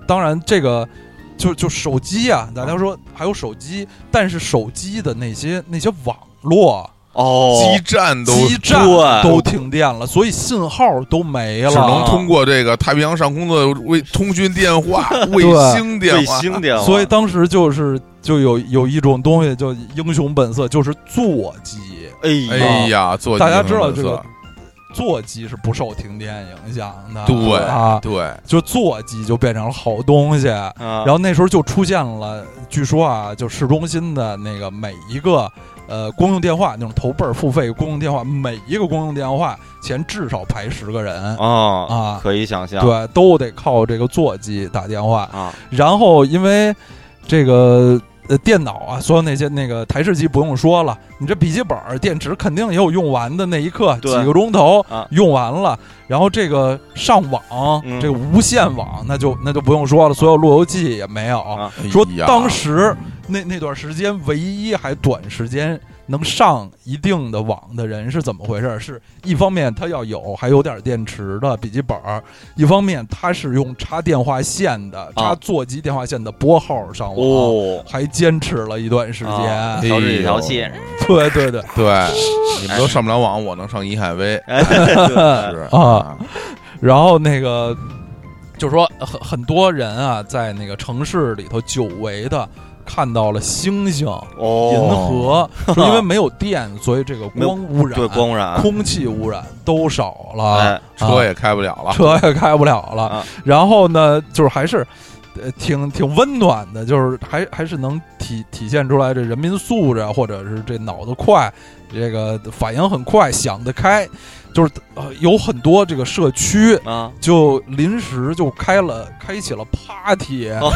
当然这个就就手机啊，大家说还有手机，但是手机的那些那些网络。啊哦基，站都基站对都停电了，所以信号都没了，只能通过这个太平洋上空的卫通讯电 话、卫星电卫话，星电话，所以当时就是就有有一种东西叫英雄本色，就是座机。哎哎呀，座机啊大家知道很有特这个色座机是不受停电影响的，对啊，对，就座机就变成了好东西。啊，哎然后那时候就出现了，据说啊，就市中心的那个每一个呃公用电话那种头倍儿付费公用电话，每一个公用电话前至少排十个人哦，啊，可以想象，对，都得靠这个座机打电话。啊，然后因为这个呃电脑啊，所有那些那个台式机不用说了，你这笔记本儿电池肯定也有用完的那一刻，几对个钟头啊用完了。然后这个上网，嗯这个无线网，那就那就不用说了，所有路由器也没有。啊说哎呀当时那那段时间，唯一还短时间能上一定的网的人是怎么回事儿？是一方面他要有还有点电池的笔记本儿，一方面他是用插电话线的、插啊座机电话线的拨号上网，哦，还坚持了一段时间。啊哎调制一条呦线，对对对，对，你们都上不了网，我能上一海威， 哎，是啊，然后那个就说呃很很多人啊，在那个城市里头久违的看到了星星。银哦，河，就因为没有电，所以这个没有光污染、对，光污染，空气污染都少了，啊哎，车也开不了了，车也开不了了。啊然后呢，就是还是。呃，挺挺温暖的，就是还还是能体体现出来这人民素质啊，或者是这脑子快，这个反应很快，想得开，就是、呃、有很多这个社区啊，就临时就开了开启了 party，、哦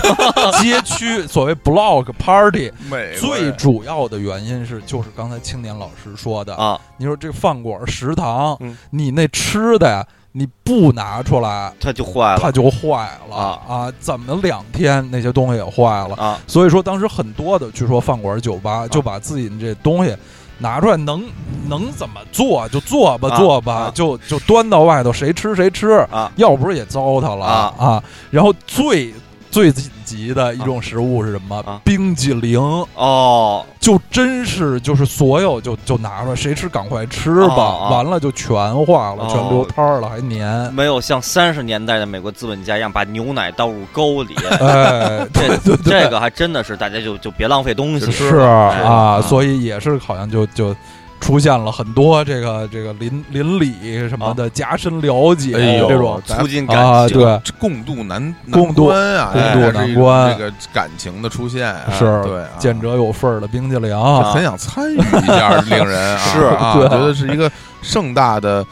街区所谓 block party，美国最人主要的原因是，就是刚才青年老师说的，啊，你说这个饭馆、食堂，嗯你那吃的呀，你不拿出来，它就坏了它就坏了啊怎么两天那些东西也坏了？啊，所以说，当时很多的，据说饭馆、酒吧就把自己这东西。拿出来能能怎么做就做吧啊做吧，啊就就端到外头，谁吃谁吃啊要不是也糟蹋了啊然后最最紧急的一种食物是什么？啊冰激凌。哦，就真是就是所有就就拿出来，谁吃赶快吃吧，哦哦完了就全化了，哦全流汤了，还 粘。没有像三十年代的美国资本家一样把牛奶倒入沟 里，哎，这对对这个还真的是大家就就别浪费东西，是是啊，嗯所以也是好像就就出现了很多这个这个邻邻里什么的加深了解哎呦这种咱促进啊，感情，对，这共度难共度难关啊，共哎度这是难一种关这个感情的出现啊是对啊，见者有份儿的冰激凌，就很想参与一下，令人啊是啊，对觉得是一个盛大的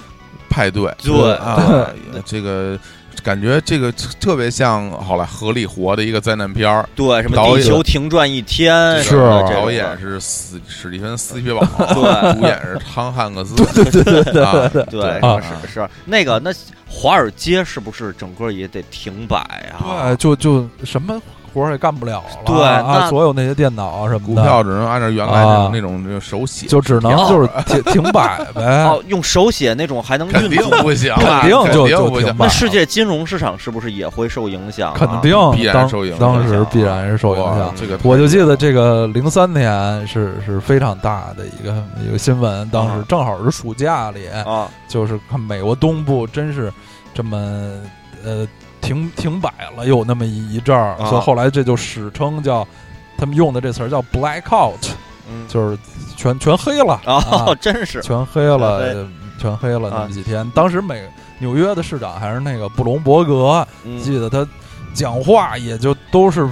派对，对啊，这个感觉这个特别像好了合力活的一个灾难片儿。对，什么导演地球停转一天这什么个的，哎啊这种导的演是史史蒂芬斯皮堡，对主演是汤汉克斯，对对对 对对，啊是是那个那华尔街是不是整个也得停摆啊对，？就就什么活儿也干不了了，对啊，那所有那些电脑什股么的，票只能按照原来那啊种那种那种手写，就只能就是停停摆呗，哦，用手写那种还能肯运定作，不行，啊肯定就肯定就不停行。那摆了。世界金融市场是不是也会受影响啊？肯定必然当受影响当时必然是受影哇响，。这个我就记得这个零三年是是非常大的一个一个新闻，当时啊正好是暑假里，啊，就是看美国东部真是这么呃停停摆了有那么一一阵儿，啊所以后来这就史称叫他们用的这词儿叫 blackout，嗯，就是全全黑了啊哦， 真是啊全黑全了，嗯全黑了那么几天。当时美纽约的市长还是那个布隆伯格，啊嗯记得他讲话也就都是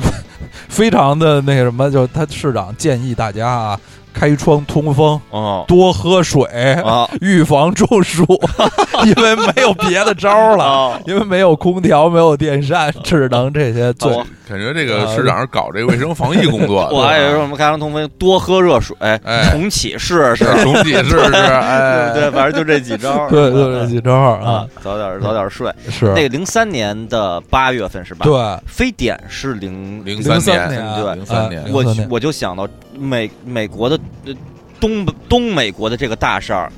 非常的那个什么，就他市长建议大家啊，开窗通风，哦多 喝水，啊预防中暑， 因为没有别的招儿了。哦因为没有空调，没有电扇，只能这些最啊我感觉这个市长是搞这个卫生防疫工作的，啊哦我还以为我们开肠通风，多喝热水，哎重启试是试，重启试 试，哎，对对，反正就这几招。对对这几招儿啊啊，，早点早点睡。是那个零三年的八月份是吧？，对非典是零零零三三年啊零呃三年我03年我就想到美美国的呃东东美国的这个大事儿，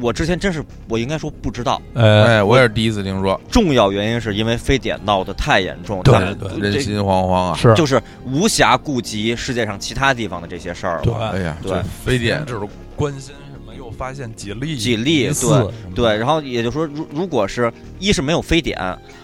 我之前真是我应该说不知道。哎哎，我也是第一次听说，重要原因是因为非典闹得太严重，对咱们对人呃这心惶惶啊！是就是无暇顾及世界上其他地方的这些事儿对了。哎呀，对这非典只是关心什么，又发现几例几例疑似什么的对，然后也就是说，如如果是一是没有非典，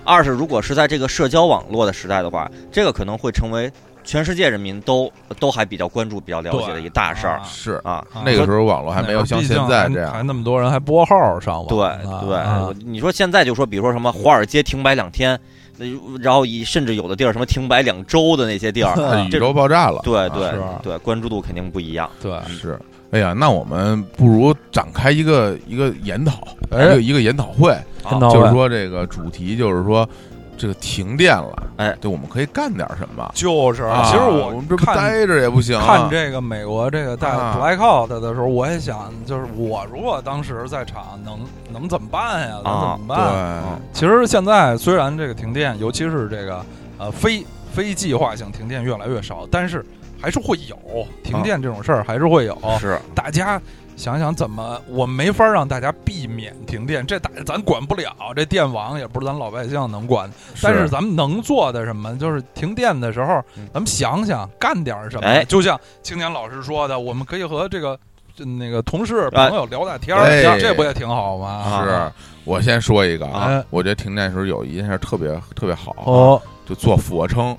二是如果是在这个社交网络的时代的话，这个可能会成为全世界人民都都还比较关注、比较了解的一大事儿啊是啊。啊那个时候网络还没有像现在这还样，那么多人还拨号上网，对啊对、啊我你说现在就说，比如说什么华尔街停摆两天，那然后以甚至有的地儿什么停摆两周的那些地儿，对啊那宇宙爆炸了，对啊对、哎是吧对，关注度肯定不一样。对，啊是。哎呀，那我们不如展开一个一个研讨，一哎个一个研讨会，看到就是了说这个主题就是说这个停电了，哎对，我们可以干点什么。就是啊其实我我们这不看待着也不行啊，看这个美国这个带啊 blackout 的时候，我也想，就是我如果当时在场，能能怎么办呀？能怎么办？啊啊嗯对，其实现在虽然这个停电，尤其是这个呃非非计划性停电越来越少，但是还是会有啊停电这种事儿，还是会有。是大家想想怎么，我没法让大家避免停电，这大咱管不了，这电网也不是咱老百姓能管。但是咱们能做的什么，就是停电的时候嗯，咱们想想干点什么。哎就像青年老师说的，我们可以和这个这那个同事哎朋友聊大天儿，哎这这不也挺好吗？啊是我先说一个啊哎，我觉得停电时候有一件事特别特别好，哦，就做俯卧 撑，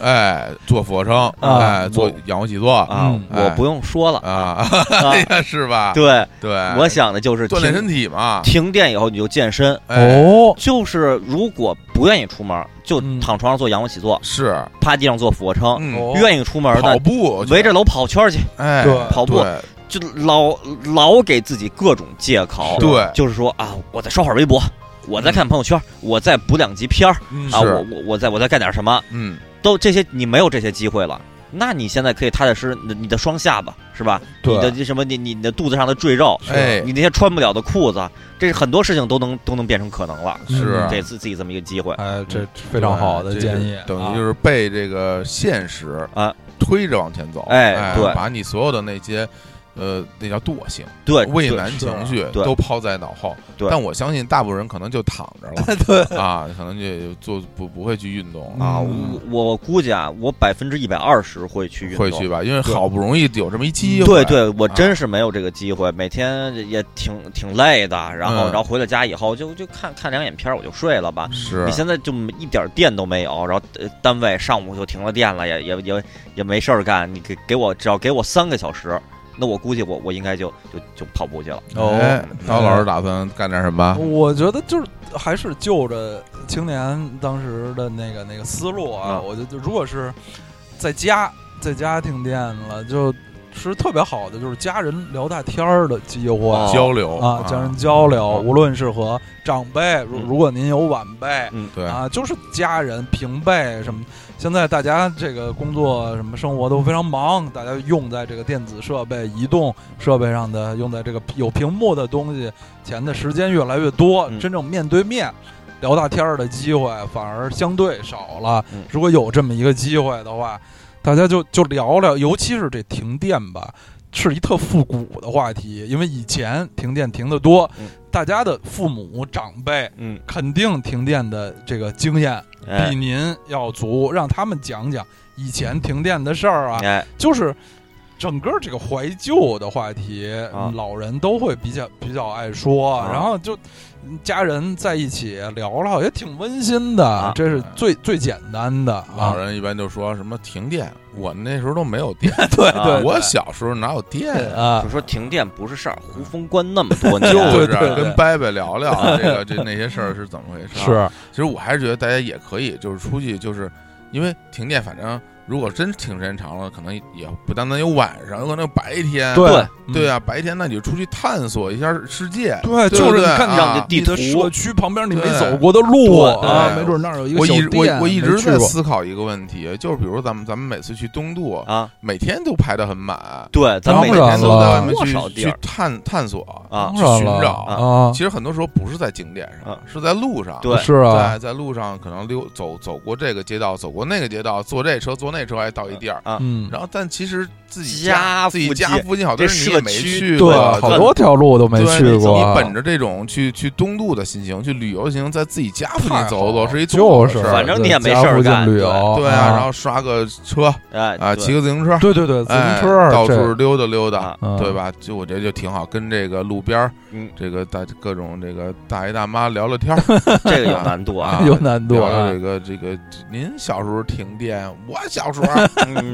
哎，做俯卧撑，啊哎，做仰卧起坐啊、嗯哎我不用说了，啊， 啊是吧？对，对，我想的就是锻炼身停体啊嘛，停电以后你就健身，哎，哦，就是如果不愿意出门，就嗯躺床上做仰卧起坐，是，趴地上做俯卧撑。嗯，哦愿意出门跑的，步，围着楼跑圈儿去，哎，对跑步对就老老给自己各种借口。对嗯就是说啊，我再刷会儿微博，我再看朋友圈，我再补两集片儿嗯啊，是我我我再我再干点什么，嗯，都这些你没有这些机会了。那你现在可以踏踏实实，你的你的双下巴是吧？对你的这什么，你你你的肚子上的赘肉，哎，你那些穿不了的裤子，这很多事情都能都能变成可能了。是啊给自自嗯己这么一个机会，哎，这嗯非常好的嗯对这建是议，等于啊就是被这个现实啊推着往前走，哎对把你所有的那些。呃，那叫惰性、对，畏对啊难是情绪对都抛在脑后，对但我相信大部分人可能就躺着 了， 对啊，可能就做不不会去运动啊，嗯我我估计啊，我百分之一百二十会去运动。会去吧，因为对嗯好不容易有这么一机会，对对，我啊真是没有这个机会，每天也挺挺累的，然后嗯然后回了家以后就就看看两眼片儿我就睡了吧。是你现在就一点电都没有，然后呃单位上午就停了电了，也也也也没事儿干。你给给我只要给我三个小时，那我估计我我应该就就就跑步去了。哦哎高老师打算干点什么？啊我觉得就是还是就着青年当时的那个那个思路啊，啊我觉得如果是在家在家停电了，就是特别好的，就是家人聊大天儿的机会。哦交流啊，家人交流，哦无论是和长辈，如嗯如果您有晚辈嗯，对啊，就是家人、平辈什么。现在大家这个工作什么生活都非常忙，大家用在这个电子设备、移动设备上的，用在这个有屏幕的东西前的时间越来越多，嗯真正面对面聊大天儿的机会反而相对少了。嗯如果有这么一个机会的话，大家就就聊聊，尤其是这停电吧，是一特复古的话题，因为以前停电停得多，嗯大家的父母长辈嗯，肯定停电的这个经验哎比您要足，让他们讲讲以前停电的事儿啊，哎，就是。整个这个怀旧的话题，啊嗯老人都会比较比较爱说，啊然后就嗯家人在一起聊聊，也挺温馨的，啊这是最最简单的老啊。人一般就说什么停电，我那时候都没有电， 对啊对，我对小时候哪有电啊？啊就，说停电不是事儿，胡风关那么 多年，就是对对对跟伯伯聊 聊这个这那些事儿是怎么回事。，啊是其实我还是觉得大家也可以，就是出去，就是因为停电，反正如果真停时间长了，可能也不单单有晚上，有可能有白天。对对啊，白天那你就出去探索一下世界。嗯对，对就是对你看啊让这地你的社图区旁边你没对走过的路对啊，对没准那儿有一个我小一店直我我一直没去在过思考一个问题，就是比如咱们咱们每次去东渡，啊，每天都排得很满，对，咱当每每然天天都都在了外多少面去地去儿探探索啊当然去寻了找啊其，实很多时候不是在景点上啊，是在路上。对是啊在，在路上可能溜走走过这个街道，走过那个街道，坐这车坐那车，哎，到一地儿。啊，嗯，然后，但其实自己家自己附家近附近好多这事你也个没区去对，啊过好多条路我都没对去你过你啊。本着这种去去东渡的心情，去旅游的心情，在自己家附近走走是一多好的就是，啊哦事儿反正你也没家事儿附近干旅对游，对啊，然后刷个车哎啊，骑对个自行车，对对对，自行哎车儿到这处溜达溜达啊，嗯对吧？就我觉得就挺好，跟这个路边儿嗯，这个大各种这个大爷大妈聊聊 天儿，这个有难度啊啊， 有难度聊啊聊这个这个您小时候停电，我小 时候，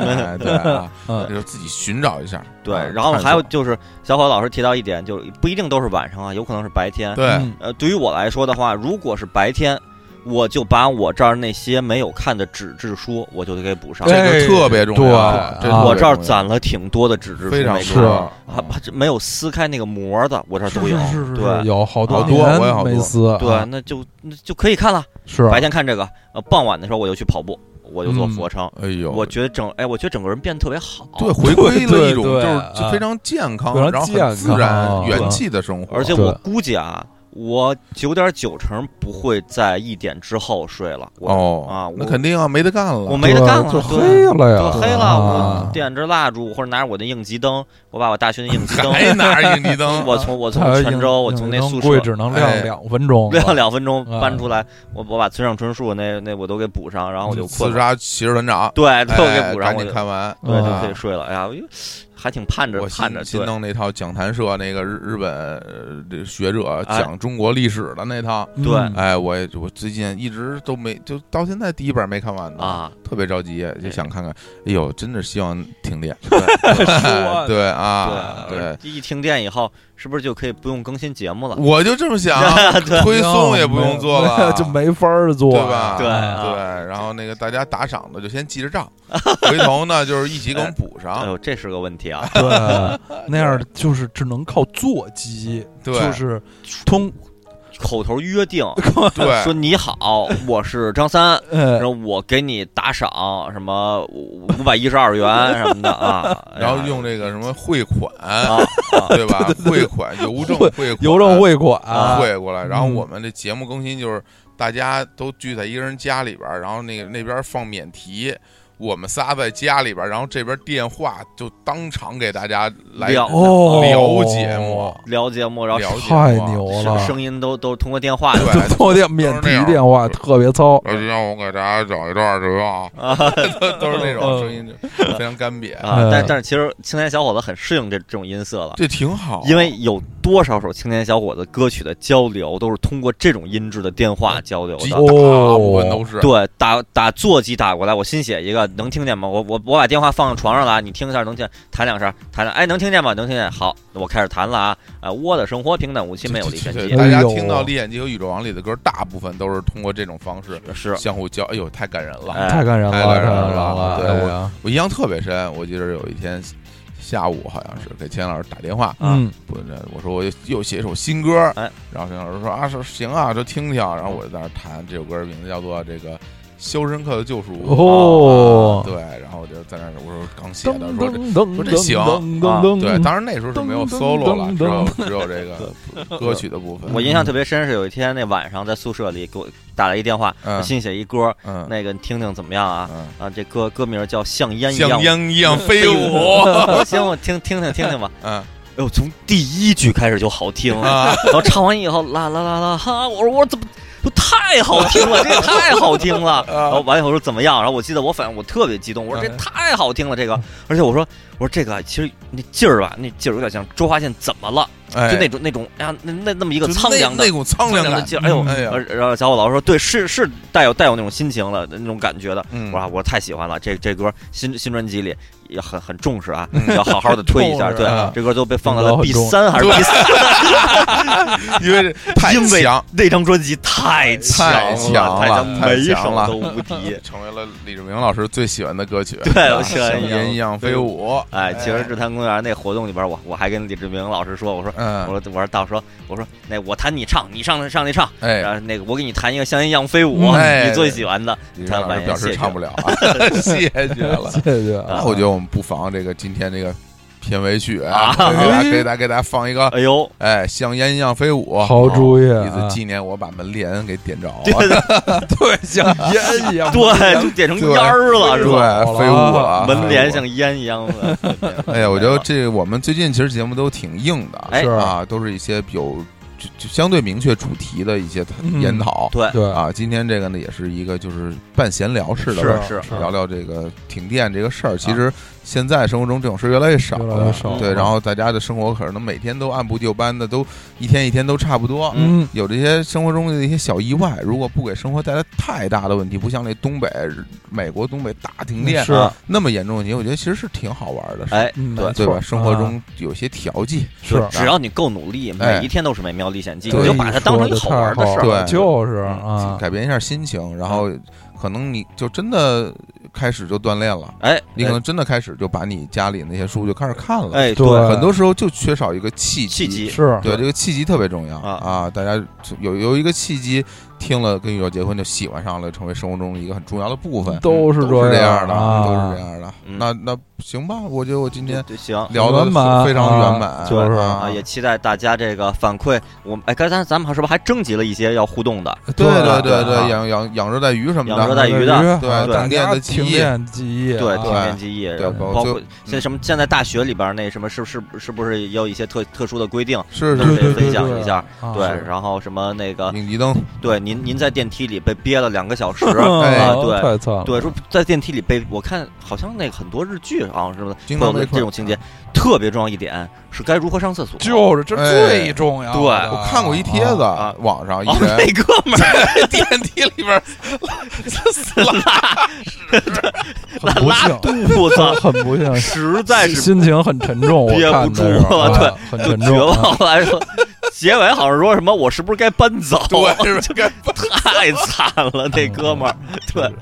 哎对啊， 嗯就自己寻找一下，对啊，然后还有探索就是小伙老师提到一点，就是不一定都是晚上啊，有可能是白天。对，嗯呃，对于我来说的话，如果是白天，我就把我这儿那些没有看的纸质书，我就给补上。这个特别重要哎，这对啊我这儿攒。攒了挺多的纸质书，非常没多看是啊还还没有撕开那个膜的，我这儿都有。是是是是，对有好多好多年我也好多没撕，对，啊那就那就可以看了。是啊白天看这个，呃，傍晚的时候我就去跑步，我就做俯卧撑。哎呦，我觉得整，哎，我觉得整个人变得特别好。对，回归了一种就对对是就非常健康，非常然后很自健然、康啊元气的生活。而且对我估计啊，我九点九成不会在一点之后睡了。我哦啊我那肯定啊，没得干了。我没得对干了，就对黑了呀，就黑了。啊我点着蜡烛，或者拿着我的应急灯，我把我大学的应急 灯，还拿着应急灯， 我从我从它泉应州，我从那应宿柜 舍只能哎亮两分钟，亮两分钟啊搬出来，我我把村上春树那那我都给补上，然后我就困刺了，杀骑士团长， 对，都哎给补上，赶我紧就看完。对嗯就啊可以睡了。哎呀，我就还挺盼着我盼着，新新对弄那套讲谈社那个日日本呃这学者哎讲中国历史的那套，嗯对哎，我也我最近一直都没，就到现在第一本没看完呢，啊，特别着急，就想看看。哎呦，真的希望停 电。说对啊，对对，一停电以后，是不是就可以不用更新节目 了？我就这么想，对推送也不用做了， 就没法儿做，对吧？对啊对，然后那个大家打赏的就先记着账，回头呢就是一起给我们补哎上。呦，这是个问题啊！对，那样儿就是只能靠座机，对就是通口头约定， 说 对，你好，我是张三，呃然后我给你打赏什么五百一十二元什么的 啊，然后用这个什么汇款，啊啊对吧？汇款、邮政汇汇款、邮政汇款，汇过来。然后嗯我们这节目更新就是大家都聚在一个人家里边儿，然后那个那边儿放免提。我们仨在家里边儿，然后这边儿电话就当场给大家来聊哦，聊节目，聊节目，然聊后节目太牛声了，声音都都通过电话的 对，通电免提电话特别糙，那就让我给大家讲一段这个啊，都都是那种声音，就非常干瘪，嗯啊，但嗯但是其实青年小伙子很适应这这种音色了。这挺好。啊因为有多少首青年小伙子歌曲的交流都是通过这种音质的电哎话交流极的哦大，部分都是，对，打打座机打过来，我新写一个，能听见吗？我我我把电话放床上了啊，你听一下，能听弹两声，弹两，哎，能听见吗？能听见，好，我开始弹了啊，啊，我的生活平淡无奇，没有离对间对机对，大家哎呦听到《历险记》和《宇宙王》里的歌，大部分都是通过这种方式是，相互交。哎呦，太感人了！哎太感人了，太太感感人人了了，对啊哎呀我印象特别深，我记得有一天下午好像是给钱老师打电话，啊嗯，不，这我说我又又写一首新歌，哎然后钱老师说啊，说行啊，就听听。然后我就在那弹这首歌，名字叫做这个《肖申克的救赎》。哦啊，对，然后我就在那儿，我说刚写噔的，噔说这噔噔说这行噔啊噔对，噔当然那时候是没有 solo 了，噔只有噔只有这个歌曲的部分。我印象特别深是有一天那晚上在宿舍里给我打来一电话，嗯我新写一歌，嗯那个你听听怎么样啊？嗯，啊，这歌歌名叫《像烟一样像》，烟一样 飞舞， 我行，我听听听听听吧。嗯哎呦，从第一句开始就好听，啊，然后唱完以后啦啦啦啦哈，我说我怎么都太好听了，这也太好听 啊了。然后完以后说怎么样？然后我记得我反正我特别激动，我说这嗯太好听了，这个，而且我说我说这个其实那劲儿吧，那劲儿有点像周华健怎么了，哎，就那种那种哎呀那那那么一个就苍那凉的那股苍苍凉凉的感，劲儿，哎呦，嗯哎呀呃然后小伙老师说对，是是带有带有那种心情了那种感觉的。嗯，哇，我太喜欢了！这这歌新新专辑里也很很重视啊嗯，要好好的推一 下。重视对啊，这歌都被放到重了到第重三还是第四？因 为这太因为强，那张专辑太强太强了，太了强，太每一强首了。都无敌成为了李志明老师最喜欢的歌曲。啊对，我喜像欢烟一样飞。舞。哎，其实日坛公园那活动里边，我我还跟李志明老师说，我说我嗯，说我说到时候我说那我弹你唱，你上上去唱，然哎，后那个我给你弹一个像一样飞舞，哎你最喜欢的。李志明老师 表示唱不了啊，谢谢了。谢谢啊，那我觉得我们不妨这个今天这个片尾曲啊给大家给大家给大家放一个，哎呦，哎，像烟一样飞舞，哦好主意意啊，思纪念我把门列恩给点着啊了，对对，像烟一样，对，就点成烟儿了，是对，吧？啊飞舞了，门帘飞舞像烟一样的。哎呀，我觉得这我们最近其实节目都挺硬的，哎是啊，都是一些有就就相对明确主题的一些嗯研讨。对，对，啊，今天这个呢也是一个就是半闲聊式的，是是聊聊这个停电这个事儿。其实现在生活中这种事儿越来越少啊越来了越，少对，了嗯然后大家的生活可能每天都按部就班的，都一天一天都差不多。嗯，有这些生活中的一些小意外，如果不给生活带来太大的问题，不像那东北、美国东北大停电是啊那么严重的问题，我觉得其实是挺好玩的事儿。哎，嗯对没对错吧？生活啊中有些调剂，是只要你够努力，哎每一天都是美妙历险记，对你就把它当成一个好玩的事儿。对就是嗯嗯啊，改变一下心情，然后可能你就真的开始就锻炼了，哎，你可能真的开始就把你家里那些书就开始看了。哎，对对，很多时候就缺少一个契契机，机是对这个契机特别重要啊啊！大家就有有一个契机，听了跟宇宙结婚就喜欢上了，成为生活中一个很重要的部分，都是都是这样样的，啊都是这。样的。嗯那那行吧，我觉得我今天对行。聊的圆满非常圆啊满，就是啊啊，也期待大家这个反馈。我们哎，刚才咱们是不是还征集了一些要互动的？对对啊对对，啊养养养热带鱼什么的，养热带鱼的对啊对大停电家的记停忆电记忆啊，对，对天天记忆，然对后包就嗯括现在什么，现在大学里边那什么，是是是不是也有一些特特殊的规定？是都是对得对分对享对一下。啊对，啊是嗯然后什么那个，影集灯，对，您您在电梯里被憋了两个小 时，啊哎对啊太惨了，对，说在电梯里被我看，好像那个很多日剧啊什么的，经会常有被啊这种困情节。特别重要一点是该如何上厕所。哦就是这最重要的。哎对我看过一帖 子，啊网上一哦，人、那哥们儿在电梯里边，很不拉幸，肚 子， 很不幸，实在是心情很沉重，我憋不看的住时候了啊很就沉呃绝重啊。望了。说结尾好像说什么我是不是该搬走？对，这个 太惨了，那哥们儿，嗯对，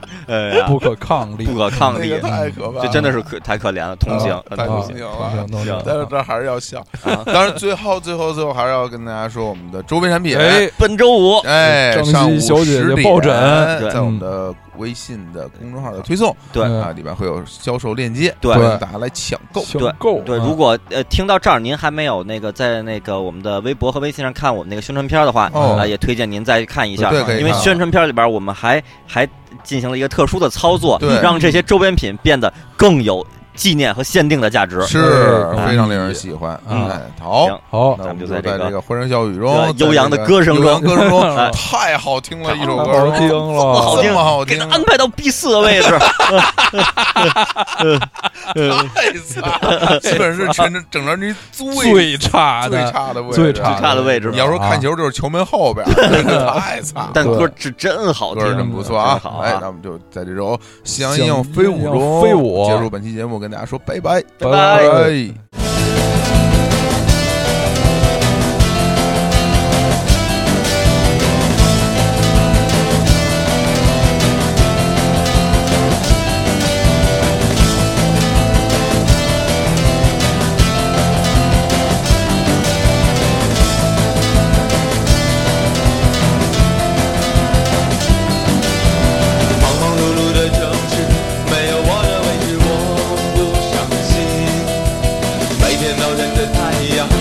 哎呀，不可抗力，不可抗那力个，太可怕了，这真的是可太可怜了，同情啊，呃太同不啊行情。了不行行 但是这还是要笑。啊当然，最后最后最后还是要跟大家说我们的周边产品。哎，本周五，哎张希上午小姐姐10点抱枕对在我们的微信的公众号的推送对嗯啊，里边会有销售链接，对欢迎大家来抢购。抢对购对，嗯啊如果呃听到这儿您还没有那个在那个我们的微博和微信上看我们那个宣传片的话，啊、哦也推荐您再看一下，对可以啊因为看宣传片里边我们还还进行了一个特殊的操作对，让这些周边品变得更有纪念和限定的价值。是哎非常令人喜欢。嗯哎，好，行好那咱我们们就就在在这个这个欢声笑语中呃，在悠扬这的个歌声悠扬中歌声中，哎太好听了，一首歌好听这了么，这么好给听他，安排到 B 四的位置，太惨了，基本是全整整张专辑最最差最的啊差的位置，最差最差的位置你要说看球就是球门后 边，真是太惨了。但歌是真好歌儿真听，不错啊真好！啊哎，那我们就在这首《夕阳一样飞舞》中夕阳飞舞结束本期节目，跟大家说拜拜，拜拜拜。忙忙碌碌的城市，没有我的位置，我不伤心。每天都忍着太阳，